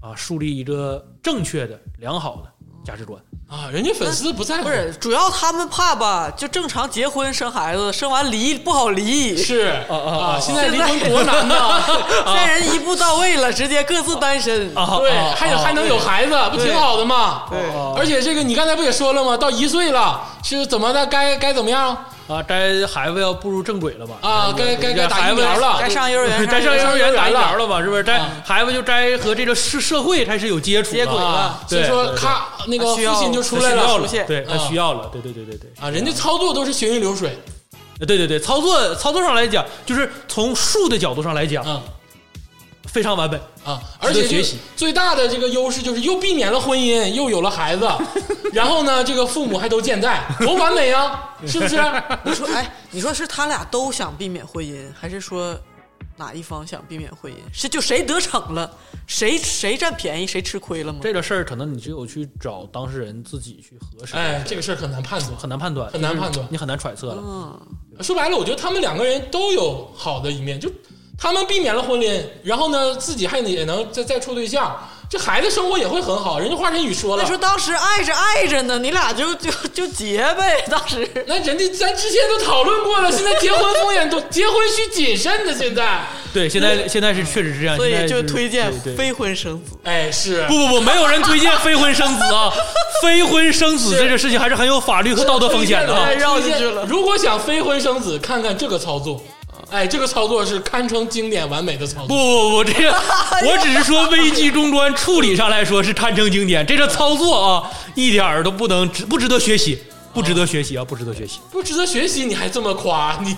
[SPEAKER 4] 啊树立一个正确的、良好的价值观？
[SPEAKER 1] 啊，人家粉丝不在乎
[SPEAKER 2] 不是，主要他们怕吧，就正常结婚生孩子，生完离不好 离，
[SPEAKER 1] 是
[SPEAKER 4] 啊啊啊
[SPEAKER 1] 啊，现在
[SPEAKER 2] 现
[SPEAKER 1] 离
[SPEAKER 2] 在
[SPEAKER 1] 婚多难啊呐，
[SPEAKER 2] 现在人一步到位了，直接各自单身，
[SPEAKER 4] 啊，
[SPEAKER 1] 对，
[SPEAKER 4] 啊
[SPEAKER 1] 还能还能有孩子，不挺好的吗？
[SPEAKER 2] 对，
[SPEAKER 1] 而且这个你刚才不也说了吗？到一岁了，是怎么的？该该怎么样
[SPEAKER 4] 啊，该孩子要步入正轨了吧？
[SPEAKER 1] 啊？该该该打
[SPEAKER 4] 孩
[SPEAKER 1] 疫
[SPEAKER 4] 子
[SPEAKER 1] 苗了，
[SPEAKER 2] 该上幼儿园，
[SPEAKER 4] 该上幼儿园打疫苗了吧？是不是？该
[SPEAKER 1] 啊
[SPEAKER 4] 孩子就该和这个社社会开始有接触
[SPEAKER 2] 接轨
[SPEAKER 4] 了，
[SPEAKER 2] 了
[SPEAKER 1] 啊，所以
[SPEAKER 4] 对
[SPEAKER 1] 说
[SPEAKER 4] 对
[SPEAKER 1] 咔，那个
[SPEAKER 2] 他需要
[SPEAKER 1] 父亲就出来
[SPEAKER 4] 他需
[SPEAKER 1] 了
[SPEAKER 4] 要
[SPEAKER 2] 出现
[SPEAKER 4] 了，对他
[SPEAKER 1] 啊
[SPEAKER 4] 需要了，对对对对对，
[SPEAKER 1] 啊，人家操作都是行云流水，
[SPEAKER 4] 呃对对对，操作操作上来讲，就是从术的角度上来讲，
[SPEAKER 1] 嗯
[SPEAKER 4] 非常完美。
[SPEAKER 1] 啊，而且
[SPEAKER 4] 啊学
[SPEAKER 1] 就
[SPEAKER 4] 习
[SPEAKER 1] 最大的这个优势就是又避免了婚姻，又有了孩 子，然后呢，这个父母还都健在，多完美 啊，是不是？
[SPEAKER 2] 你说，哎，你说是他俩都想避免婚姻，还是说哪一方想避免婚姻？是就谁得逞了，谁谁占便宜，谁吃亏了吗？
[SPEAKER 4] 这个事儿可能你只有去找当事人自己去核实，
[SPEAKER 1] 哎，这个事儿很难判断。
[SPEAKER 4] 很难判断，
[SPEAKER 1] 很难判断
[SPEAKER 4] 你很难揣测了。
[SPEAKER 2] 嗯，
[SPEAKER 1] 说白了，我觉得他们两个人都有好的一面，就他们避免了婚姻，然后呢，自己还也能再再处对象，这孩子生活也会很好。人家华晨宇说了
[SPEAKER 2] 那，说当时爱着爱着呢，你俩就就就结呗。当时
[SPEAKER 1] 那人家咱之前都讨论过了，现在结婚风险 都结婚需谨慎的，现在，
[SPEAKER 4] 对，现在现在是确实是这样，
[SPEAKER 2] 所
[SPEAKER 4] 现在
[SPEAKER 2] 以
[SPEAKER 4] 是
[SPEAKER 2] 就推荐
[SPEAKER 4] 对对
[SPEAKER 2] 非婚生子。
[SPEAKER 1] 哎，是
[SPEAKER 4] 不不不，没有人推荐非婚生子啊！非婚生子这个事情还是很有法律和道德风险的啊
[SPEAKER 2] 推！荐绕进去了啊
[SPEAKER 1] 如果想非婚生子，看看这个操作，哎，这个操作是堪称经典完美的操
[SPEAKER 4] 不
[SPEAKER 1] 作。
[SPEAKER 4] 不不，这 个
[SPEAKER 2] 哎
[SPEAKER 4] 我只是说危机终端处理上来说是堪称经典，这个操作啊一点儿都不能值不值得学习，不值得学习啊，不值得学习，
[SPEAKER 1] 不值得学习，你还这么夸 你？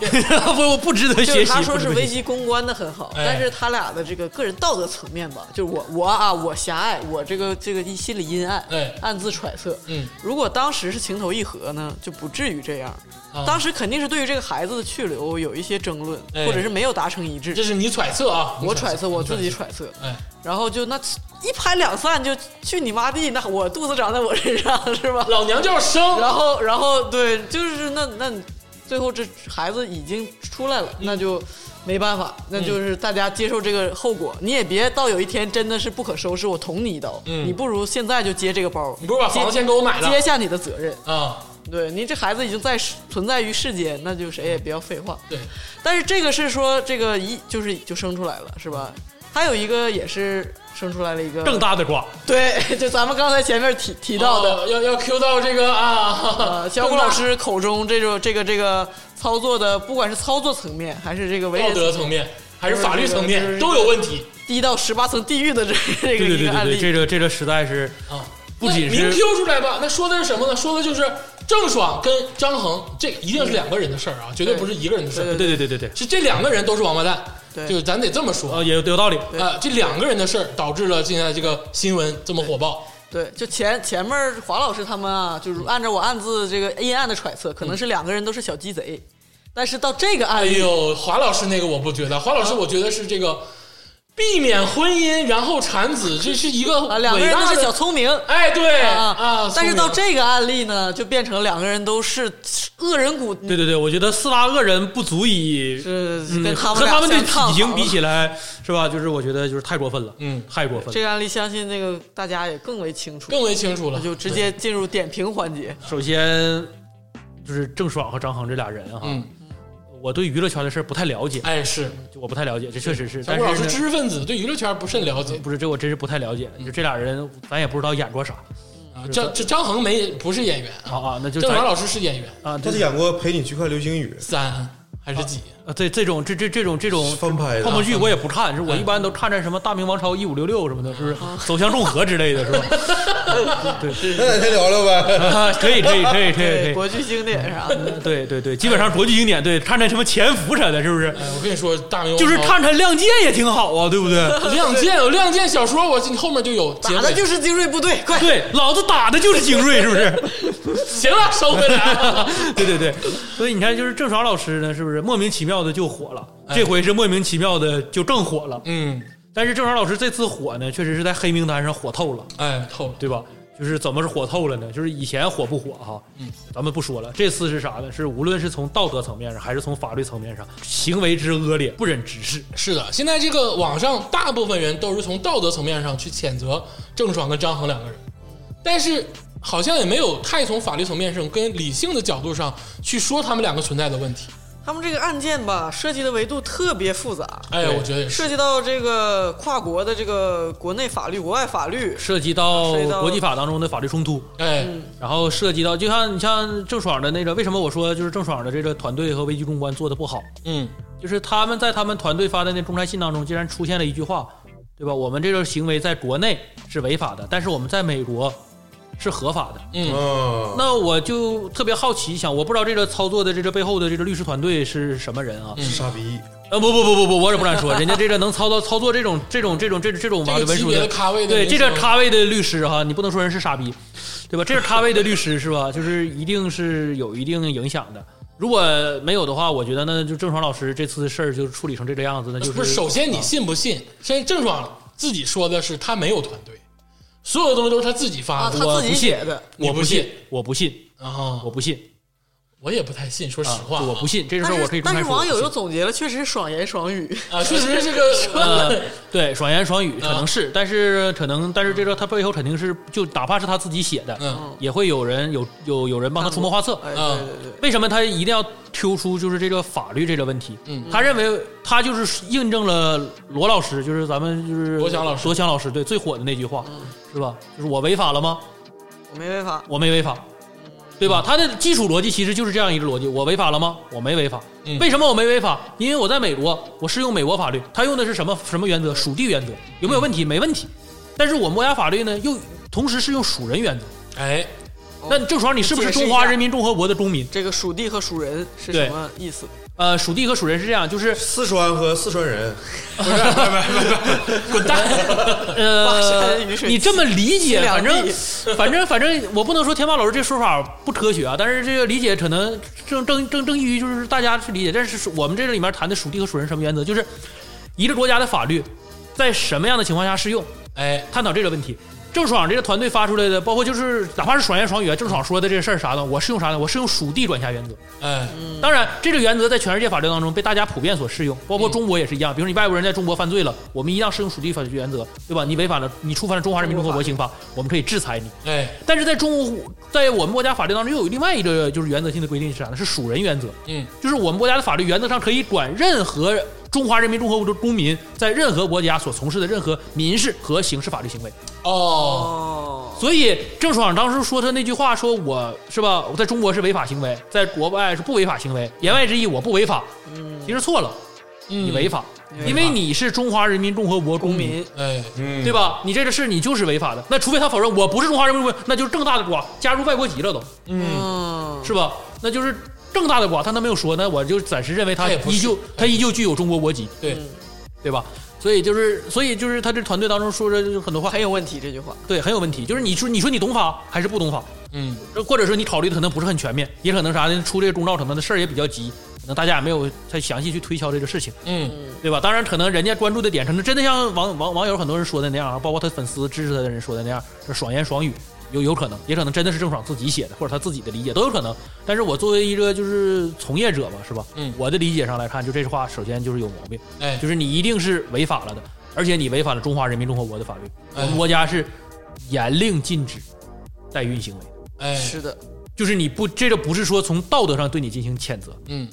[SPEAKER 4] 不不值得
[SPEAKER 2] 就
[SPEAKER 4] 学
[SPEAKER 2] 是
[SPEAKER 4] 习。
[SPEAKER 2] 他说
[SPEAKER 4] 不值
[SPEAKER 2] 是
[SPEAKER 4] 得学
[SPEAKER 2] 危
[SPEAKER 4] 习，
[SPEAKER 2] 机公关的很好，
[SPEAKER 1] 哎
[SPEAKER 2] 但是他俩的这个个人道德层面吧，就是我我啊，我狭隘，我这个这个心理阴暗，
[SPEAKER 1] 哎
[SPEAKER 2] 暗自揣测。
[SPEAKER 1] 嗯，
[SPEAKER 2] 如果当时是情投意合呢，就不至于这样。
[SPEAKER 1] 啊
[SPEAKER 2] 当时肯定是对于这个孩子的去留有一些争论，
[SPEAKER 1] 哎
[SPEAKER 2] 或者是没有达成一致。
[SPEAKER 1] 这是你揣测啊，
[SPEAKER 2] 我
[SPEAKER 1] 你
[SPEAKER 2] 揣测，我自己。揣测。
[SPEAKER 1] 哎，
[SPEAKER 2] 然后就那一拍两散，就去你妈地！那我肚子长在我身上是吧？
[SPEAKER 1] 老娘就要生，
[SPEAKER 2] 然后，然后对，就是那那最后这孩子已经出来了，
[SPEAKER 1] 嗯
[SPEAKER 2] 那就没办法，那就是大家接受这个后果。你也别到有一天真的是不可收拾，我捅你一刀，你不如现在就接这个包，
[SPEAKER 1] 嗯你不是把房子先给我买了
[SPEAKER 2] 接下你的责任。
[SPEAKER 1] 啊？
[SPEAKER 2] 对你这孩子已经在世存在于世间，那就谁也不要废话。
[SPEAKER 1] 对，
[SPEAKER 2] 但是这个是说这个一就是就生出来了是吧？还有一个也是生出来了一个
[SPEAKER 4] 正大的瓜，
[SPEAKER 2] 对，就咱们刚才前面提提到的。
[SPEAKER 1] 哦要要 Q 到这个啊
[SPEAKER 2] 呃，，小谷老师口中这种这个这个操作的，不管是操作层面，还是这个为
[SPEAKER 1] 道
[SPEAKER 2] 人
[SPEAKER 1] 德层面还是法律层
[SPEAKER 2] 就
[SPEAKER 1] 面
[SPEAKER 2] 是
[SPEAKER 1] 都有问题
[SPEAKER 2] 低到十八层地狱的这这个
[SPEAKER 4] 对对
[SPEAKER 2] 一
[SPEAKER 4] 对
[SPEAKER 2] 个
[SPEAKER 4] 对
[SPEAKER 2] 案
[SPEAKER 4] 对，
[SPEAKER 2] 例，
[SPEAKER 4] 这个这个实在是
[SPEAKER 1] 啊。
[SPEAKER 4] 不仅
[SPEAKER 1] 那明
[SPEAKER 4] 是
[SPEAKER 1] Q 出来吧，那说的是什么呢？说的就是郑爽跟张恒，这一
[SPEAKER 2] 嗯
[SPEAKER 1] 定是两个人的事儿啊，绝对不是一个人的事
[SPEAKER 4] 对
[SPEAKER 1] 儿。
[SPEAKER 4] 对对对对，
[SPEAKER 1] 是这两个人都是王八蛋，
[SPEAKER 2] 对呃
[SPEAKER 1] 就咱得这么说
[SPEAKER 4] 啊也有有道理，
[SPEAKER 2] 对
[SPEAKER 1] 啊。这两个人的事儿导致了现在这个新闻这么火爆。
[SPEAKER 2] 对，就前前面华老师他们啊，就是按照我暗自这个阴暗的揣测，可
[SPEAKER 4] 嗯
[SPEAKER 2] 能是两个人都是小鸡贼，但是到这个案
[SPEAKER 1] 哎
[SPEAKER 2] 例，
[SPEAKER 1] 呦，华老师那个我不觉得，华老
[SPEAKER 2] 啊
[SPEAKER 1] 师我觉得是这个避免婚姻然后产子，这是一
[SPEAKER 4] 哎
[SPEAKER 1] 个
[SPEAKER 2] 啊，两个人都
[SPEAKER 1] 伟大
[SPEAKER 2] 是
[SPEAKER 1] 的
[SPEAKER 2] 小聪明。
[SPEAKER 1] 哎对
[SPEAKER 2] 啊
[SPEAKER 1] 啊，
[SPEAKER 2] 但是到
[SPEAKER 1] 聪明
[SPEAKER 2] 这个案例呢，就变成两个人都是恶人谷，
[SPEAKER 4] 对对对，我觉得斯拉恶人不足以
[SPEAKER 2] 是
[SPEAKER 4] 嗯
[SPEAKER 2] 跟他们
[SPEAKER 4] 和
[SPEAKER 2] 俩
[SPEAKER 4] 他们的
[SPEAKER 2] 相抗
[SPEAKER 4] 体型
[SPEAKER 2] 衡
[SPEAKER 4] 比起来，是吧？就是我觉得就是太过分了，嗯，太过分
[SPEAKER 2] 这
[SPEAKER 4] 了。
[SPEAKER 2] 个案例，相信那个大家也更为清楚，
[SPEAKER 1] 更为清楚了
[SPEAKER 2] 那。就直接进入点评环节。
[SPEAKER 4] 首先就是郑爽和张恒这俩人哈，
[SPEAKER 1] 嗯
[SPEAKER 4] 我对娱乐圈的事儿不太了解，
[SPEAKER 1] 哎是，
[SPEAKER 4] 就我不太了解，这确实是。
[SPEAKER 1] 小
[SPEAKER 4] 但
[SPEAKER 1] 顾老师
[SPEAKER 4] 是
[SPEAKER 1] 知识
[SPEAKER 4] 呢
[SPEAKER 1] 分子，对娱乐圈不甚了解。
[SPEAKER 4] 不是这我真是不太了解，就这俩人咱也不知道演过啥
[SPEAKER 1] 啊，张这张恒没不是演员啊，
[SPEAKER 4] 啊啊，那就
[SPEAKER 1] 郑爽
[SPEAKER 4] 咱
[SPEAKER 1] 老师是演员，
[SPEAKER 4] 啊，
[SPEAKER 3] 他
[SPEAKER 4] 这
[SPEAKER 3] 就演过《陪你去看流星雨
[SPEAKER 1] 三还是几？
[SPEAKER 4] 啊对这种这这这种这种》
[SPEAKER 3] 翻拍
[SPEAKER 4] 泡沫
[SPEAKER 3] 的，
[SPEAKER 4] 剧我也不看，是我一般都看战什么《大明王朝一五六六》什么的，是不是《走向共和》之类的，是吧？
[SPEAKER 3] 那哪天聊聊呗。
[SPEAKER 4] 啊，可以可以可以可以可以，
[SPEAKER 2] 国剧经典啥的。
[SPEAKER 4] 对对对，基本上国际经典，对，看看什么潜伏啥的，是不是？
[SPEAKER 1] 哎，我跟你说，大明
[SPEAKER 4] 就是
[SPEAKER 1] 王朝
[SPEAKER 4] 看看《亮剑》也挺好啊，对不 对？
[SPEAKER 1] 《 亮剑》，有《亮剑》小说，我你后面就有结
[SPEAKER 2] 打的
[SPEAKER 1] 尾。
[SPEAKER 2] 就是精锐部队，快！
[SPEAKER 4] 对，老子打的就是精锐，是不是？
[SPEAKER 1] 行了，收回来 啊。
[SPEAKER 4] 对对对，所以你看，就是郑爽老师呢，是不是莫名其妙的就火了？这回是莫名其妙的就更火了。
[SPEAKER 1] 嗯，
[SPEAKER 4] 但是郑爽老师这次火呢，确实是在黑名单上火透了，
[SPEAKER 1] 哎，透了。
[SPEAKER 4] 对吧？就是怎么是火透了呢？就是以前火不火哈？嗯，咱们不说了。这次是啥呢？是无论是从道德层面上，还是从法律层面上，行为之恶劣，不忍直视。
[SPEAKER 1] 是的，现在这个网上大部分人都是从道德层面上去谴责郑爽跟张恒两个人，但是好像也没有太从法律层面上跟理性的角度上去说他们两个存在的问题。
[SPEAKER 2] 他们这个案件吧，涉及的维度特别复杂，
[SPEAKER 1] 哎，
[SPEAKER 4] 对
[SPEAKER 1] 我觉得也是。
[SPEAKER 2] 涉及到这个跨国的这个国内法律、国外法律，
[SPEAKER 4] 涉及到
[SPEAKER 2] 涉及到
[SPEAKER 4] 国际法当中的法律冲突，
[SPEAKER 1] 哎，
[SPEAKER 4] 然后涉及到，就像你像郑爽的那个，为什么我说就是郑爽的这个团队和危机公关做的不好，
[SPEAKER 1] 嗯，
[SPEAKER 4] 就是他们在他们团队发的那公开信当中，竟然出现了一句话，对吧？我们这个行为在国内是违法的，但是我们在美国是合法的。
[SPEAKER 3] 嗯，
[SPEAKER 4] 那我就特别好奇，想我不知道这个操作的这个背后的这个律师团队是什么人啊？
[SPEAKER 3] 是傻逼，
[SPEAKER 4] 呃，不不不不不，我也不敢说，人家这个能操作操作这种这种这种这种这种
[SPEAKER 1] 这
[SPEAKER 4] 法律
[SPEAKER 1] 个
[SPEAKER 4] 文
[SPEAKER 1] 级
[SPEAKER 4] 书
[SPEAKER 1] 别的咖位的
[SPEAKER 4] 对
[SPEAKER 1] 人
[SPEAKER 4] 这
[SPEAKER 1] 是
[SPEAKER 4] 个咖位的律师哈，你不能说人是傻逼，对吧？这个咖位的律师是吧？ 就是一定是有一定影响的。如果没有的话，我觉得那就郑爽老师这次事儿就处理成这个样子，那就是啊
[SPEAKER 1] 不是，啊首先你信不信？先郑爽自己说的是他没有团队，所有的东西都是他自己发
[SPEAKER 2] 啊，
[SPEAKER 1] 的。
[SPEAKER 2] 他
[SPEAKER 4] 我
[SPEAKER 2] 自己
[SPEAKER 4] 不信
[SPEAKER 2] 写的。
[SPEAKER 4] 我
[SPEAKER 1] 你不
[SPEAKER 4] 信
[SPEAKER 1] 信，
[SPEAKER 4] 我不信，
[SPEAKER 1] 然后
[SPEAKER 4] 我不信。
[SPEAKER 1] 啊我也不太信，说实话啊，
[SPEAKER 4] 我不信这事
[SPEAKER 2] 但
[SPEAKER 4] 儿，我可以
[SPEAKER 2] 是
[SPEAKER 4] 公
[SPEAKER 2] 但
[SPEAKER 4] 开
[SPEAKER 2] 是
[SPEAKER 4] 说我不
[SPEAKER 2] 网
[SPEAKER 4] 信。
[SPEAKER 2] 友又总结了，确实是爽言爽语。
[SPEAKER 1] 啊，确实 是个
[SPEAKER 4] 呃，对，爽言爽语可能
[SPEAKER 1] 啊
[SPEAKER 4] 是，但是可能，但是这个他背后肯定是，就哪怕是他自己写的，
[SPEAKER 1] 嗯
[SPEAKER 4] 也会有人有有有人帮他出谋划策。
[SPEAKER 2] 哎，
[SPEAKER 1] 啊
[SPEAKER 2] 对对对，
[SPEAKER 4] 为什么他一定要挑出就是这个法律这个问题？
[SPEAKER 1] 嗯
[SPEAKER 4] 他认为他就是印证了罗老师，就是咱们就是
[SPEAKER 1] 罗翔老师嗯
[SPEAKER 4] 罗翔老师对最火的那句话，是吧？就是我违法了吗？
[SPEAKER 2] 我没违法。
[SPEAKER 4] 我没违法，对
[SPEAKER 1] 嗯
[SPEAKER 4] 吧？他的基础逻辑其实就是这样一个逻辑：我违法了吗？我没违法。
[SPEAKER 1] 嗯
[SPEAKER 4] 为什么我没违法？因为我在美国，我适用美国法律。他用的是什么什么
[SPEAKER 1] 嗯
[SPEAKER 4] 原则？属地原则，有没有问题？没问题。但是我们国家法律呢，又同时适用属人原则。
[SPEAKER 1] 哎，
[SPEAKER 4] 那郑爽，你是不是中华人民共和国的公民？
[SPEAKER 2] 这个属地和属人是
[SPEAKER 4] 对
[SPEAKER 2] 什么意思？
[SPEAKER 4] 呃，属地和属人是这样，就是
[SPEAKER 3] 四川和四川人，
[SPEAKER 1] 滚蛋！
[SPEAKER 4] 呃
[SPEAKER 2] 哇山雨，水
[SPEAKER 4] 你这么理解，
[SPEAKER 2] 西凉
[SPEAKER 4] 反正
[SPEAKER 2] 地
[SPEAKER 4] 反正反正，我不能说天霸老师这说法不科学啊，但是这个理解可能正正正正于就是大家去理解，但是我们这里面谈的属地和属人什么原则，就是一个国家的法律在什么样的情况下适用，
[SPEAKER 1] 哎，
[SPEAKER 4] 探讨这个问题。郑爽这个团队发出来的，包括就是哪怕是爽言爽语，啊，郑爽说的这事儿啥的，我是用啥呢？我是用属地管辖原则。
[SPEAKER 1] 哎，
[SPEAKER 4] 当然，这个原则在全世界法律当中被大家普遍所适用，包括中国也是一样。比如你外国人在中国犯罪了，我们一样适用属地法律原则，对吧？你违反了，你触犯了中华人民共和国刑法，我们可以制裁你。
[SPEAKER 1] 哎，
[SPEAKER 4] 但是在中国，在我们国家法律当中又有另外一个就是原则性的规定是啥呢？是属人原则，
[SPEAKER 1] 嗯，
[SPEAKER 4] 就是我们国家的法律原则上可以管任何中华人民共和国的公民在任何国家所从事的任何民事和刑事法律行为。
[SPEAKER 1] 哦，
[SPEAKER 2] 哦，
[SPEAKER 4] 所以郑爽当时说他那句话，说我是吧，我在中国是违法行为，在国外是不违法行为，言外之意我不违法，其实错了，你
[SPEAKER 1] 你
[SPEAKER 4] 违，法，
[SPEAKER 2] 嗯
[SPEAKER 4] 因为你是中华人民共和国公
[SPEAKER 2] 公
[SPEAKER 4] 民。
[SPEAKER 2] 民
[SPEAKER 1] 哎，
[SPEAKER 3] 嗯
[SPEAKER 4] 对吧？你这个事你就是违法的，那除非他否认我不是中华人民共和国，那就是正大的瓜，加入外国籍了都，
[SPEAKER 2] 嗯，
[SPEAKER 4] 是吧？那就是正大的瓜，他都没有说，那我就暂时认为他
[SPEAKER 1] 他也不是
[SPEAKER 4] 依旧他依旧具有中国国籍，
[SPEAKER 1] 对，
[SPEAKER 4] 对吧？所以就是所以就是他这团队当中说着就是很多话，
[SPEAKER 2] 很有问题这句话。
[SPEAKER 4] 对很有问题，就是你说你说你懂法还是不懂法？
[SPEAKER 1] 嗯，
[SPEAKER 4] 或者说你考虑的可能不是很全面，也可能啥呢？出这个公告什么的事儿也比较急，可能大家也没有太详细去推敲这个事情，
[SPEAKER 1] 嗯，
[SPEAKER 4] 对吧？当然，可能人家关注的点，可能真的像网网网友很多人说的那样啊，包括他粉丝支持他的人说的那样，啊是爽言爽语，有有可能，也可能真的是郑爽自己写的，或者他自己的理解都有可能。但是我作为一个就是从业者嘛，是吧？
[SPEAKER 1] 嗯
[SPEAKER 4] 我的理解上来看，就这话首先就是有毛病，
[SPEAKER 1] 哎，
[SPEAKER 4] 就是你一定是违法了的，而且你违反了中华人民共和国的法律，我
[SPEAKER 1] 哎
[SPEAKER 4] 们国家是严令禁止代孕行为。
[SPEAKER 1] 哎，
[SPEAKER 2] 是的，
[SPEAKER 4] 就是你不这个不是说从道德上对你进行谴责，
[SPEAKER 1] 嗯，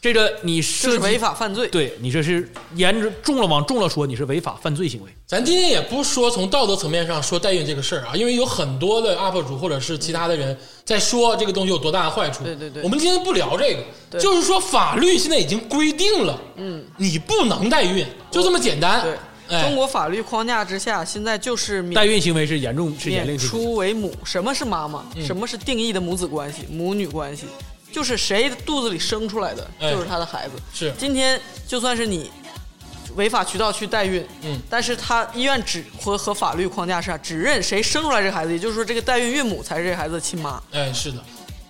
[SPEAKER 4] 这个你
[SPEAKER 2] 这
[SPEAKER 4] 涉
[SPEAKER 2] 是
[SPEAKER 4] 及
[SPEAKER 2] 违法犯罪。
[SPEAKER 4] 对你这是沿着重了往重了说，你是违法犯罪行为。
[SPEAKER 1] 咱今天也不说从道德层面上说代孕这个事儿啊，因为有很多的 UP 主或者是其他的人在说这个东西有多大的坏处。
[SPEAKER 2] 对对对
[SPEAKER 1] 我们今天不聊这个，就是说法律现在已经规定了，嗯，你不能代孕，就这么简单。
[SPEAKER 2] 对，
[SPEAKER 1] 哎、
[SPEAKER 2] 中国法律框架之下，现在就是免
[SPEAKER 4] 代孕行为是严重是严
[SPEAKER 2] 免
[SPEAKER 4] 令禁止。
[SPEAKER 2] 出为母，什么是妈妈？
[SPEAKER 1] 嗯
[SPEAKER 2] 什么是定义的母子关系、母女关系？就是谁肚子里生出来的，
[SPEAKER 1] 哎
[SPEAKER 2] 就是他的孩子。
[SPEAKER 1] 是
[SPEAKER 2] 今天就算是你违法渠道去代孕，
[SPEAKER 1] 嗯
[SPEAKER 2] 但是他医院只和和法律框架下只认谁生出来这个孩子，也就是说这个代孕孕母才是这个孩子的亲妈。
[SPEAKER 1] 哎，是的，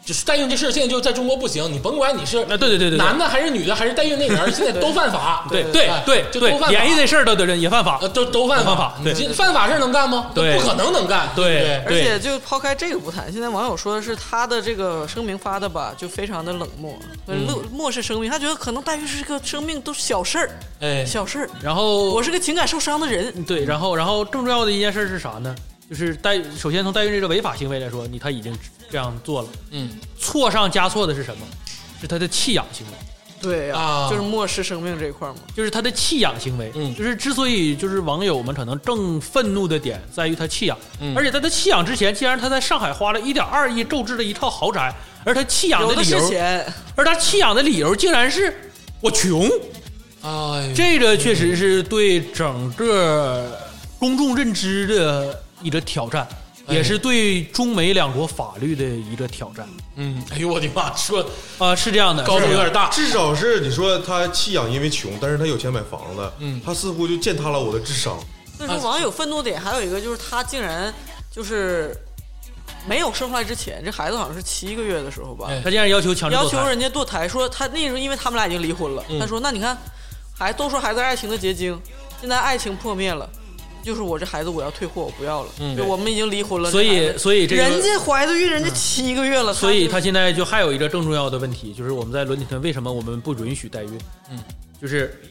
[SPEAKER 1] 就是代孕这事儿现在就在中国不行，你甭管你是
[SPEAKER 4] 啊，对对对对对
[SPEAKER 1] 男的还是女的还是代孕那人 儿，现在都犯法。
[SPEAKER 4] 对
[SPEAKER 1] 哎
[SPEAKER 4] 对对
[SPEAKER 1] 就都犯
[SPEAKER 4] 对，
[SPEAKER 1] 法
[SPEAKER 4] 演绎这事儿的的人也犯法
[SPEAKER 1] 呃，。都都犯
[SPEAKER 4] 犯法对
[SPEAKER 1] 你这犯法事儿能干吗？
[SPEAKER 4] 对
[SPEAKER 1] 不可能能干。
[SPEAKER 4] 对
[SPEAKER 1] 对不
[SPEAKER 2] 而且就抛开这个不谈，现在网友说的是他的这个声明发的吧，就非常的冷漠，
[SPEAKER 1] 嗯
[SPEAKER 2] 乐漠视生命。他觉得可能代孕是个生命都小事儿，
[SPEAKER 1] 哎，
[SPEAKER 2] 小事儿。
[SPEAKER 4] 然后
[SPEAKER 2] 我是个情感受伤的人，
[SPEAKER 4] 对，然后然后更重要的一件事是啥呢？就是代首先从代孕这个违法行为来说，你他已经这样做了，
[SPEAKER 1] 嗯，
[SPEAKER 4] 错上加错的是什么？是他的弃养行为。
[SPEAKER 2] 对呀、
[SPEAKER 1] 啊
[SPEAKER 2] 就是漠视生命这一块儿嘛。
[SPEAKER 4] 就是他的弃养行为，
[SPEAKER 1] 嗯
[SPEAKER 4] 就是之所以就是网友们可能更愤怒的点在于他弃养，
[SPEAKER 1] 嗯
[SPEAKER 4] 而且在他弃养之前，既然他在上海花了一点二亿购置了一套豪宅，而他弃养
[SPEAKER 2] 有
[SPEAKER 4] 的
[SPEAKER 2] 的
[SPEAKER 4] 理
[SPEAKER 2] 是
[SPEAKER 4] 由，
[SPEAKER 2] 钱，
[SPEAKER 4] 而他弃养的理由竟然是我穷，
[SPEAKER 1] 哎呦，
[SPEAKER 4] 这个确实是对整个公众认知的一个挑战，
[SPEAKER 1] 哎
[SPEAKER 4] 也是对中美两国法律的一个挑战。
[SPEAKER 1] 嗯，哎呦我的妈，说
[SPEAKER 4] 啊、是这样的，
[SPEAKER 1] 高度
[SPEAKER 4] 是
[SPEAKER 1] 有点大。
[SPEAKER 3] 至少是你说他弃养因为穷，但是他有钱买房子，
[SPEAKER 1] 嗯
[SPEAKER 3] 他似乎就践踏了我的智商。
[SPEAKER 2] 所以说网友愤怒点还有一个就是他竟然就是没有生出来之前，这孩子好像是七个月的时候吧，
[SPEAKER 1] 哎
[SPEAKER 4] 他竟然要求强制
[SPEAKER 2] 要
[SPEAKER 4] 堕
[SPEAKER 2] 求
[SPEAKER 4] 胎
[SPEAKER 2] 人家堕胎，说他那时候因为他们俩已经
[SPEAKER 4] 嗯
[SPEAKER 2] 离婚了，他说那你看，还都说孩子爱情的结晶，现在爱情破灭了，就是我这孩子我要退货，我不要了，就我们已经离婚了，
[SPEAKER 4] 嗯所
[SPEAKER 2] 这孩
[SPEAKER 4] 以
[SPEAKER 2] 子
[SPEAKER 4] 所以这个
[SPEAKER 2] 人家怀的孕，人家七个月了，
[SPEAKER 4] 所以
[SPEAKER 2] 他
[SPEAKER 4] 他现在就还有一个更重要的问题，就是我们在伦理团为什么我们不允许代孕？嗯，就是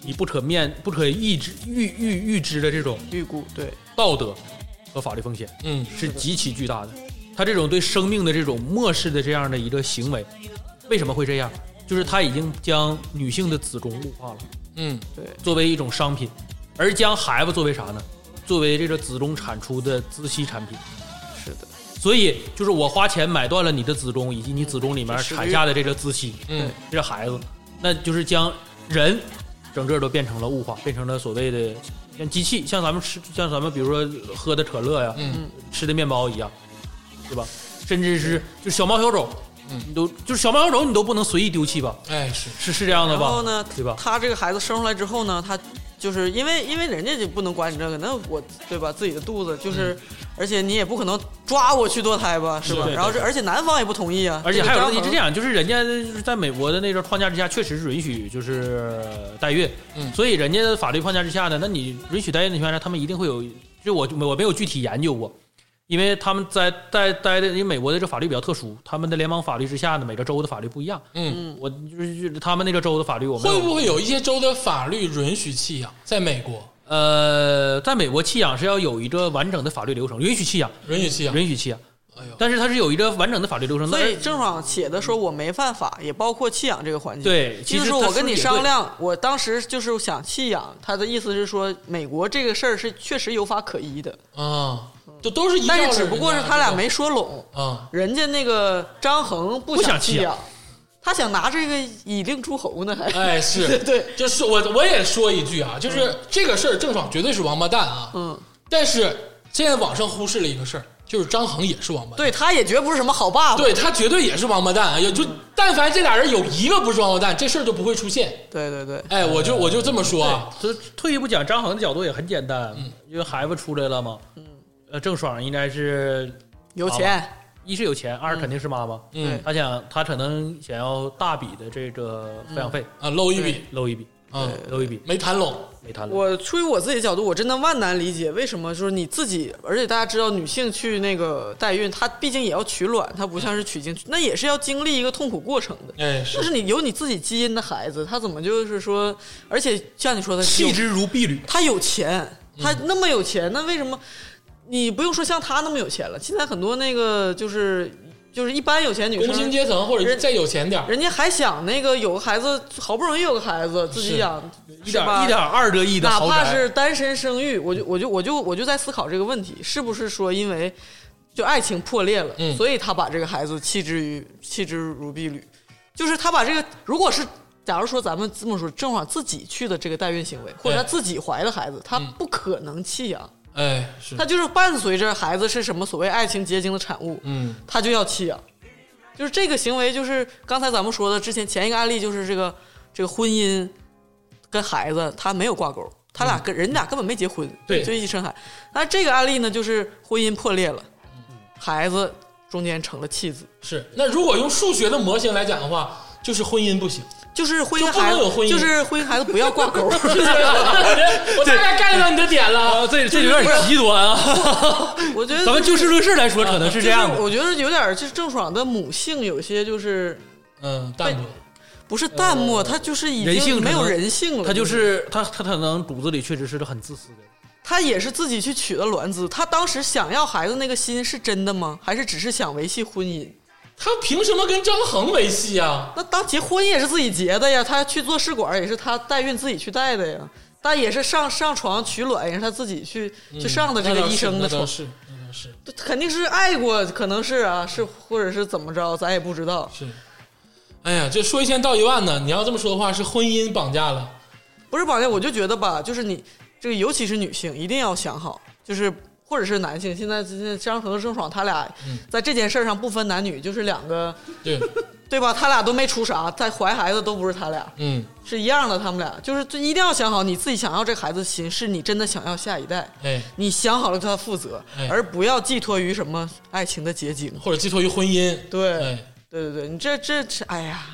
[SPEAKER 4] 你不可面不可预知预预预知的这种
[SPEAKER 2] 就预估对
[SPEAKER 4] 道德和法律风险
[SPEAKER 1] 嗯
[SPEAKER 4] 是极其巨大的。他这种对生命的这种漠视的这样的一个行为，为什么会这样？就是他已经将女性的子宫物化了，
[SPEAKER 1] 嗯
[SPEAKER 2] 对
[SPEAKER 4] 作为一种商品，而将孩子作为啥呢？作为这个子宫产出的孳息产品。
[SPEAKER 2] 是的，
[SPEAKER 4] 所以就是我花钱买断了你的子宫，以及你子宫里面产下的这个孳息，
[SPEAKER 1] 嗯
[SPEAKER 4] 这孩子，那就是将人整个都变成了物化，变成了所谓的像机器，像咱们吃，像咱们比如说喝的可乐呀，
[SPEAKER 1] 嗯
[SPEAKER 4] 吃的面包一样，对吧？甚至是就小猫小狗，
[SPEAKER 1] 嗯
[SPEAKER 4] 你都就是小猫小狗，你都不能随意丢弃吧？
[SPEAKER 1] 哎是
[SPEAKER 4] 是是这样的
[SPEAKER 2] 然
[SPEAKER 4] 吧？
[SPEAKER 2] 后呢，
[SPEAKER 4] 对吧？
[SPEAKER 2] 他这个孩子生出来之后呢，他就是因为因为人家就不能管你这个，那我对吧？自己的肚子就是，
[SPEAKER 4] 嗯
[SPEAKER 2] 而且你也不可能抓我去堕胎吧，是吧？
[SPEAKER 4] 对对
[SPEAKER 2] 然后这而且男方也不同意啊，
[SPEAKER 4] 而且还有问题是这
[SPEAKER 2] 样，
[SPEAKER 4] 样，就是人家就是在美国的那个框架之下，确实是允许就是代孕，
[SPEAKER 1] 嗯
[SPEAKER 4] 所以人家的法律框架之下呢，那你允许代孕的情况下，他们一定会有，就我我没有具体研究过，因为他们在在待的，因为美国的这法律比较特殊，他们的联邦法律之下呢，每个州的法律不一样，
[SPEAKER 1] 嗯，
[SPEAKER 4] 我就是就是他们那个州的法律，我没有
[SPEAKER 1] 会不会有一些州的法律允许弃养？在美国
[SPEAKER 4] 呃，在美国弃养是要有一个完整的法律流程，允许弃养，
[SPEAKER 1] 允许弃养，
[SPEAKER 4] 允许弃养，
[SPEAKER 1] 哎呦
[SPEAKER 4] 但是它是有一个完整的呃法律流程，
[SPEAKER 2] 所
[SPEAKER 4] 但
[SPEAKER 2] 以
[SPEAKER 4] 是
[SPEAKER 2] 郑爽写的说我没犯法，也包括弃养这个环节。
[SPEAKER 4] 对其
[SPEAKER 2] 就
[SPEAKER 4] 实
[SPEAKER 2] 是
[SPEAKER 4] 他
[SPEAKER 2] 我
[SPEAKER 4] 说
[SPEAKER 2] 跟你
[SPEAKER 4] 得也
[SPEAKER 2] 商
[SPEAKER 4] 对
[SPEAKER 2] 量，我当时就是想弃养，他的意思是说美国这个事儿是确实有法可依的，
[SPEAKER 1] 啊，这都是一，
[SPEAKER 2] 但是只不过是他俩没说拢。
[SPEAKER 1] 啊，
[SPEAKER 2] 人家那个张衡不
[SPEAKER 4] 不想
[SPEAKER 2] 弃
[SPEAKER 4] 弃
[SPEAKER 2] 养，他想拿这个以令诸侯呢，还、
[SPEAKER 1] 哎是
[SPEAKER 2] 对，
[SPEAKER 1] 就是我我也说一句啊，就是这个事儿郑爽绝对是王八蛋啊，
[SPEAKER 2] 嗯，
[SPEAKER 1] 但是现在网上忽视了一个事儿，就是张恒也是王八蛋。
[SPEAKER 2] 对，他也绝不是什么好爸爸，
[SPEAKER 1] 对他绝对也是王八蛋啊！
[SPEAKER 2] 嗯
[SPEAKER 1] 也就但凡这俩人有一个不是王八蛋，这事儿就不会出现。
[SPEAKER 2] 对对对
[SPEAKER 1] 哎，我就我就这么说啊，
[SPEAKER 4] 这退一步讲，张恒的角度也很简单，因为孩子出来了嘛，嗯，呃，郑爽应该是
[SPEAKER 2] 有钱，
[SPEAKER 4] 一是有钱，二肯定是妈妈，
[SPEAKER 1] 嗯
[SPEAKER 4] 她想她可能想要大笔的这个抚养费，
[SPEAKER 1] 啊，搂一笔
[SPEAKER 4] 搂一笔，
[SPEAKER 1] 啊，
[SPEAKER 4] 搂一笔，
[SPEAKER 1] 没谈拢，
[SPEAKER 4] 没谈拢，
[SPEAKER 2] 我出于我自己的角度，我真的万难理解为什么就是你自己，而且大家知道女性去那个代孕，她毕竟也要取卵，她不像是取精， 那也是要经历一个痛苦过程的。
[SPEAKER 1] 哎
[SPEAKER 2] 这
[SPEAKER 1] 是
[SPEAKER 2] 是你有你自己基因的孩子，他怎么就是说，而且像你说的，
[SPEAKER 4] 弃之如敝履。
[SPEAKER 2] 他有钱，他那么有钱，那为什么你不用说像他那么有钱了？现在很多那个就是就是一般有钱女
[SPEAKER 1] 工薪
[SPEAKER 2] 生，
[SPEAKER 1] 阶层或者
[SPEAKER 2] 人
[SPEAKER 1] 再有钱点儿，
[SPEAKER 2] 人家还想那个有个孩子，好不容易有个孩子自己养，
[SPEAKER 4] 一
[SPEAKER 2] 是
[SPEAKER 4] 点
[SPEAKER 2] 吧
[SPEAKER 4] 一点二个亿的
[SPEAKER 2] 哪
[SPEAKER 4] 豪
[SPEAKER 2] 怕
[SPEAKER 4] 宅，
[SPEAKER 2] 是单身生育，我就
[SPEAKER 1] 嗯
[SPEAKER 2] 我就我就我就在思考这个问题，是不是说因为就爱情破裂了，
[SPEAKER 1] 嗯
[SPEAKER 2] 所以他把这个孩子弃之于弃之如敝履，就是他把这个如果是。假如说咱们这么说，正好自己去的这个代孕行为，或者他
[SPEAKER 1] 对
[SPEAKER 2] 自己怀了孩子，他
[SPEAKER 1] 嗯
[SPEAKER 2] 不可能弃养，
[SPEAKER 1] 哎是
[SPEAKER 2] 他，就是伴随着孩子是什么所谓爱情结晶的产物，
[SPEAKER 1] 嗯
[SPEAKER 2] 他就要弃养。就是这个行为，就是刚才咱们说的，之前前一个案例就是这个这个婚姻跟孩子他没有挂钩，他俩
[SPEAKER 4] 嗯
[SPEAKER 2] 跟、人俩根本没结婚，
[SPEAKER 1] 对
[SPEAKER 2] 就一起生孩。那这个案例呢，就是婚姻破裂了，孩子中间成了弃子，
[SPEAKER 1] 是。那如果用数学的模型来讲的话，就是婚姻 不行。
[SPEAKER 2] 就是婚
[SPEAKER 1] 就
[SPEAKER 2] 姻
[SPEAKER 1] 不能
[SPEAKER 2] 孩子
[SPEAKER 1] 有婚姻
[SPEAKER 2] 就是婚姻孩子不要挂 钩。
[SPEAKER 1] 我大概 get 到你的点了，
[SPEAKER 4] 啊，这这有点极端啊！
[SPEAKER 2] 我觉得
[SPEAKER 4] 咱们就事论事来说，可能
[SPEAKER 2] 嗯就是
[SPEAKER 4] 这样的。
[SPEAKER 2] 我觉得有点儿就是郑爽的母性有些就是
[SPEAKER 1] 嗯，淡薄，
[SPEAKER 2] 不是淡漠，他就是已
[SPEAKER 4] 呃人性
[SPEAKER 2] 经
[SPEAKER 4] 可
[SPEAKER 2] 没有
[SPEAKER 4] 能
[SPEAKER 2] 人性了，
[SPEAKER 4] 他就是他，他可能骨子里确实是个很自私的人。
[SPEAKER 2] 他也是自己去取的卵子，他当时想要孩子那个心是真的吗？还是只是想维系婚姻？
[SPEAKER 1] 他凭什么跟张恒维系啊？
[SPEAKER 2] 那当结婚也是自己结的呀，他去做试管也是他代孕自己去带的呀，但也是上上床取卵也是他自己去、去上的这
[SPEAKER 1] 那
[SPEAKER 2] 个
[SPEAKER 1] 倒
[SPEAKER 2] 医
[SPEAKER 1] 是
[SPEAKER 2] 生
[SPEAKER 1] 嗯
[SPEAKER 2] 的
[SPEAKER 1] 那倒
[SPEAKER 2] 床，
[SPEAKER 1] 是，那倒是。
[SPEAKER 2] 肯定是爱过，可能是啊，是或者是怎么着，咱也不知道。
[SPEAKER 1] 是，哎呀，这说一千道一万呢。你要这么说的话，是婚姻绑架了。
[SPEAKER 2] 不是绑架，我就觉得吧，就是你这个，尤其是女性，一定要想好，就是或者是男性，现在现在张恒、郑爽他俩
[SPEAKER 1] 嗯
[SPEAKER 2] 在这件事儿上不分男女，就是两个。
[SPEAKER 1] 对，
[SPEAKER 2] 对吧？他俩都没出啥，在怀孩子都不是他俩，
[SPEAKER 1] 嗯，
[SPEAKER 2] 是一样的。他们俩就是就一定要想好你自己想要这孩子的心，是你真的想要下一代，
[SPEAKER 1] 哎，
[SPEAKER 2] 你想好了对他负责，
[SPEAKER 1] 哎
[SPEAKER 2] 而不要寄托于什么爱情的结晶。
[SPEAKER 1] 或者寄托于婚姻。
[SPEAKER 2] 对，
[SPEAKER 1] 哎，
[SPEAKER 2] 对对对，你这这这，哎呀，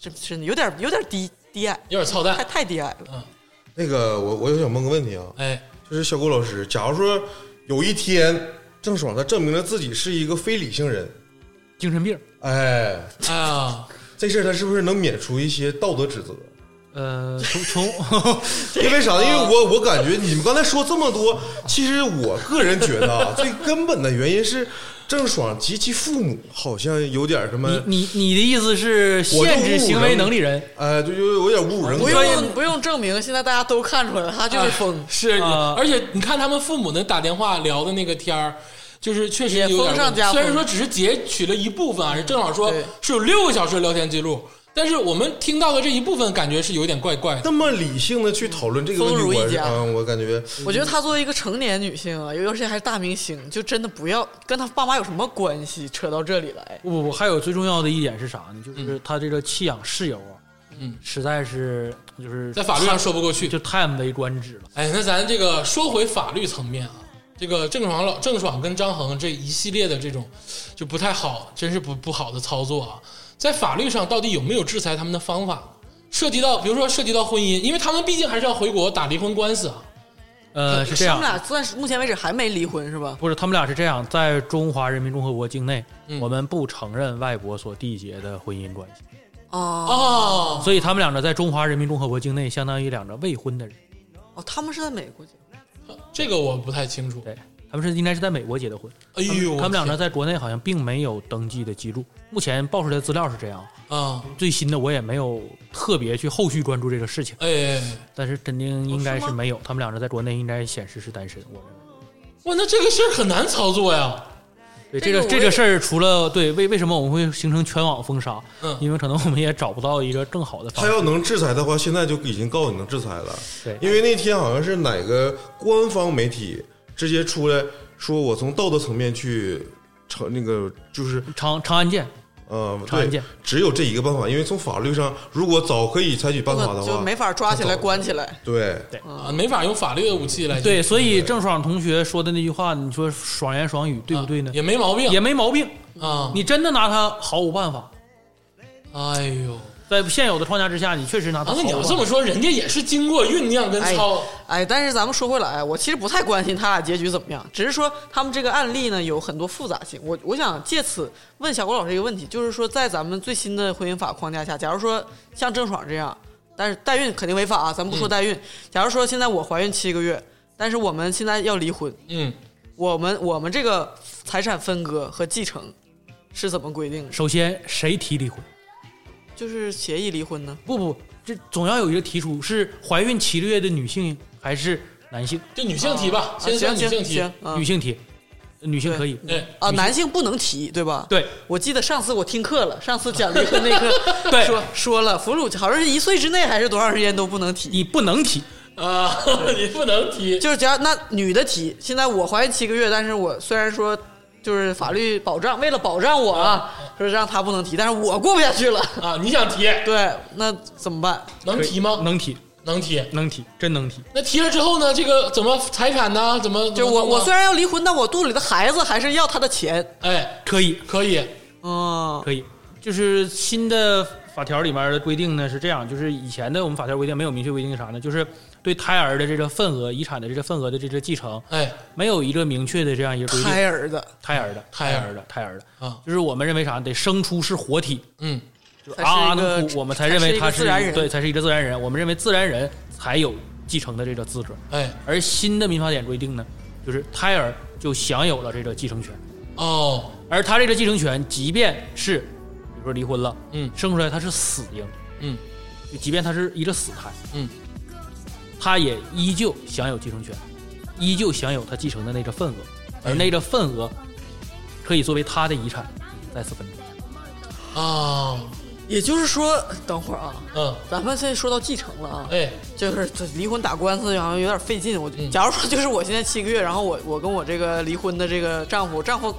[SPEAKER 2] 这真的有点有点低低矮，
[SPEAKER 1] 有点操
[SPEAKER 2] 太
[SPEAKER 1] 蛋。
[SPEAKER 2] 太低矮了。
[SPEAKER 3] 那个我我有想问个问题啊，
[SPEAKER 1] 哎，
[SPEAKER 3] 就是小郭老师，假如说有一天郑爽她证明了自己是一个非理性人，
[SPEAKER 4] 精神病，
[SPEAKER 3] 哎，
[SPEAKER 1] 啊，
[SPEAKER 3] 这事儿她是不是能免除一些道德指责？
[SPEAKER 4] 呃，从从
[SPEAKER 3] 因为啥呢？因为我我感觉你们刚才说这么多，其实我个人觉得啊，最根本的原因是郑爽及其父母好像有点什么，
[SPEAKER 4] 你你的意思是限制行为能力人
[SPEAKER 3] 哎，对，有有点侮辱人
[SPEAKER 2] 不
[SPEAKER 3] 格。
[SPEAKER 2] 用不用证明，现在大家都看出来了，他
[SPEAKER 1] 哎
[SPEAKER 2] 就是疯，
[SPEAKER 1] 是
[SPEAKER 4] 啊，
[SPEAKER 1] 而且你看他们父母那打电话聊的那个天儿。就是确实有
[SPEAKER 2] 也
[SPEAKER 1] 点
[SPEAKER 2] 风上
[SPEAKER 1] 问题
[SPEAKER 2] 加
[SPEAKER 1] 虽然
[SPEAKER 2] 风
[SPEAKER 1] 说只是截取了一部分啊，是郑爽说
[SPEAKER 2] 对
[SPEAKER 1] 是有六个小时的聊天记录，但是我们听到的这一部分感觉是有点怪怪的。
[SPEAKER 3] 那么理性的去讨论这个问
[SPEAKER 2] 丰如
[SPEAKER 3] 题，
[SPEAKER 2] 一
[SPEAKER 3] 我是
[SPEAKER 2] 家
[SPEAKER 3] 嗯，我感觉
[SPEAKER 2] 我觉得她作为一个成年女性啊，尤其还是大明星，就真的不要跟她爸妈有什么关系扯到这里来。
[SPEAKER 4] 不不不，还有最重要的一点是啥呢？就是他这个弃养室友啊，
[SPEAKER 1] 嗯，
[SPEAKER 4] 实在是就是
[SPEAKER 1] 在法律上说不过去。
[SPEAKER 4] 就叹为观止了。
[SPEAKER 1] 哎，那咱这个说回法律层面啊，这个郑爽老郑爽跟张恒这一系列的这种就不太好，真是不不好的操作啊，在法律上到底有没有制裁他们的方法？涉及到比如说涉及到婚姻，因为他们毕竟还是要回国打离婚官司啊。
[SPEAKER 4] 呃，是这
[SPEAKER 2] 他
[SPEAKER 4] 样
[SPEAKER 3] 啊
[SPEAKER 2] 们，俩算是目前为止还没离婚是吧？
[SPEAKER 4] 不是他们俩是这样，在中华人民共和国境内，
[SPEAKER 1] 嗯
[SPEAKER 4] 我们不承认外国所缔结的婚姻关系，啊
[SPEAKER 2] 哦
[SPEAKER 1] 哦，
[SPEAKER 4] 所以他们两个在中华人民共和国境内相当于两个未婚的人。
[SPEAKER 2] 哦，他们是在美国结婚，
[SPEAKER 1] 这个我不太清楚。
[SPEAKER 4] 对，他们是应该是在美国结的婚。
[SPEAKER 1] 哎呦，
[SPEAKER 4] 他们俩呢，
[SPEAKER 1] 在
[SPEAKER 4] 在国内好像并没有登记的记录，目前爆出来的资料是这样。
[SPEAKER 1] 啊，
[SPEAKER 4] 最新的我也没有特别去后续关注这个事情，
[SPEAKER 1] 哎哎，哎
[SPEAKER 4] 但是肯定应该
[SPEAKER 2] 哦
[SPEAKER 4] 是
[SPEAKER 2] 是吗
[SPEAKER 4] 没有。他们两个在国内应该显示是单身，我认为。
[SPEAKER 1] 哇，那这个事儿很难操作呀。
[SPEAKER 4] 对
[SPEAKER 2] 这
[SPEAKER 4] 这
[SPEAKER 2] 个
[SPEAKER 4] 个
[SPEAKER 2] 我
[SPEAKER 4] 这
[SPEAKER 2] 也
[SPEAKER 4] 个事儿，除了对为为什么我们会形成全网封杀？
[SPEAKER 1] 嗯
[SPEAKER 4] 因为可能我们也找不到一个更好的方
[SPEAKER 3] 他
[SPEAKER 4] 法。
[SPEAKER 3] 要能制裁的话，现在就已经告你能制裁了。
[SPEAKER 4] 对
[SPEAKER 3] 因为那天好像是哪个官方媒体直接出来说，我从道德层面去惩那个就是
[SPEAKER 4] 长长安剑，
[SPEAKER 3] 呃，
[SPEAKER 4] 长安
[SPEAKER 3] 对
[SPEAKER 4] 剑，
[SPEAKER 3] 只有这一个办法，因为从法律上，如果早可以采取办法的
[SPEAKER 2] 就
[SPEAKER 3] 话，
[SPEAKER 2] 没法抓起来关起来。
[SPEAKER 3] 对
[SPEAKER 1] 啊，没法用法律的武器来
[SPEAKER 4] 嗯
[SPEAKER 1] 啊
[SPEAKER 4] 对，所以郑爽同学说的那句话，你说爽言爽语对
[SPEAKER 1] 啊
[SPEAKER 4] 不对呢？
[SPEAKER 1] 也没毛病
[SPEAKER 4] 也没毛病，
[SPEAKER 1] 啊。
[SPEAKER 4] 你真的拿他毫无办法。
[SPEAKER 1] 哎呦。
[SPEAKER 4] 在现有的框架之下，你确实拿他
[SPEAKER 1] 啊，
[SPEAKER 4] 毫
[SPEAKER 1] 那
[SPEAKER 4] 无
[SPEAKER 1] 你要
[SPEAKER 4] 办
[SPEAKER 1] 这
[SPEAKER 4] 法。
[SPEAKER 1] 么说，人家也是经过酝酿跟
[SPEAKER 2] 哎
[SPEAKER 3] 啊
[SPEAKER 1] 操，
[SPEAKER 2] 哎，但是咱们说回来，我其实不太关心他俩结局怎么样，只是说他们这个案例呢有很多复杂性。我我想借此问小郭老师一个问题，就是说在咱们最新的婚姻法框架下，假如说像郑爽这样，但是代孕肯定违法啊，咱们不
[SPEAKER 3] 嗯
[SPEAKER 2] 说代孕。假如说现在我怀孕七个月，但是我们现在要离婚，
[SPEAKER 1] 嗯，
[SPEAKER 2] 我们我们这个财产分割和继承是怎么规定的？
[SPEAKER 4] 首先，谁提离婚？
[SPEAKER 2] 就是协议离婚呢？
[SPEAKER 4] 不不，这总要有一个提出是怀孕七个月的女性还是男性？
[SPEAKER 1] 就女性提吧，
[SPEAKER 2] 啊
[SPEAKER 1] 先说
[SPEAKER 2] 行
[SPEAKER 1] 女性哎
[SPEAKER 2] 行
[SPEAKER 1] 提，
[SPEAKER 2] 行，啊
[SPEAKER 4] 女性提，女性可以。
[SPEAKER 1] 对，
[SPEAKER 2] 啊，
[SPEAKER 4] 女性
[SPEAKER 2] 男性不能提，对吧？
[SPEAKER 4] 对
[SPEAKER 2] 我记得上次我听课了，上次讲离婚那 课
[SPEAKER 4] 对
[SPEAKER 2] 说说了，哺乳好像是一岁之内还是多长时间都不能提，
[SPEAKER 4] 你不能提，
[SPEAKER 1] 啊， 你不能提，
[SPEAKER 2] 就是只要那女的提。现在我怀孕七个月，但是我虽然说就是法律保障，为了保障我啊，说让她不能提，但是我过不下去了。
[SPEAKER 1] 啊，你想提
[SPEAKER 2] 对，那怎么办？
[SPEAKER 1] 能提吗？
[SPEAKER 4] 能提，
[SPEAKER 1] 能提。
[SPEAKER 4] 能提，真能提。
[SPEAKER 1] 那提了之后呢？这个怎么财产呢？怎么啊
[SPEAKER 2] 就是我我虽
[SPEAKER 1] 然
[SPEAKER 2] 然要离婚，但我肚里的孩子还是要他的钱。
[SPEAKER 1] 哎
[SPEAKER 4] 可以，
[SPEAKER 1] 可以
[SPEAKER 2] 嗯，
[SPEAKER 4] 可以，就是新的法条里面的规定呢是这样，就是以前的我们法条规定没有明确规定啥呢，就是对胎儿的这个份额、遗产的这个份额的这个继承，
[SPEAKER 1] 哎
[SPEAKER 4] 没有一个明确的这样一个规定。
[SPEAKER 2] 胎儿的
[SPEAKER 4] 胎儿的，
[SPEAKER 1] 胎
[SPEAKER 4] 胎
[SPEAKER 1] 儿
[SPEAKER 4] 儿的，胎儿的，
[SPEAKER 1] 啊
[SPEAKER 4] 就是我们认为啥，得生出是活体，
[SPEAKER 1] 嗯
[SPEAKER 4] 就是
[SPEAKER 2] 才是
[SPEAKER 4] 啊
[SPEAKER 2] 一个
[SPEAKER 4] 能哭，我们才
[SPEAKER 2] 才
[SPEAKER 4] 认
[SPEAKER 2] 是
[SPEAKER 4] 为
[SPEAKER 2] 一个
[SPEAKER 4] 他
[SPEAKER 2] 自然人
[SPEAKER 4] 对，才是一个自然人。我们认为自然人才有继承的这个资格，
[SPEAKER 1] 哎
[SPEAKER 4] 而新的民法典规定呢，就是胎儿就享有了这个继承权。
[SPEAKER 1] 哦
[SPEAKER 4] 而他这个继承权，即便是比如说离婚了，
[SPEAKER 1] 嗯
[SPEAKER 4] 生出来他是死婴，
[SPEAKER 1] 嗯
[SPEAKER 4] 就即便他是一个死胎，
[SPEAKER 1] 嗯，
[SPEAKER 4] 他也依旧享有继承权，依旧享有他继承的那个份额，而那个份额可以作为他的遗产再次分割。
[SPEAKER 1] 啊
[SPEAKER 2] 也就是说，等会儿啊，
[SPEAKER 1] 嗯
[SPEAKER 2] 咱们现在说到继承了啊，
[SPEAKER 1] 哎
[SPEAKER 2] 就是这离婚打官司好像有点费劲。我就
[SPEAKER 1] 嗯
[SPEAKER 2] 假如说就是我现在七个月，然后我我跟我这个离婚的这个丈夫，丈夫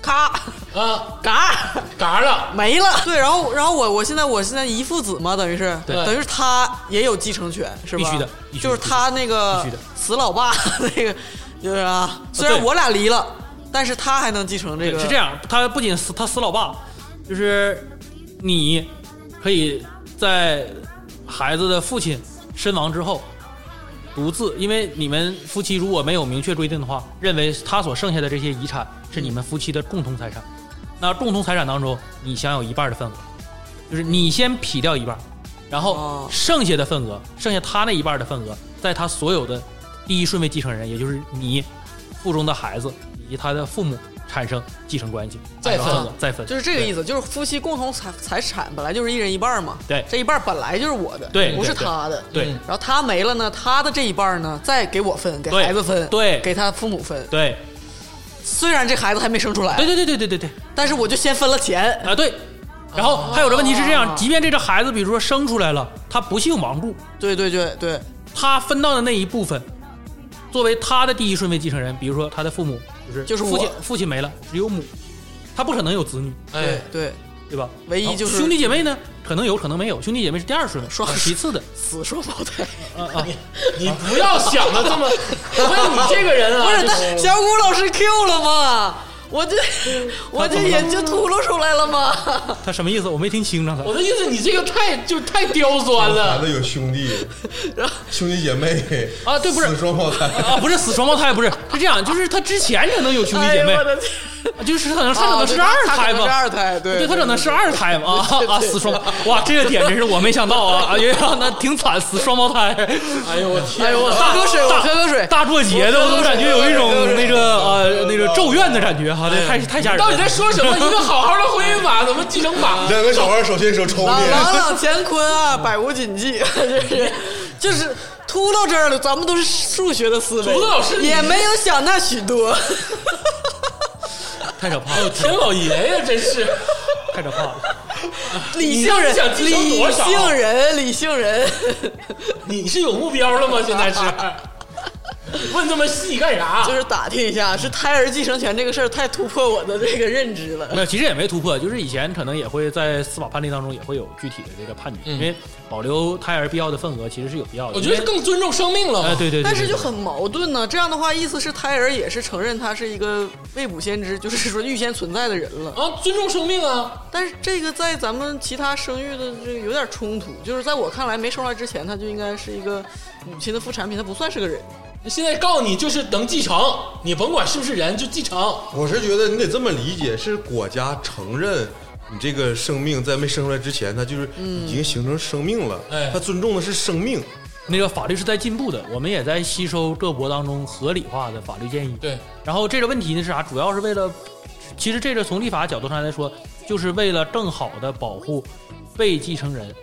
[SPEAKER 2] 咔
[SPEAKER 1] 啊
[SPEAKER 2] 嘎
[SPEAKER 1] 嘎了
[SPEAKER 2] 没了，对，然后然后我我现在我现在一父子嘛，等于是
[SPEAKER 4] 对
[SPEAKER 2] 等于是他也有继承权是吧？
[SPEAKER 4] 必须的必须
[SPEAKER 2] 就
[SPEAKER 4] 的
[SPEAKER 2] 是他那个
[SPEAKER 4] 必须的哦
[SPEAKER 2] 死老爸 那个就是啊，虽然
[SPEAKER 4] 对
[SPEAKER 2] 我俩离了，但是他还能继承这个
[SPEAKER 4] 是这样，他不仅死，他死老爸，就是你可以在孩子的父亲身亡之后，独自，因为你们夫妻如果没有明确规定的话，认为他所剩下的这些遗产是你们夫妻的共同财产。那共同财产当中，你享有一半的份额，就是你先劈掉一半，然后
[SPEAKER 2] 哦
[SPEAKER 4] 剩下的份额，剩下他那一半的份额，在他所有的第一顺位继承人，也就是你腹中的孩子以及他的父母产生继承关系，
[SPEAKER 1] 再分
[SPEAKER 4] 按照份额再分，
[SPEAKER 2] 就是这个意思，就是夫妻共同财财产本来就是一人一半嘛，
[SPEAKER 4] 对
[SPEAKER 2] 这一半本来就是我的，
[SPEAKER 4] 对
[SPEAKER 2] 不是
[SPEAKER 4] 对对
[SPEAKER 2] 他的，
[SPEAKER 4] 对。
[SPEAKER 1] 嗯
[SPEAKER 2] 然后他没了呢，他的这一半呢，再给我分，给
[SPEAKER 4] 对
[SPEAKER 2] 孩子分，
[SPEAKER 4] 对
[SPEAKER 2] 给他父母分。
[SPEAKER 4] 对
[SPEAKER 2] 虽然这孩子还没生出来，
[SPEAKER 4] 对对对对对对对
[SPEAKER 2] 但是我就先分了钱，
[SPEAKER 4] 啊对。然后还有的问题是这样，即便这个孩子，比如说生出来了，他不幸亡故，
[SPEAKER 2] 对对对对，
[SPEAKER 4] 他分到的那一部分，作为他的第一顺位继承人，比如说他的父母，就是
[SPEAKER 2] 就是
[SPEAKER 4] 父亲
[SPEAKER 2] 我
[SPEAKER 4] 父亲没了，只有母，他不可能有子女，
[SPEAKER 1] 哎，
[SPEAKER 2] 对
[SPEAKER 4] 对吧？
[SPEAKER 2] 唯一就是
[SPEAKER 4] 然后兄弟姐妹呢，可能有可能没有，兄弟姐妹是第二顺位，
[SPEAKER 2] 说
[SPEAKER 4] 其 次的。
[SPEAKER 2] 死双胞胎，
[SPEAKER 1] 你不要想的这么，不是你这个人啊，
[SPEAKER 2] 不是，
[SPEAKER 1] 这
[SPEAKER 2] 但小谷老师 Q 了吗？我这我这也就秃噜出来了 吗？
[SPEAKER 4] 他什么意思？我没听清楚。
[SPEAKER 1] 我的意思，你这个太就太刁钻
[SPEAKER 3] 孩
[SPEAKER 1] 了
[SPEAKER 3] 子有兄弟，兄弟姐妹
[SPEAKER 4] 啊对不是
[SPEAKER 3] 死双胞胎，
[SPEAKER 4] 他啊，不是死双胞胎，不是是这样，就是他之前可能有兄弟姐妹
[SPEAKER 2] 哎呦我，的天！
[SPEAKER 4] 就是他可能他可能是
[SPEAKER 2] 啊对
[SPEAKER 4] 二
[SPEAKER 2] 他
[SPEAKER 4] 胎
[SPEAKER 2] 可能
[SPEAKER 4] 嘛
[SPEAKER 2] 是，二胎，对
[SPEAKER 4] 对他可能是二胎嘛啊啊死双哇这个点真是我没想到啊，哎呀那挺惨死双胞胎，
[SPEAKER 1] 哎呦我天，
[SPEAKER 2] 哎呦，我喝口水，我喝口水。
[SPEAKER 4] 大过节的我怎么感觉有一种那个呃那个咒怨的感觉
[SPEAKER 2] 哎
[SPEAKER 4] 哈，这太太吓人了。
[SPEAKER 1] 到底在说什么？一个好好的婚姻法怎么继承法？
[SPEAKER 3] 两个小孩手牵手抽
[SPEAKER 2] 朗啊朗
[SPEAKER 3] 你，
[SPEAKER 2] 朗乾坤啊， 百无禁忌，就是就是秃到这儿了，咱们都是数学的思维，
[SPEAKER 1] 竹子老师你
[SPEAKER 2] 也没有想那许 多。
[SPEAKER 4] 太可怕
[SPEAKER 1] 哎呦
[SPEAKER 4] 了，
[SPEAKER 1] 天老爷呀，真是
[SPEAKER 4] 太可怕了！
[SPEAKER 2] 理性人
[SPEAKER 1] 你到底想，继承多
[SPEAKER 2] 理
[SPEAKER 1] 少
[SPEAKER 2] 性人，理性人，
[SPEAKER 1] 你是有目标了吗？现在是问这么细干啥
[SPEAKER 2] 就？是打听一下，是胎儿继承权这个事儿太突破我的这个认知了。
[SPEAKER 4] 没有，其实也没突破，就是以前可能也会在司法判例当中也会有具体的这个判决，因
[SPEAKER 2] 嗯
[SPEAKER 4] 为保留胎儿必要的份额其实是有必要的。
[SPEAKER 1] 我觉得
[SPEAKER 4] 因
[SPEAKER 1] 是
[SPEAKER 4] 为
[SPEAKER 1] 更尊重生命了嘛
[SPEAKER 4] 哎，对对，对
[SPEAKER 2] 但是
[SPEAKER 4] 对
[SPEAKER 2] 就很矛盾呢。这样的话，意思是胎儿也是承认他是一个未卜先知，就是说预先存在的人了。
[SPEAKER 1] 啊，尊重生命啊，
[SPEAKER 2] 但是这个在咱们其他生育的这个有点冲突，就是在我看来，没生出来之前，他就应该是一个母亲的副产品，他不算是个人。
[SPEAKER 1] 现在告你就是能继承，你甭管是不是人就继承。
[SPEAKER 3] 我是觉得你得这么理解，是国家承认。你这个生命在没生出来之前，它就是
[SPEAKER 1] 嗯
[SPEAKER 3] 已经形成生命了
[SPEAKER 1] 哎。
[SPEAKER 3] 它尊重的是生命，
[SPEAKER 4] 那个法律是在进步的，我们也在吸收各国当中合理化的法律建议。
[SPEAKER 1] 对，
[SPEAKER 4] 然后这个问题呢是啥？主要是为了，其实这个从立法角度上来说，就是为了更好的保护被继承人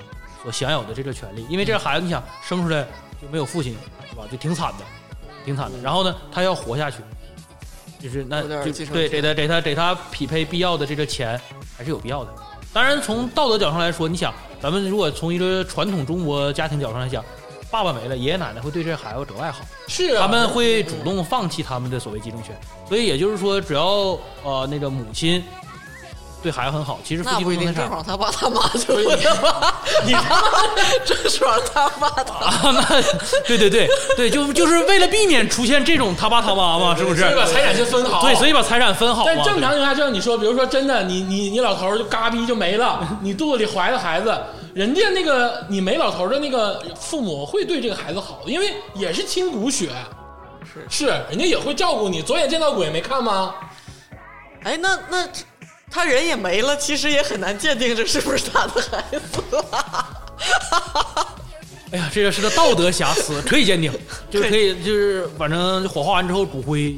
[SPEAKER 4] 所享有的这个权利。因为这个孩子，你想生出来就没有父亲，是吧？就挺惨的，挺惨的。然后呢，他要活下去，就是
[SPEAKER 2] 嗯
[SPEAKER 4] 那
[SPEAKER 2] 有点
[SPEAKER 4] 就
[SPEAKER 2] 继承
[SPEAKER 4] 对
[SPEAKER 2] 权
[SPEAKER 4] 给他给他给他匹配必要的这个钱还是有必要的。当然，从道德角上来说，你想，咱们如果从一个传统中国家庭角上来讲，爸爸没了，爷爷奶奶会对这孩子格外好。
[SPEAKER 1] 是啊
[SPEAKER 4] 他们会主动放弃他们的所谓继承权，所以也就是说，只要呃那个母亲对孩子很好，其实夫
[SPEAKER 2] 那
[SPEAKER 4] 妻
[SPEAKER 2] 不
[SPEAKER 4] 共
[SPEAKER 2] 一
[SPEAKER 4] 同
[SPEAKER 2] 定，
[SPEAKER 4] 财
[SPEAKER 2] 正
[SPEAKER 4] 产
[SPEAKER 2] 好他爸他妈就我他妈，你他妈正好他爸他 妈。
[SPEAKER 4] 啊，那对对对对，就就是为了避免出现这种他爸他妈嘛，是不是
[SPEAKER 1] 所以？把财产先分好。
[SPEAKER 4] 对，所以把财产分
[SPEAKER 2] 啊
[SPEAKER 4] 好嘛。
[SPEAKER 1] 但正常情况下，就像你说，比如说真的，你你你老头儿就嘎逼就没 了，你肚子里怀的孩子，人家那个你没老头儿的那个父母会对这个孩子好，因为也是亲骨血，是是，人家也会照顾你。左眼见到鬼没看吗？
[SPEAKER 2] 哎，那那他人也没了，其实也很难鉴定这是不是他的孩子。
[SPEAKER 4] 哎呀，这个是个道德瑕疵，可以鉴定，就是可以，就是反正火化完之后骨灰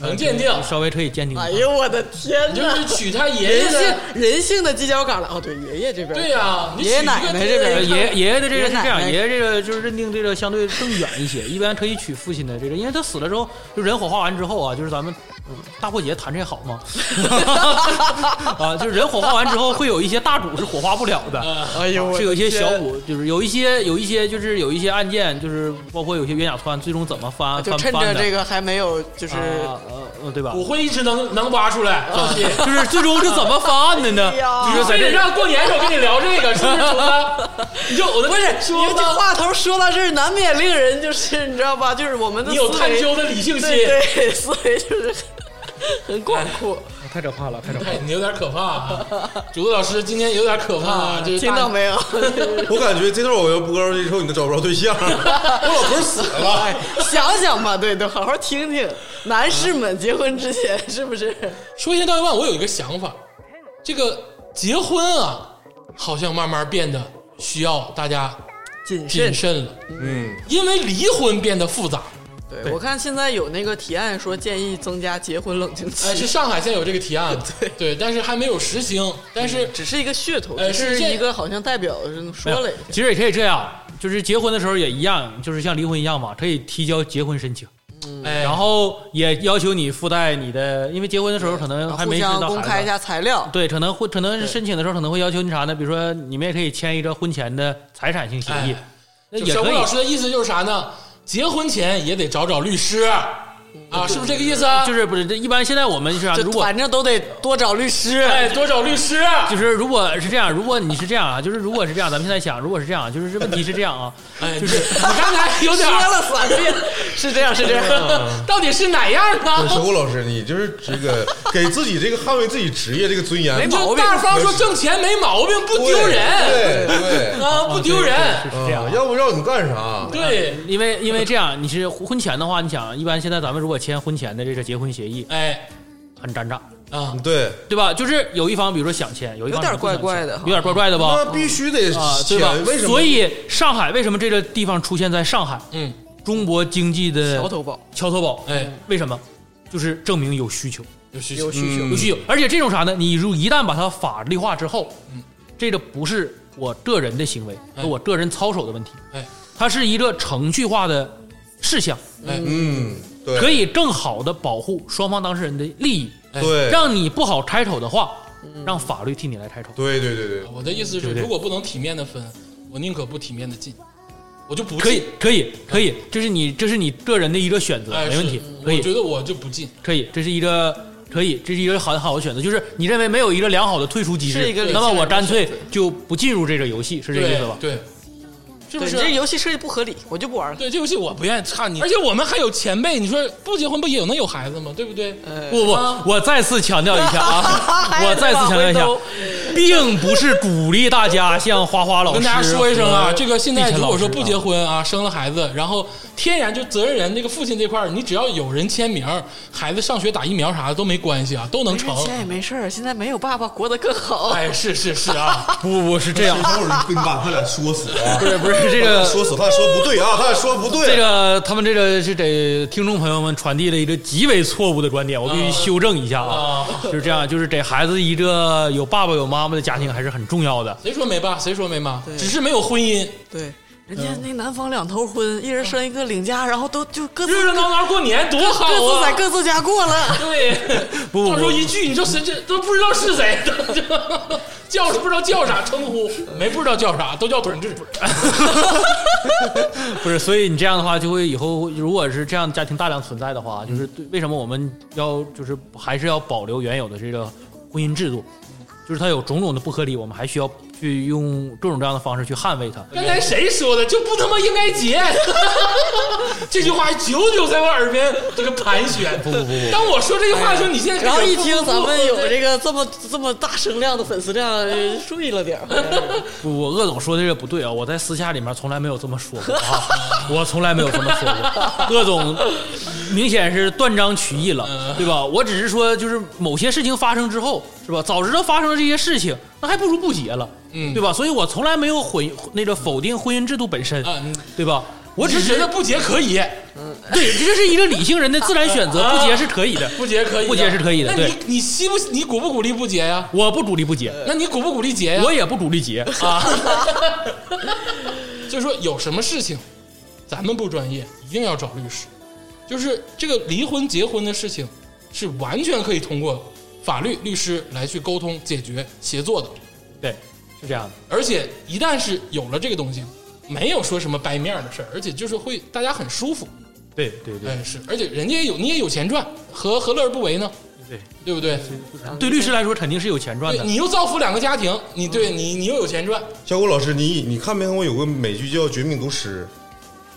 [SPEAKER 1] 能鉴定，
[SPEAKER 4] 稍微可以鉴定一下
[SPEAKER 2] 哎。呦我的天
[SPEAKER 1] 你就
[SPEAKER 2] 哪
[SPEAKER 1] 是！取他爷
[SPEAKER 2] 人
[SPEAKER 1] 爷
[SPEAKER 2] 性
[SPEAKER 1] 的，
[SPEAKER 2] 人性的犄角旮旯哦，对爷爷这边
[SPEAKER 1] 对呀、你取
[SPEAKER 2] 爷爷
[SPEAKER 1] 一个
[SPEAKER 2] 奶奶这
[SPEAKER 1] DNA
[SPEAKER 4] 呃
[SPEAKER 2] 边
[SPEAKER 4] 爷爷爷的这个
[SPEAKER 2] 爷
[SPEAKER 4] 是
[SPEAKER 2] 奶哎
[SPEAKER 4] 这样，
[SPEAKER 2] 奶
[SPEAKER 4] 爷爷这个就是认定这个相对更远一些，一般可以取父亲的这个，因为他死了之后，就人火化完之后啊，就是咱们嗯大过节谈这好吗？ 啊，就是人火化完之后，会有一些大骨是火化不了的。啊
[SPEAKER 2] 哎呦，我
[SPEAKER 4] 是有一些
[SPEAKER 2] 的
[SPEAKER 4] 小
[SPEAKER 2] 天
[SPEAKER 4] 骨，就是有一些有一些就是有一些案件，就是包括有些冤假错案，最终怎么翻
[SPEAKER 2] 啊就
[SPEAKER 4] 翻
[SPEAKER 2] 趁
[SPEAKER 4] 翻
[SPEAKER 2] 着
[SPEAKER 4] 的，
[SPEAKER 2] 这个还没有就是
[SPEAKER 4] 啊呃呃对吧？
[SPEAKER 1] 骨灰一直能能挖出来，
[SPEAKER 2] 啊
[SPEAKER 1] 啊放心。
[SPEAKER 4] 就是最终是怎么翻案的 呢
[SPEAKER 2] 哎？呀
[SPEAKER 4] 就是在
[SPEAKER 1] 非得
[SPEAKER 4] 这
[SPEAKER 1] 让过年的时候跟你聊这个，是不是竹 子？你就我的不是
[SPEAKER 2] 因
[SPEAKER 1] 说
[SPEAKER 2] 为这
[SPEAKER 1] 吧，
[SPEAKER 2] 话头说到这儿，难免令人就是你知道吧？就是我们的
[SPEAKER 1] 你有
[SPEAKER 2] 思
[SPEAKER 1] 探
[SPEAKER 2] 维
[SPEAKER 1] 究的理性心，
[SPEAKER 2] 对对，思维就是很广阔。
[SPEAKER 4] 太可怕了，太可怕
[SPEAKER 1] 哎
[SPEAKER 4] 了。，
[SPEAKER 1] 你有点可怕、啊，竹子老师今天有点可怕、啊，这
[SPEAKER 2] 听到没有？
[SPEAKER 3] 我感觉这段我要播上去之后，你都找不着对象， 我老头儿死了。
[SPEAKER 2] 想想吧，对，都好好听听。男士们结婚之前是不是？
[SPEAKER 1] 说一千道一万，我有一个想法，这个结婚啊，好像慢慢变得需要大家
[SPEAKER 2] 谨
[SPEAKER 1] 谨
[SPEAKER 2] 慎。
[SPEAKER 1] 慎了，
[SPEAKER 3] 嗯，
[SPEAKER 1] 因为离婚变得复杂。
[SPEAKER 2] 对，我看现在有那个提案说建议增加结婚冷静期，
[SPEAKER 1] 哎，是上海现在有这个提案，对但是还没有实行。但是
[SPEAKER 2] 只是一个噱头，
[SPEAKER 1] 哎
[SPEAKER 2] 只是
[SPEAKER 1] 是这
[SPEAKER 2] 一个好像代表
[SPEAKER 4] 没
[SPEAKER 2] 说
[SPEAKER 4] 有
[SPEAKER 2] 了一下。
[SPEAKER 4] 其实也可以这样，就是结婚的时候也一样，就是像离婚一样嘛，可以提交结婚申请，
[SPEAKER 1] 哎，
[SPEAKER 4] 嗯然后也要求你附带你的，因为结婚的时候可能还
[SPEAKER 2] 互
[SPEAKER 4] 没知
[SPEAKER 2] 相
[SPEAKER 4] 道
[SPEAKER 2] 公
[SPEAKER 4] 孩
[SPEAKER 2] 开
[SPEAKER 4] 子
[SPEAKER 2] 一下材料，
[SPEAKER 4] 对，可能会可能是申请的时候可能会要求你啥呢？比如说你们也可以签一个婚前的财产性协议
[SPEAKER 1] 哎，
[SPEAKER 4] 那
[SPEAKER 1] 就
[SPEAKER 4] 也
[SPEAKER 1] 小
[SPEAKER 4] 可
[SPEAKER 1] 顾
[SPEAKER 4] 以
[SPEAKER 1] 老。师的意思就是啥呢？结婚前也得找找律师啊，是不是这个意思啊？
[SPEAKER 4] 就是不是这一般现在我们是啥？啊如
[SPEAKER 2] 就
[SPEAKER 4] 果
[SPEAKER 2] 反正都得多找律师。
[SPEAKER 1] 哎，多找律师。
[SPEAKER 4] 就是如果是这样，如果你是这样啊，就是如果是这样，咱们现在想，如果是这样，就是这问题是这样啊，
[SPEAKER 1] 哎，
[SPEAKER 4] 就是
[SPEAKER 1] 你刚才 有点
[SPEAKER 2] 说
[SPEAKER 1] 儿，
[SPEAKER 2] 了三遍， 是这样，是这样。
[SPEAKER 1] 到底是哪样啊
[SPEAKER 3] 小
[SPEAKER 1] 呢？
[SPEAKER 3] 郭老师，你就是这个给自己这个捍卫自己职业这个尊严，
[SPEAKER 2] 没毛
[SPEAKER 1] 就
[SPEAKER 2] 病
[SPEAKER 1] 大方说挣钱没毛病，不
[SPEAKER 3] 对
[SPEAKER 1] 丢人
[SPEAKER 3] 对对，
[SPEAKER 1] 啊，不丢
[SPEAKER 4] 是
[SPEAKER 1] 人。
[SPEAKER 4] 这样
[SPEAKER 3] 啊。要不让你干啥？
[SPEAKER 1] 对，
[SPEAKER 4] 因为因为这样，你是婚前的话，你想，一般现在咱们如果签婚前的这个结婚协议，
[SPEAKER 1] 哎
[SPEAKER 4] 很尴尬，
[SPEAKER 1] 啊，
[SPEAKER 3] 嗯对，
[SPEAKER 4] 对吧？就是有一方比如说想签，有一
[SPEAKER 2] 有
[SPEAKER 4] 方
[SPEAKER 2] 点
[SPEAKER 4] 可能不
[SPEAKER 2] 怪
[SPEAKER 4] 想
[SPEAKER 2] 怪
[SPEAKER 4] 签
[SPEAKER 2] 的哈
[SPEAKER 4] 有点怪怪的吧
[SPEAKER 3] 那？必须得
[SPEAKER 4] 啊，对吧
[SPEAKER 3] 钱，？为什么？
[SPEAKER 4] 所以上海为什么这个地方出现在上海？
[SPEAKER 1] 嗯，
[SPEAKER 4] 中国经济的
[SPEAKER 2] 桥头堡
[SPEAKER 4] 桥头堡，
[SPEAKER 1] 哎，
[SPEAKER 4] 为什么？就是证明有需求，
[SPEAKER 1] 有需
[SPEAKER 2] 有
[SPEAKER 1] 求，
[SPEAKER 2] 需求，
[SPEAKER 4] 有需求。而且这种啥呢？你如一旦把它法律化之后，这个不是我个人的行为
[SPEAKER 1] 哎
[SPEAKER 4] 和我个人操守的问题，
[SPEAKER 1] 哎
[SPEAKER 4] 它是一个程序化的事项，
[SPEAKER 1] 哎，
[SPEAKER 3] 嗯，对，
[SPEAKER 4] 可
[SPEAKER 3] 以，
[SPEAKER 4] 以更好的保护双方当事人的利益，
[SPEAKER 1] 哎
[SPEAKER 3] 对，
[SPEAKER 4] 让你不好开口的话，
[SPEAKER 1] 嗯
[SPEAKER 4] 让法律替你来开口。
[SPEAKER 3] 对对 对对，
[SPEAKER 1] 我的意思
[SPEAKER 4] 对
[SPEAKER 1] 是，
[SPEAKER 4] 不对
[SPEAKER 1] 如果不能体面的分，我宁可不体面的进，我就不进
[SPEAKER 4] 可以，，可以，可以，这是你这是你个人的一个选择，
[SPEAKER 1] 哎，
[SPEAKER 4] 没问题
[SPEAKER 1] 是，
[SPEAKER 4] 可以
[SPEAKER 1] 我。觉得我就不进，
[SPEAKER 4] 可以，这是一个可以，这是一个很好的选择，就是你认为没有一个良好的退出机制，
[SPEAKER 2] 是一个理性
[SPEAKER 4] 那么我
[SPEAKER 2] 的
[SPEAKER 4] 干脆就不进入这个游戏，是这个意思吧？
[SPEAKER 1] 对，对是不
[SPEAKER 2] 对，
[SPEAKER 1] 是
[SPEAKER 2] 你？这游戏设计不合理，我就不玩了。，
[SPEAKER 1] 对，这游戏我不愿意看你，而且我们还有前辈，你说不结婚不也有能有孩子吗？对不对？
[SPEAKER 4] 不不，
[SPEAKER 1] 啊
[SPEAKER 4] 我再次强调一下 啊我再次强调一
[SPEAKER 2] 还
[SPEAKER 4] 下
[SPEAKER 2] 得往回，
[SPEAKER 4] 并不是鼓励大家像花花老师呃
[SPEAKER 1] 跟大家说一声啊，这个现在
[SPEAKER 4] 碧晨
[SPEAKER 1] 如
[SPEAKER 4] 老
[SPEAKER 1] 果
[SPEAKER 4] 师
[SPEAKER 1] 说不结婚啊，生了孩子，然后天然就责任人那个父亲这块儿，你只要有人签名，孩子上学打疫苗啥的都没关系啊，都能成。
[SPEAKER 2] 之前也没事儿，现在没有爸爸过得更好。
[SPEAKER 1] 哎，是是是啊，
[SPEAKER 4] 不不是这样，
[SPEAKER 3] 等会儿你把他俩说死啊！
[SPEAKER 4] 不是不是这个
[SPEAKER 3] 说死，他俩说不对啊，他俩说不对。
[SPEAKER 4] 这个他们这个是给听众朋友们传递了一个极为错误的观点，我必须修正一下啊，就是这样，就是给孩子一个有爸爸有妈妈的家庭还是很重要的。
[SPEAKER 1] 谁说没爸谁说没妈，只是没有婚姻，
[SPEAKER 2] 对，人家那南方两头婚，一人生一个领家，然后都就各自
[SPEAKER 1] 热热闹闹过年多好
[SPEAKER 2] 各自在
[SPEAKER 1] 啊！
[SPEAKER 2] 各自家过 了。
[SPEAKER 1] 对，
[SPEAKER 4] 不不
[SPEAKER 1] 到时候
[SPEAKER 4] 不，
[SPEAKER 1] 一聚，你说谁这都不知道是谁，都就 叫不知道叫啥称呼，没不知道叫啥，都叫同志。
[SPEAKER 4] 不是，所以你这样的话，就会以后如果是这样的家庭大量存在的话，就是对为什么我们要就是还是要保留原有的这个婚姻制度，就是它有种种的不合理，我们还需要去用各种各样的方式去捍卫它。
[SPEAKER 1] 刚才谁说的？就不他妈应该结， 这句话久久在我耳边这个盘旋。不不不当我说这句话的时候，你现在
[SPEAKER 2] 然后一听咱们有
[SPEAKER 1] 这
[SPEAKER 2] 这个这么这么大声量的粉丝量，呃注意了点儿。
[SPEAKER 4] 不，我鄂总说的这个不对啊！我在私下里面从来没有这么说过啊，我从来没有这么说过。鄂总明显是断章取义了，对吧？我只是说，就是某些事情发生之后，是吧？早知道发生了这些事情，那还不如不结了，
[SPEAKER 1] 嗯
[SPEAKER 4] 对吧？所以我从来没有毁那个否定婚姻制度本身，
[SPEAKER 1] 啊，你
[SPEAKER 4] 对吧？我
[SPEAKER 1] 我
[SPEAKER 4] 只
[SPEAKER 1] 只
[SPEAKER 4] 是
[SPEAKER 1] 是觉得不结可以，
[SPEAKER 4] 对，这是一个理性人的自然选择，不结是可以的。
[SPEAKER 1] 不结可以的，啊
[SPEAKER 4] 不结是可以的
[SPEAKER 1] 那你你希不你鼓不鼓励不结呀？
[SPEAKER 4] 我不鼓励不结，
[SPEAKER 1] 那你鼓不鼓励结呀？
[SPEAKER 4] 我也不鼓励结。
[SPEAKER 1] 就是说有什么事情，咱们不专业，一定要找律师。就是这个离婚、结婚的事情，是完全可以通过法律、律师来去沟通、解决、协作的。
[SPEAKER 4] 对，是这样的。
[SPEAKER 1] 而且一旦是有了这个东西，没有说什么掰面儿的事儿，而且就是会大家很舒服。
[SPEAKER 4] 对对对
[SPEAKER 1] 哎，是，而且人家也有，你也有钱赚，何何乐而不为呢？
[SPEAKER 4] 对，
[SPEAKER 1] 对不对？
[SPEAKER 4] 对律师来说肯定是有钱赚
[SPEAKER 1] 啊对
[SPEAKER 4] 的。
[SPEAKER 1] 你又造福两个家庭，你对你你又有钱赚，
[SPEAKER 3] 小郭老师，你你看没看过有个美剧叫《绝命毒师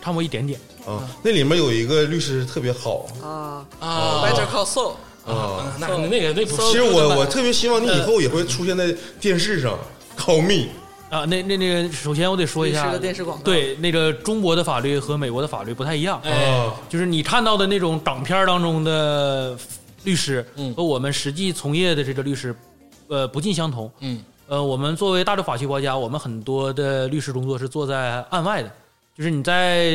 [SPEAKER 4] 看过一点点。》
[SPEAKER 3] 啊？那里面有一个律师特别好
[SPEAKER 2] 啊
[SPEAKER 1] 啊
[SPEAKER 2] 哦，Better Call Saul，
[SPEAKER 3] 啊。
[SPEAKER 1] 那那个那不
[SPEAKER 3] 其
[SPEAKER 1] 是
[SPEAKER 3] 实我我特别希
[SPEAKER 4] 嗯
[SPEAKER 3] 望你以后也会出现在电视上，Call me。
[SPEAKER 4] 啊，那那那个，首先我得说一
[SPEAKER 2] 律
[SPEAKER 4] 下
[SPEAKER 2] 师的电视广告
[SPEAKER 4] 对那个中国的法律和美国的法律不太一样，
[SPEAKER 3] 哦啊
[SPEAKER 1] 哎，
[SPEAKER 4] 就是你看到的那种港片儿当中的律师，
[SPEAKER 1] 嗯
[SPEAKER 4] 和我们实际从业的这个律师，呃，不尽相同。
[SPEAKER 1] 嗯
[SPEAKER 4] 呃，我们作为大陆法系国家，我们很多的律师工作是做在案外的，就是你在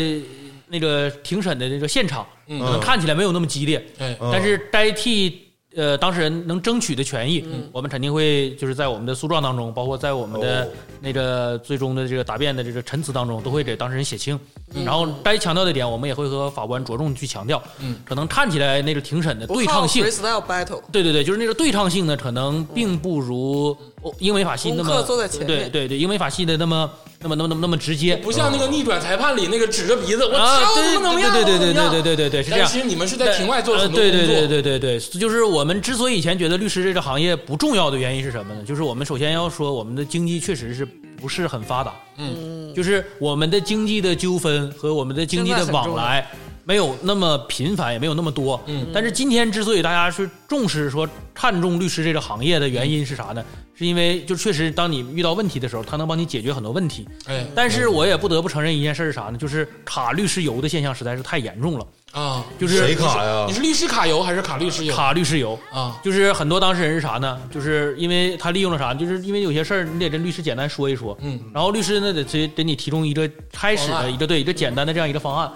[SPEAKER 4] 那个庭审的那个现场，
[SPEAKER 1] 嗯
[SPEAKER 4] 可能看起来没有那么激烈，
[SPEAKER 1] 哎
[SPEAKER 3] 嗯
[SPEAKER 4] 但是代替呃当事人能争取的权益，嗯我们肯定会就是在我们的诉状当中，包括在我们的
[SPEAKER 3] 哦
[SPEAKER 4] 那个最终的这个答辩的这个陈词当中，都会给当事人写清。然后该强调的点，我们也会和法官着重去强调。
[SPEAKER 1] 嗯
[SPEAKER 4] 可能看起来那个庭审的对抗性，
[SPEAKER 2] freestyle battle，
[SPEAKER 4] 对对对，就是那个对抗性呢，可能并不如哦英美法系那
[SPEAKER 2] 功
[SPEAKER 4] 么
[SPEAKER 2] 课坐在前面
[SPEAKER 4] 对对对，英美法系的那么那么那么那么那么直接。
[SPEAKER 1] 不像那个逆转裁判里那个指着鼻子，我
[SPEAKER 4] 啊
[SPEAKER 1] 敲，
[SPEAKER 4] 对
[SPEAKER 1] 怎么怎么样，
[SPEAKER 4] 对对对
[SPEAKER 1] 怎么怎么
[SPEAKER 4] 对对
[SPEAKER 1] 样
[SPEAKER 4] 对对对，是这
[SPEAKER 1] 但
[SPEAKER 4] 样。
[SPEAKER 1] 其实你们是在庭外做很多
[SPEAKER 4] 呃
[SPEAKER 1] 工作，
[SPEAKER 4] 对对对对对对，就是我们之所以以前觉得律师这个行业不重要的原因是什么呢？就是我们首先要说，我们的经济确实是不是很发达，嗯，就是我们的经济的纠纷和我们的经济的往来没有那么频繁，也没有那么多，嗯。但是今天之所以大家是重视说看重律师这个行业的原因是啥呢？是因为就确实当你遇到问题的时候，他能帮你解决很多问题，
[SPEAKER 1] 哎
[SPEAKER 4] 但是我也不得不承认一件事是啥呢？就是卡律师油的现象实在是太严重了，
[SPEAKER 1] 啊，
[SPEAKER 4] 就是
[SPEAKER 3] 谁卡呀
[SPEAKER 1] 你？是律师卡油还是卡律师油
[SPEAKER 4] 卡律师油。
[SPEAKER 1] 啊？
[SPEAKER 4] 就是很多当事人是啥呢？就是因为他利用了啥？就是因为有些事儿你得跟律师简单说一说，
[SPEAKER 1] 嗯，
[SPEAKER 4] 然后律师呢得得得你提供一个开始
[SPEAKER 1] 方
[SPEAKER 4] 的
[SPEAKER 1] 案
[SPEAKER 4] 一个对一个简单的这样一个方案。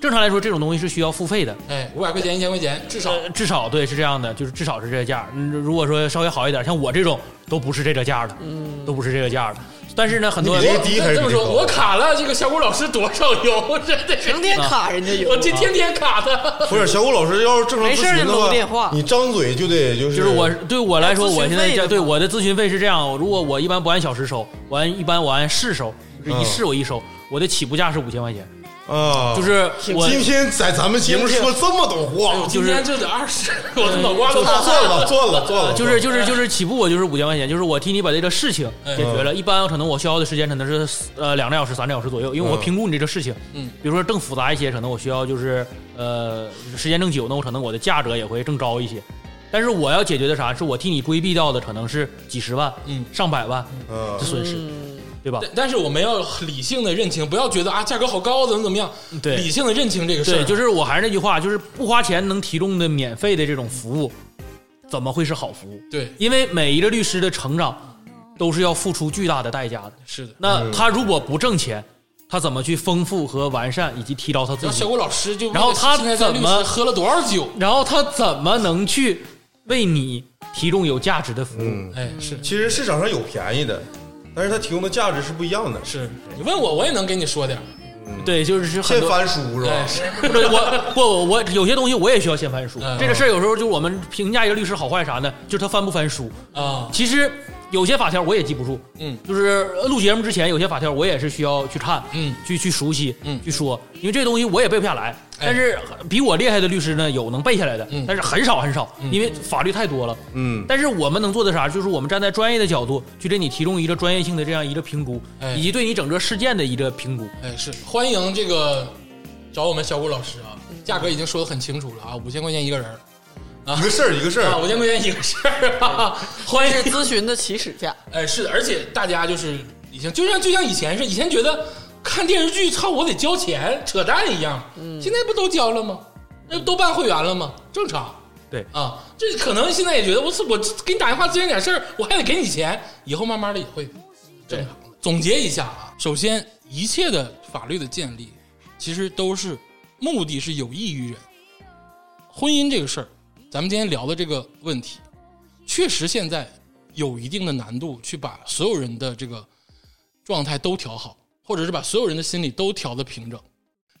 [SPEAKER 4] 正常来说，这种东西是需要付费的，
[SPEAKER 1] 哎，五百块钱一千块钱至少
[SPEAKER 4] 呃，至少对是这样的，就是至少是这个价儿。嗯如果说稍微好一点，像我这种都不是这个价儿的，嗯，都不是这个价儿的。但是呢，很多
[SPEAKER 3] 你比这个低还是
[SPEAKER 1] 这么
[SPEAKER 3] 比这
[SPEAKER 1] 说，
[SPEAKER 3] 高
[SPEAKER 1] 我卡了这个小谷老师多少油？这这
[SPEAKER 2] 成天卡人家
[SPEAKER 1] 我
[SPEAKER 2] 有。
[SPEAKER 1] 这天天卡他。
[SPEAKER 3] 不是小谷老师，要是正常
[SPEAKER 2] 没
[SPEAKER 3] 咨
[SPEAKER 2] 事儿
[SPEAKER 3] 询
[SPEAKER 2] 就
[SPEAKER 3] 的
[SPEAKER 2] 搂
[SPEAKER 3] 话，
[SPEAKER 2] 电话
[SPEAKER 3] 你张嘴就得就是
[SPEAKER 4] 就是我对我来说，
[SPEAKER 2] 还有咨询
[SPEAKER 4] 我现在
[SPEAKER 2] 费的
[SPEAKER 4] 家
[SPEAKER 2] 吗
[SPEAKER 4] 对我的咨询费是这样，如果我一般不按小时收，我按一般我按市收，就是一
[SPEAKER 3] 嗯
[SPEAKER 4] 市我一收，我的起步价是五千块钱，
[SPEAKER 3] 啊，
[SPEAKER 4] 就是我
[SPEAKER 3] 今天在咱们节目说这么多话，
[SPEAKER 1] 今天就得二 十，我的脑瓜都
[SPEAKER 3] 赚
[SPEAKER 1] 打碎
[SPEAKER 3] 了赚了赚了，
[SPEAKER 4] 就是就是就是起步我就是五千块钱，就是我替你把这个事情
[SPEAKER 1] 哎
[SPEAKER 4] 解决了。一般可能我消耗的时间可能是四呃两个小时、三个小时左右，因为我
[SPEAKER 3] 嗯
[SPEAKER 4] 评估你这个事情。
[SPEAKER 1] 嗯，
[SPEAKER 4] 比如说更复杂一些，可能我需要就是呃时间更久，那我可能我的价格也会更高一些。但是我要解决的啥，是我替你规避掉的可能是几十万、
[SPEAKER 1] 嗯
[SPEAKER 4] 上百万
[SPEAKER 3] 嗯
[SPEAKER 4] 的损失，对吧？
[SPEAKER 1] 但但是我们要理性的认清，不要觉得啊价格好高，怎么怎么样，
[SPEAKER 4] 嗯对
[SPEAKER 1] 理性的认清这个事儿，
[SPEAKER 4] 对，就是是我还是那句话，就是不花钱能提供的免费的这种服务，怎么会是好服务？
[SPEAKER 1] 对，
[SPEAKER 4] 因为每一个律师的成长都是要付出巨大的代价的。
[SPEAKER 1] 是的。
[SPEAKER 4] 那他如果不挣钱，他怎么去丰富和完善以及提高他自
[SPEAKER 1] 然后小
[SPEAKER 4] 己？
[SPEAKER 1] 谷老师就，
[SPEAKER 4] 然后他
[SPEAKER 1] 现在在
[SPEAKER 4] 怎
[SPEAKER 1] 律
[SPEAKER 4] 么
[SPEAKER 1] 师喝了多少酒？
[SPEAKER 4] 然后他怎么能去为你提供有价值的服务？
[SPEAKER 3] 嗯，
[SPEAKER 1] 哎，是
[SPEAKER 3] 其实市场上有便宜的，但是它提供的价值是不一样的。
[SPEAKER 1] 是，你问我我也能给你说点儿，
[SPEAKER 4] 对，就是
[SPEAKER 3] 现
[SPEAKER 4] 很多。
[SPEAKER 3] 翻书是
[SPEAKER 1] 哎，
[SPEAKER 3] 吧？
[SPEAKER 1] 是
[SPEAKER 4] 不是我不我我有些东西我也需要先翻书。
[SPEAKER 1] 嗯
[SPEAKER 4] 这个事儿有时候就是我们评价一个律师好坏啥呢，就是他翻不翻书。
[SPEAKER 1] 啊，
[SPEAKER 4] 其实有些法条我也记不住，
[SPEAKER 1] 嗯
[SPEAKER 4] 就是录节目之前有些法条我也是需要去看，
[SPEAKER 1] 嗯
[SPEAKER 4] 去去熟悉，
[SPEAKER 1] 嗯
[SPEAKER 4] 去说，因为这东西我也背不下来。
[SPEAKER 1] 哎
[SPEAKER 4] 但是呃比我厉害的律师呢，有能背下来的，
[SPEAKER 1] 嗯
[SPEAKER 4] 但是很少很少，因为法律太多了。
[SPEAKER 3] 嗯，
[SPEAKER 4] 但是我们能做的啥，就是我们站在专业的角度去给你提供一个专业性的这样一个评估，
[SPEAKER 1] 哎
[SPEAKER 4] 以及对你整个事件的一个评估。
[SPEAKER 1] 哎，是欢迎这个找我们小谷老师啊，价格已经说的很清楚了啊，五千块钱一个人儿
[SPEAKER 3] 一个事儿一个事
[SPEAKER 1] 啊，
[SPEAKER 3] 儿，
[SPEAKER 1] 五千块钱一个事儿啊，欢迎
[SPEAKER 2] 这是咨询的起始价，
[SPEAKER 1] 哎，是的，而且大家就是以前，就像就像以前是，以前觉得看电视剧，操，我得交钱，扯淡一样。嗯，现在不都交了吗？那都办会员了吗？正常。
[SPEAKER 4] 对
[SPEAKER 1] 啊，这可能现在也觉得我是我给你打电话咨询点事儿，我还得给你钱，以后慢慢的也会正常的。总结一下啊，首先一切的法律的建立，其实都是目的是有益于人。婚姻这个事儿，咱们今天聊的这个问题，确实现在有一定的难度，去把所有人的这个状态都调好，或者是把所有人的心理都调的平整。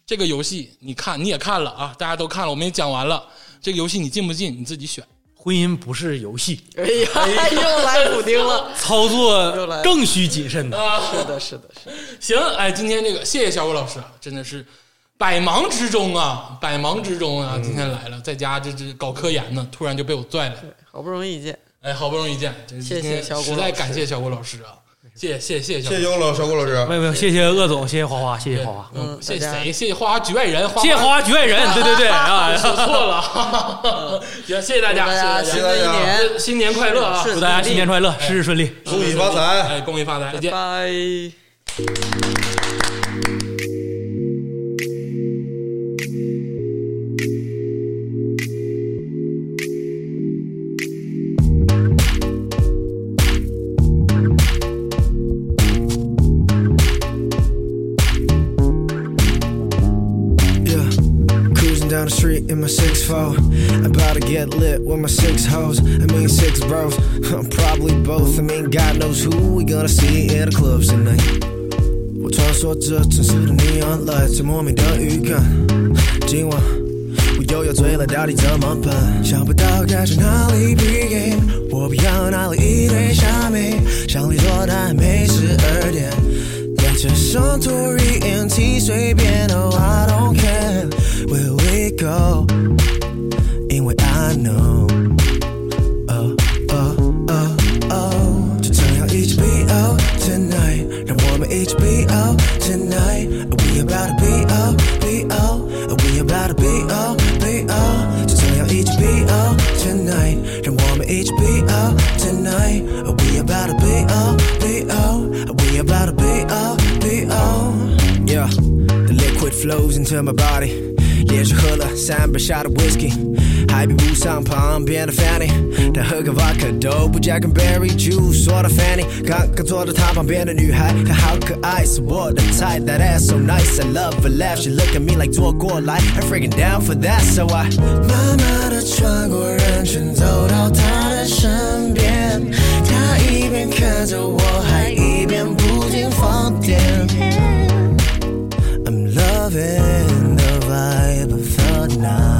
[SPEAKER 1] 这个游戏你看你也看了啊，大家都看了，我们也讲完了。这个游戏你进不进你自己选。
[SPEAKER 4] 婚姻不是游 戏，
[SPEAKER 2] 哎呀，又来补丁了。
[SPEAKER 4] 操
[SPEAKER 2] 又
[SPEAKER 4] 作
[SPEAKER 2] 来
[SPEAKER 4] 更需谨慎
[SPEAKER 1] 啊
[SPEAKER 4] 的。
[SPEAKER 2] 是的，是的，是的。
[SPEAKER 1] 行，哎，今天这个谢谢小谷老师，啊，真的是百忙之中啊，百忙之中啊，今天来了，在家这这搞科研呢，突然就被我拽来了。
[SPEAKER 2] 好不容易见，
[SPEAKER 1] 哎，好不容易见，这
[SPEAKER 2] 谢谢
[SPEAKER 1] 今天
[SPEAKER 2] 小谷
[SPEAKER 1] 实
[SPEAKER 2] 老
[SPEAKER 1] 在
[SPEAKER 2] 师
[SPEAKER 1] 感谢小谷老师啊。谢谢谢谢小
[SPEAKER 3] 谢谢小郭老小郭老师，
[SPEAKER 4] 没有没有，谢谢鄂总，谢谢花花，谢谢花花，
[SPEAKER 1] 嗯，谢谢
[SPEAKER 2] 啊大家
[SPEAKER 1] 谁？谢谢花花局外人，花
[SPEAKER 4] 谢谢花花局外人，对对 对啊，
[SPEAKER 1] 哎 说错了， 行，谢谢大家，
[SPEAKER 2] 大家
[SPEAKER 1] 谢
[SPEAKER 2] 新
[SPEAKER 1] 谢
[SPEAKER 2] 的一年，
[SPEAKER 1] 新年快乐啊！
[SPEAKER 2] 是
[SPEAKER 4] 祝大家新年快乐，事事顺利。
[SPEAKER 3] 恭喜发财。
[SPEAKER 1] 哎，恭喜发财，再见。
[SPEAKER 2] 拜。
[SPEAKER 6] Yeah, cruising down the street in my six four. About to get lit with my six hoes. I mean six bros, probably both. I mean God knows who we gonna see in the clubs tonight. 我穿梭着城市的 neon lights，在莫名的预感。今晚我又要醉了，到底怎么办？想不到该去哪里 begin，我不要哪里一堆虾米，想你说但没十二点。两只手突然踢，随便，Oh I don't care，Where we go？因为 I know。oh, oh, oh, oh. 就这样一起 be out tonight，让我们一起 be out tonight。We about to be out, be out, we about to be out, be out。就这样一起 be out tonight，让我们一起 be out tonight。We about to be out, be out, we about to be out, be out。Yeah, the liquid flows into my body。连续喝了三杯 shot of whiskey，还比不上旁边的 Fanny。他喝个 vodka 都不加根 berry juice。说到 Fanny，刚刚坐在他旁边的女孩，她好可爱，是我的菜。That ass so nice, I love her laugh. She look at me like 坐过来，I'm freaking down for that, so I 慢慢的穿过人群，走到她的身边。她一边看着我，还一边不停放电。I'm loving the vibe of the night.